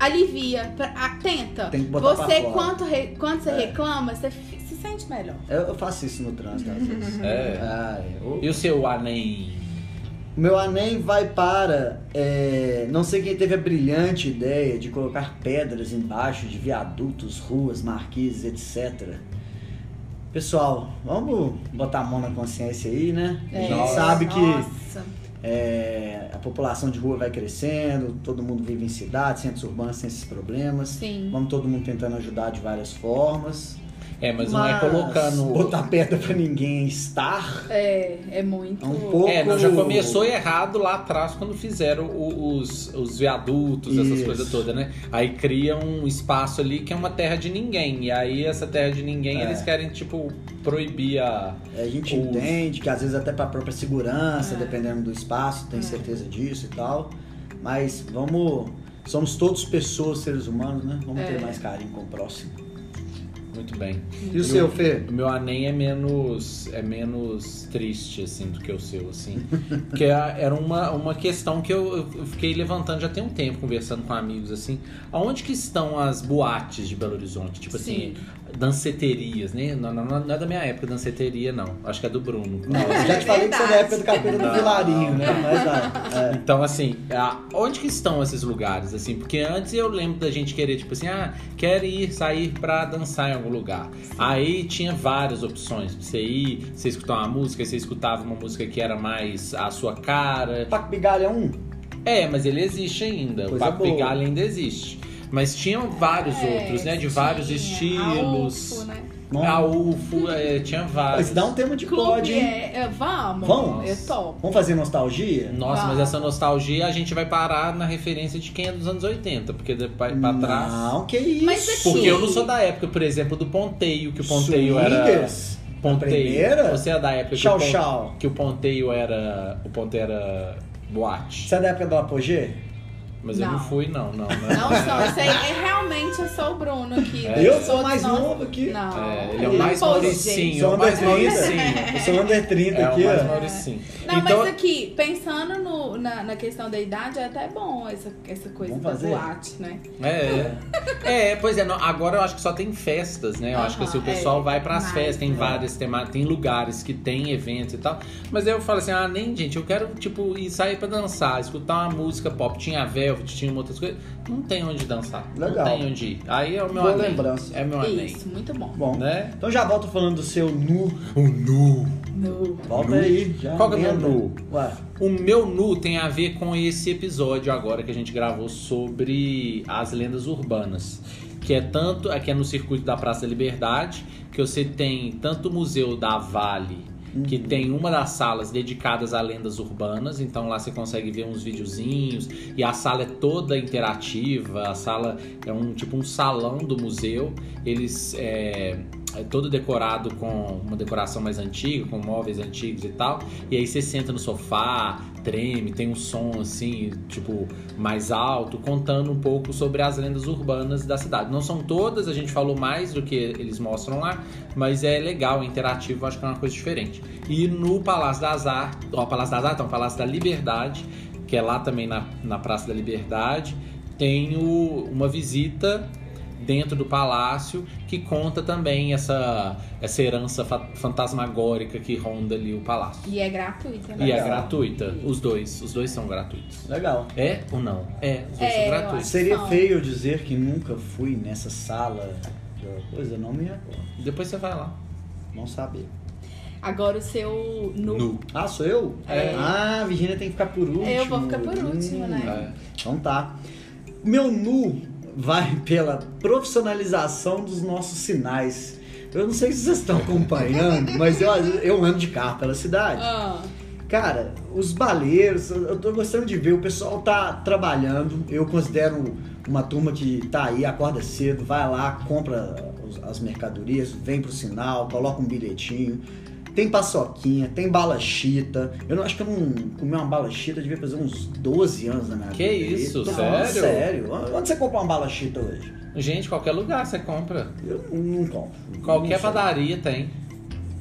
[SPEAKER 3] Alivia, pra- a- tenta.
[SPEAKER 4] Tem que botar pra
[SPEAKER 3] você,
[SPEAKER 4] fora. É.
[SPEAKER 3] quanto, re- quanto você reclama, você fi- se sente melhor.
[SPEAKER 4] Eu, eu faço isso no trânsito às
[SPEAKER 2] <laughs>
[SPEAKER 4] vezes.
[SPEAKER 2] É.
[SPEAKER 4] Ah, eu-
[SPEAKER 2] E o seu Anem?
[SPEAKER 4] O Meu Anem vai para. é, não sei quem teve a brilhante ideia de colocar pedras embaixo de viadutos, ruas, marquises, etc. Pessoal, vamos botar a mão na consciência aí, né? A gente
[SPEAKER 2] Nossa.
[SPEAKER 4] sabe que
[SPEAKER 3] É. Nossa.
[SPEAKER 4] é, a população de rua vai crescendo, todo mundo vive em cidades, centros urbanos tem esses problemas.
[SPEAKER 3] Sim.
[SPEAKER 4] Vamos todo mundo tentando ajudar de várias formas.
[SPEAKER 2] É, mas, não é colocando.
[SPEAKER 4] Botar pedra pra ninguém estar.
[SPEAKER 3] É, é muito.
[SPEAKER 4] É um pouco.
[SPEAKER 2] É, não, já começou errado lá atrás quando fizeram o- os, os viadutos, essas
[SPEAKER 4] Isso.
[SPEAKER 2] coisas todas, né? Aí cria um espaço ali que é uma terra de ninguém. E aí essa terra de ninguém,
[SPEAKER 4] É.
[SPEAKER 2] eles querem, tipo, proibir a.
[SPEAKER 4] A gente
[SPEAKER 2] Os-
[SPEAKER 4] entende que às vezes até para a própria segurança,
[SPEAKER 3] É.
[SPEAKER 4] dependendo do espaço, tem
[SPEAKER 3] É.
[SPEAKER 4] certeza disso e tal. Mas vamos. Somos todos pessoas, seres humanos, né? Vamos
[SPEAKER 3] É.
[SPEAKER 4] ter mais carinho com o próximo.
[SPEAKER 2] Muito bem.
[SPEAKER 4] E o seu,
[SPEAKER 2] o-
[SPEAKER 4] Fê?
[SPEAKER 2] O meu Anem é menos, é menos triste, assim, do que o seu,
[SPEAKER 4] <laughs>
[SPEAKER 2] assim. Porque a- era uma, uma questão que eu, eu fiquei levantando já tem um tempo, conversando com amigos, assim. Aonde que estão as boates de Belo Horizonte? Tipo assim, danceterias, né? Não, não- não é da minha época danceteria, não. Acho que é do Bruno.
[SPEAKER 4] Não, eu já te falei que você é da época do cabelo do
[SPEAKER 2] Não.
[SPEAKER 4] Vilarinho, né? Mas ah,
[SPEAKER 3] <laughs>
[SPEAKER 4] é.
[SPEAKER 2] Então, assim, a- onde que estão esses lugares, assim? Porque antes eu lembro da gente querer, tipo assim, ah, quero ir sair pra dançar em algum lugar. Aí tinha várias opções. Você ir, você escutar uma música, você escutava uma música que era mais a sua cara.
[SPEAKER 4] Paco Bigalha é um.
[SPEAKER 2] É, mas ele existe ainda.
[SPEAKER 4] Coisa
[SPEAKER 2] o Papo
[SPEAKER 4] boa.
[SPEAKER 2] Pigalha ainda existe. Mas tinham vários
[SPEAKER 3] É,
[SPEAKER 2] outros, né? De
[SPEAKER 3] tinha
[SPEAKER 2] vários
[SPEAKER 3] a
[SPEAKER 2] estilos.
[SPEAKER 3] UFO, né?
[SPEAKER 4] Não.
[SPEAKER 2] A UFO, é, tinha vários.
[SPEAKER 4] Mas dá um tema de
[SPEAKER 3] Clube,
[SPEAKER 4] Claude, hein?
[SPEAKER 3] é, é, vamos.
[SPEAKER 4] Vamos?
[SPEAKER 3] Eu topo.
[SPEAKER 4] Vamos fazer nostalgia?
[SPEAKER 2] Nossa, mas
[SPEAKER 3] Vá.
[SPEAKER 2] essa nostalgia a gente vai parar na referência de quem é dos anos 80, porque de- pra, pra trás.
[SPEAKER 4] Não, que isso.
[SPEAKER 3] Mas aqui-
[SPEAKER 2] Porque eu não sou da época, por exemplo, do Ponteio, que o Ponteio era.
[SPEAKER 4] Swingers? A
[SPEAKER 2] Ponteio.
[SPEAKER 4] primeira?
[SPEAKER 2] Você é da época que o,
[SPEAKER 4] Tchau,
[SPEAKER 2] pon-
[SPEAKER 4] tchau.
[SPEAKER 2] que o Ponteio era. O Ponteio era boate.
[SPEAKER 4] Você é da época do Apogee?
[SPEAKER 2] Mas eu não
[SPEAKER 3] Não.
[SPEAKER 2] fui, não, não. né?
[SPEAKER 3] Não sou, eu sei, é, realmente eu sou o Bruno aqui.
[SPEAKER 2] É.
[SPEAKER 4] Eu
[SPEAKER 3] Todos
[SPEAKER 4] sou mais
[SPEAKER 3] nós-
[SPEAKER 4] novo aqui.
[SPEAKER 3] Não.
[SPEAKER 2] É, ele é o mais
[SPEAKER 3] Pô, gente.
[SPEAKER 2] Mauricinho.
[SPEAKER 4] Sou
[SPEAKER 2] o mais
[SPEAKER 4] under 30.
[SPEAKER 2] Mauricinho.
[SPEAKER 4] Eu sou under 30
[SPEAKER 2] É,
[SPEAKER 4] aqui,
[SPEAKER 2] o mais
[SPEAKER 4] ó.
[SPEAKER 2] Mauricinho.
[SPEAKER 3] Não,
[SPEAKER 2] então,
[SPEAKER 3] mas aqui, pensando no- na, na questão da idade, é até bom essa, essa coisa
[SPEAKER 4] Vamos
[SPEAKER 3] da
[SPEAKER 4] fazer?
[SPEAKER 3] boate, né?
[SPEAKER 2] É, é. É, pois é. não, agora eu acho que só tem festas, né? Eu acho que assim, o
[SPEAKER 3] Aham, é,
[SPEAKER 2] pessoal vai pras
[SPEAKER 3] mais,
[SPEAKER 2] festas, tem
[SPEAKER 3] né?
[SPEAKER 2] várias temáticas, tem lugares que tem eventos e tal. Mas aí eu falo assim, ah, nem, gente, eu quero, tipo, ir sair pra dançar, escutar uma música pop. Tinha a Velvet, tinha outras coisas. Não tem onde dançar. Não
[SPEAKER 4] Legal.
[SPEAKER 2] tem onde ir. Aí é o meu
[SPEAKER 4] Boa
[SPEAKER 2] além.
[SPEAKER 4] lembrança.
[SPEAKER 2] É meu além.
[SPEAKER 3] Isso, muito bom.
[SPEAKER 4] Bom,
[SPEAKER 2] Né?
[SPEAKER 4] então já volto falando do seu nu.
[SPEAKER 2] O nu.
[SPEAKER 3] No.
[SPEAKER 4] Volta
[SPEAKER 2] Nu?
[SPEAKER 4] aí. Já
[SPEAKER 2] Qual que é o meu
[SPEAKER 4] emenda.
[SPEAKER 2] nu?
[SPEAKER 4] Ué,
[SPEAKER 2] O meu nu tem a ver com esse episódio agora que a gente gravou sobre as lendas urbanas. Que é tanto. Aqui é no circuito da Praça da Liberdade, que você tem tanto o Museu da Vale,
[SPEAKER 4] Hum,
[SPEAKER 2] que tem uma das salas dedicadas a lendas urbanas. Então lá você consegue ver uns videozinhos. E a sala é toda interativa. A sala é um tipo um salão do museu. Eles. É, é todo decorado com uma decoração mais antiga, com móveis antigos e tal. E aí você senta no sofá, treme, tem um som assim, tipo, mais alto, contando um pouco sobre as lendas urbanas da cidade. Não são todas, a gente falou mais do que eles mostram lá, mas é legal, é interativo, acho que é uma coisa diferente. E no Palácio das Artes, ó, Palácio das Artes, não, Palácio da Liberdade, que é lá também na, na Praça da Liberdade, tem o- uma visita dentro do palácio que conta também essa, essa herança fa- fantasmagórica que ronda ali o palácio.
[SPEAKER 3] E é gratuita, né?
[SPEAKER 2] E é
[SPEAKER 4] Legal.
[SPEAKER 2] gratuita. Os dois. Os dois são gratuitos.
[SPEAKER 4] legal.
[SPEAKER 2] É ou não? É, os dois
[SPEAKER 3] É,
[SPEAKER 2] são
[SPEAKER 3] eu
[SPEAKER 2] gratuitos.
[SPEAKER 4] Seria
[SPEAKER 3] Não.
[SPEAKER 4] feio eu dizer que nunca fui nessa sala. da Coisa, não me recordo.
[SPEAKER 2] Depois você vai lá.
[SPEAKER 4] Não sabia.
[SPEAKER 3] Agora o seu nu.
[SPEAKER 2] Nu.
[SPEAKER 4] Ah, sou eu?
[SPEAKER 3] É.
[SPEAKER 4] Ah, a Virginia tem que ficar por último. Hum,
[SPEAKER 3] Eu vou ficar por último, né?
[SPEAKER 2] É.
[SPEAKER 4] Então tá. Meu nu vai pela profissionalização dos nossos sinais. Eu não sei se vocês estão acompanhando, mas eu, eu ando de carro pela cidade.
[SPEAKER 3] Ah,
[SPEAKER 4] Cara, os baleiros, eu tô gostando de ver, o pessoal tá trabalhando. Eu considero uma turma que tá aí, acorda cedo, vai lá, compra os- as mercadorias, vem pro sinal, coloca um bilhetinho. Tem paçoquinha, tem bala chita. Eu não acho que eu não comi uma bala chita, eu devia fazer uns 12 anos na minha
[SPEAKER 2] Que
[SPEAKER 4] vida.
[SPEAKER 2] isso,
[SPEAKER 4] Tô
[SPEAKER 2] sério?
[SPEAKER 4] falando Sério? Onde você compra uma bala chita hoje?
[SPEAKER 2] Gente, qualquer lugar você compra.
[SPEAKER 4] Eu não, não compro.
[SPEAKER 2] Qualquer
[SPEAKER 4] Não sei.
[SPEAKER 2] padaria tem.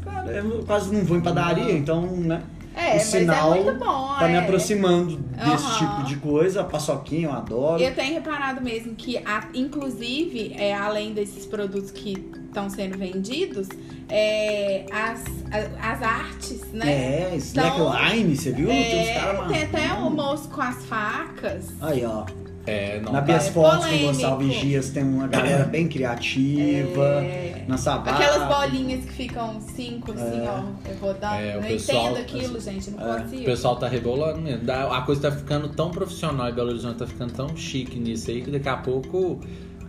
[SPEAKER 4] Cara, eu quase não vou em padaria, então, né?
[SPEAKER 3] é,
[SPEAKER 4] O
[SPEAKER 3] mas
[SPEAKER 4] sinal
[SPEAKER 3] é muito bom.
[SPEAKER 4] Tá me
[SPEAKER 3] é.
[SPEAKER 4] aproximando desse
[SPEAKER 3] Aham.
[SPEAKER 4] tipo de coisa. A paçoquinha eu adoro.
[SPEAKER 3] Eu tenho reparado mesmo que, a- inclusive, é, além desses produtos que estão sendo vendidos, é, as, a- as artes, né?
[SPEAKER 4] É, slackline, você viu?
[SPEAKER 3] É,
[SPEAKER 4] tem uns caras amarrando.
[SPEAKER 3] tem até um o moço com as facas.
[SPEAKER 4] Aí, ó.
[SPEAKER 2] É, não.
[SPEAKER 4] na
[SPEAKER 2] dá.
[SPEAKER 4] Bias
[SPEAKER 3] é
[SPEAKER 4] Fortes com
[SPEAKER 3] polêmico.
[SPEAKER 4] Gonçalves Dias tem uma
[SPEAKER 2] É.
[SPEAKER 4] galera bem criativa.
[SPEAKER 3] É,
[SPEAKER 4] Na Sabá.
[SPEAKER 3] Aquelas bolinhas que ficam cinco,
[SPEAKER 4] É.
[SPEAKER 3] assim, ó. Eu vou dar.
[SPEAKER 2] É, o
[SPEAKER 3] não
[SPEAKER 2] pessoal-
[SPEAKER 3] entendo aquilo, gente. Não
[SPEAKER 2] O
[SPEAKER 3] consigo.
[SPEAKER 2] pessoal tá rebolando mesmo. Dá- A coisa tá ficando tão profissional e Belo Horizonte tá ficando tão chique nisso aí que daqui a pouco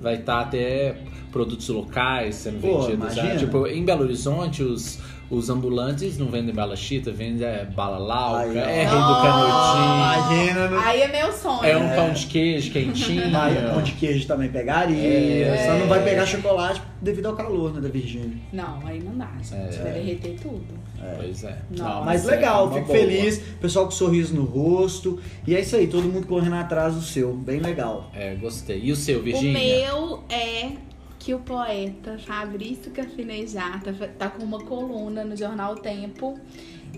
[SPEAKER 2] vai estar até produtos locais sendo
[SPEAKER 4] Pô,
[SPEAKER 2] vendidos.
[SPEAKER 4] imagina.
[SPEAKER 2] Tipo, em Belo Horizonte, os, os ambulantes não vendem bala chita, vendem é, bala
[SPEAKER 4] Aí,
[SPEAKER 2] lauca,
[SPEAKER 4] ó.
[SPEAKER 2] é rei do
[SPEAKER 3] Nossa!
[SPEAKER 2] canudinho.
[SPEAKER 4] Imagina, né?
[SPEAKER 3] Aí é meu sonho.
[SPEAKER 2] É um pão de queijo quentinho.
[SPEAKER 4] Aí, o pão de queijo também pegaria.
[SPEAKER 2] É.
[SPEAKER 4] Só não vai pegar chocolate devido ao calor, né, da Virgínia.
[SPEAKER 3] Não, aí não dá,
[SPEAKER 2] É.
[SPEAKER 3] gente. Vai derreter tudo.
[SPEAKER 2] Pois é.
[SPEAKER 3] Não,
[SPEAKER 4] Mas
[SPEAKER 2] é
[SPEAKER 4] legal,
[SPEAKER 2] uma
[SPEAKER 4] fico
[SPEAKER 2] boa.
[SPEAKER 4] feliz. Pessoal com sorriso no rosto. E é isso aí, todo mundo correndo atrás do seu. Bem legal.
[SPEAKER 2] É, gostei. E o seu,
[SPEAKER 3] O
[SPEAKER 2] Virgínia?
[SPEAKER 3] meu é que o poeta Fabrício Cafinejar tá, fa- tá com uma coluna no jornal O Tempo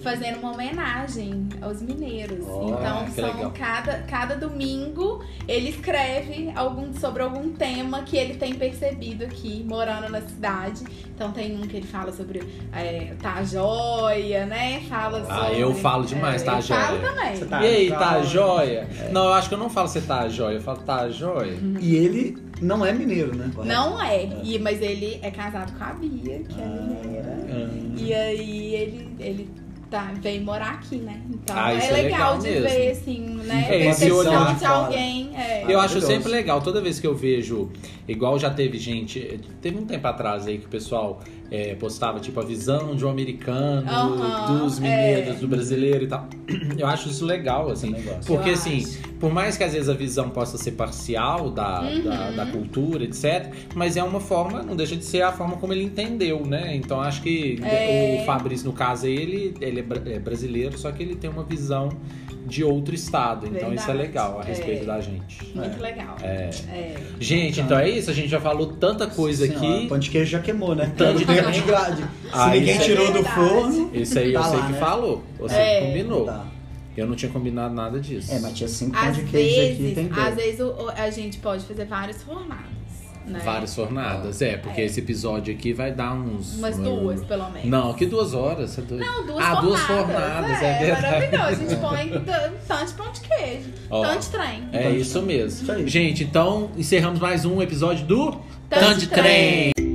[SPEAKER 3] fazendo uma homenagem aos mineiros.
[SPEAKER 2] Ó,
[SPEAKER 3] então
[SPEAKER 2] que
[SPEAKER 3] são
[SPEAKER 2] legal.
[SPEAKER 3] cada, cada domingo ele escreve algum, sobre algum tema que ele tem percebido aqui morando na cidade. Então tem um que ele fala sobre é, tá joia, né? Fala
[SPEAKER 2] Ah,
[SPEAKER 3] sobre- é,
[SPEAKER 2] eu falo demais, tá
[SPEAKER 3] eu Falo
[SPEAKER 2] joia.
[SPEAKER 3] também.
[SPEAKER 4] Você tá-
[SPEAKER 2] e aí, tá
[SPEAKER 4] tá-
[SPEAKER 2] jóia? Não, eu acho que eu não falo você tá jóia, eu falo tá jóia.
[SPEAKER 4] E ele não é mineiro, né? Correto?
[SPEAKER 3] Não é, E, mas ele é casado com a Bia, que
[SPEAKER 2] Ah,
[SPEAKER 3] é mineira.
[SPEAKER 2] Hum.
[SPEAKER 3] E aí ele, ele tá, veio morar aqui, né? Então
[SPEAKER 2] Ah, isso
[SPEAKER 3] é
[SPEAKER 2] é
[SPEAKER 3] legal
[SPEAKER 2] legal
[SPEAKER 3] de
[SPEAKER 2] mesmo.
[SPEAKER 3] ver, assim, né?
[SPEAKER 2] É, esse
[SPEAKER 3] Percepção
[SPEAKER 2] olhar
[SPEAKER 3] de
[SPEAKER 4] de fora.
[SPEAKER 3] alguém. É.
[SPEAKER 2] Eu acho
[SPEAKER 4] Maravilhoso.
[SPEAKER 2] sempre legal, toda vez que eu vejo, igual já teve gente, teve um tempo atrás aí que o pessoal eh, postava tipo a visão de um americano,
[SPEAKER 3] Aham,
[SPEAKER 2] dos mineiros, do brasileiro e tal. <clears throat> Eu acho isso legal, assim.
[SPEAKER 4] Negócio.
[SPEAKER 2] Porque
[SPEAKER 3] Eu
[SPEAKER 2] assim, por mais que às vezes a visão possa ser parcial da,
[SPEAKER 3] Uhum.
[SPEAKER 2] da, da cultura, etc., mas é uma forma, não deixa de ser a forma como ele entendeu, né? Então acho que
[SPEAKER 3] É.
[SPEAKER 2] o Fabrício, no caso, ele, ele é bra- é brasileiro, só que ele tem uma visão de outro estado. Então isso é
[SPEAKER 3] Verdade.
[SPEAKER 2] legal a
[SPEAKER 3] É.
[SPEAKER 2] respeito da gente.
[SPEAKER 3] Muito legal. É.
[SPEAKER 2] Gente, então é isso. A gente já falou tanta coisa
[SPEAKER 4] Senhora, O
[SPEAKER 2] aqui.
[SPEAKER 4] pão de queijo já queimou, né?
[SPEAKER 2] Tanto
[SPEAKER 4] Era o
[SPEAKER 2] de-
[SPEAKER 4] tempo de gra- de- Se
[SPEAKER 2] Ah,
[SPEAKER 4] ninguém
[SPEAKER 2] isso é
[SPEAKER 4] tirou do
[SPEAKER 3] verdade.
[SPEAKER 4] forno.
[SPEAKER 2] Isso aí eu
[SPEAKER 4] Tá
[SPEAKER 2] sei
[SPEAKER 4] lá,
[SPEAKER 2] que
[SPEAKER 4] né?
[SPEAKER 2] falou. Você
[SPEAKER 3] É.
[SPEAKER 2] que combinou.
[SPEAKER 4] Tá.
[SPEAKER 2] Eu não tinha combinado nada disso.
[SPEAKER 4] É, mas tinha cinco pão
[SPEAKER 3] Às
[SPEAKER 4] de queijo aqui,
[SPEAKER 3] vezes,
[SPEAKER 4] tem dois.
[SPEAKER 3] às vezes o- o- a gente pode fazer vários formatos, né?
[SPEAKER 2] Várias jornadas, é, porque esse episódio aqui vai dar uns.
[SPEAKER 4] Hum.
[SPEAKER 3] Umas duas, pelo menos.
[SPEAKER 2] Não, que duas horas? Você é doido?
[SPEAKER 3] Não, duas
[SPEAKER 2] Ah,
[SPEAKER 3] formadas.
[SPEAKER 2] duas formadas, é verdade.
[SPEAKER 3] maravilhoso. A gente
[SPEAKER 2] <laughs>
[SPEAKER 3] põe t- tanto de pão de queijo,
[SPEAKER 2] Ó,
[SPEAKER 3] tanto de trem.
[SPEAKER 2] É isso mesmo.
[SPEAKER 4] Isso aí.
[SPEAKER 2] Gente, então encerramos mais um episódio do
[SPEAKER 3] Tanto de trem.
[SPEAKER 2] trem.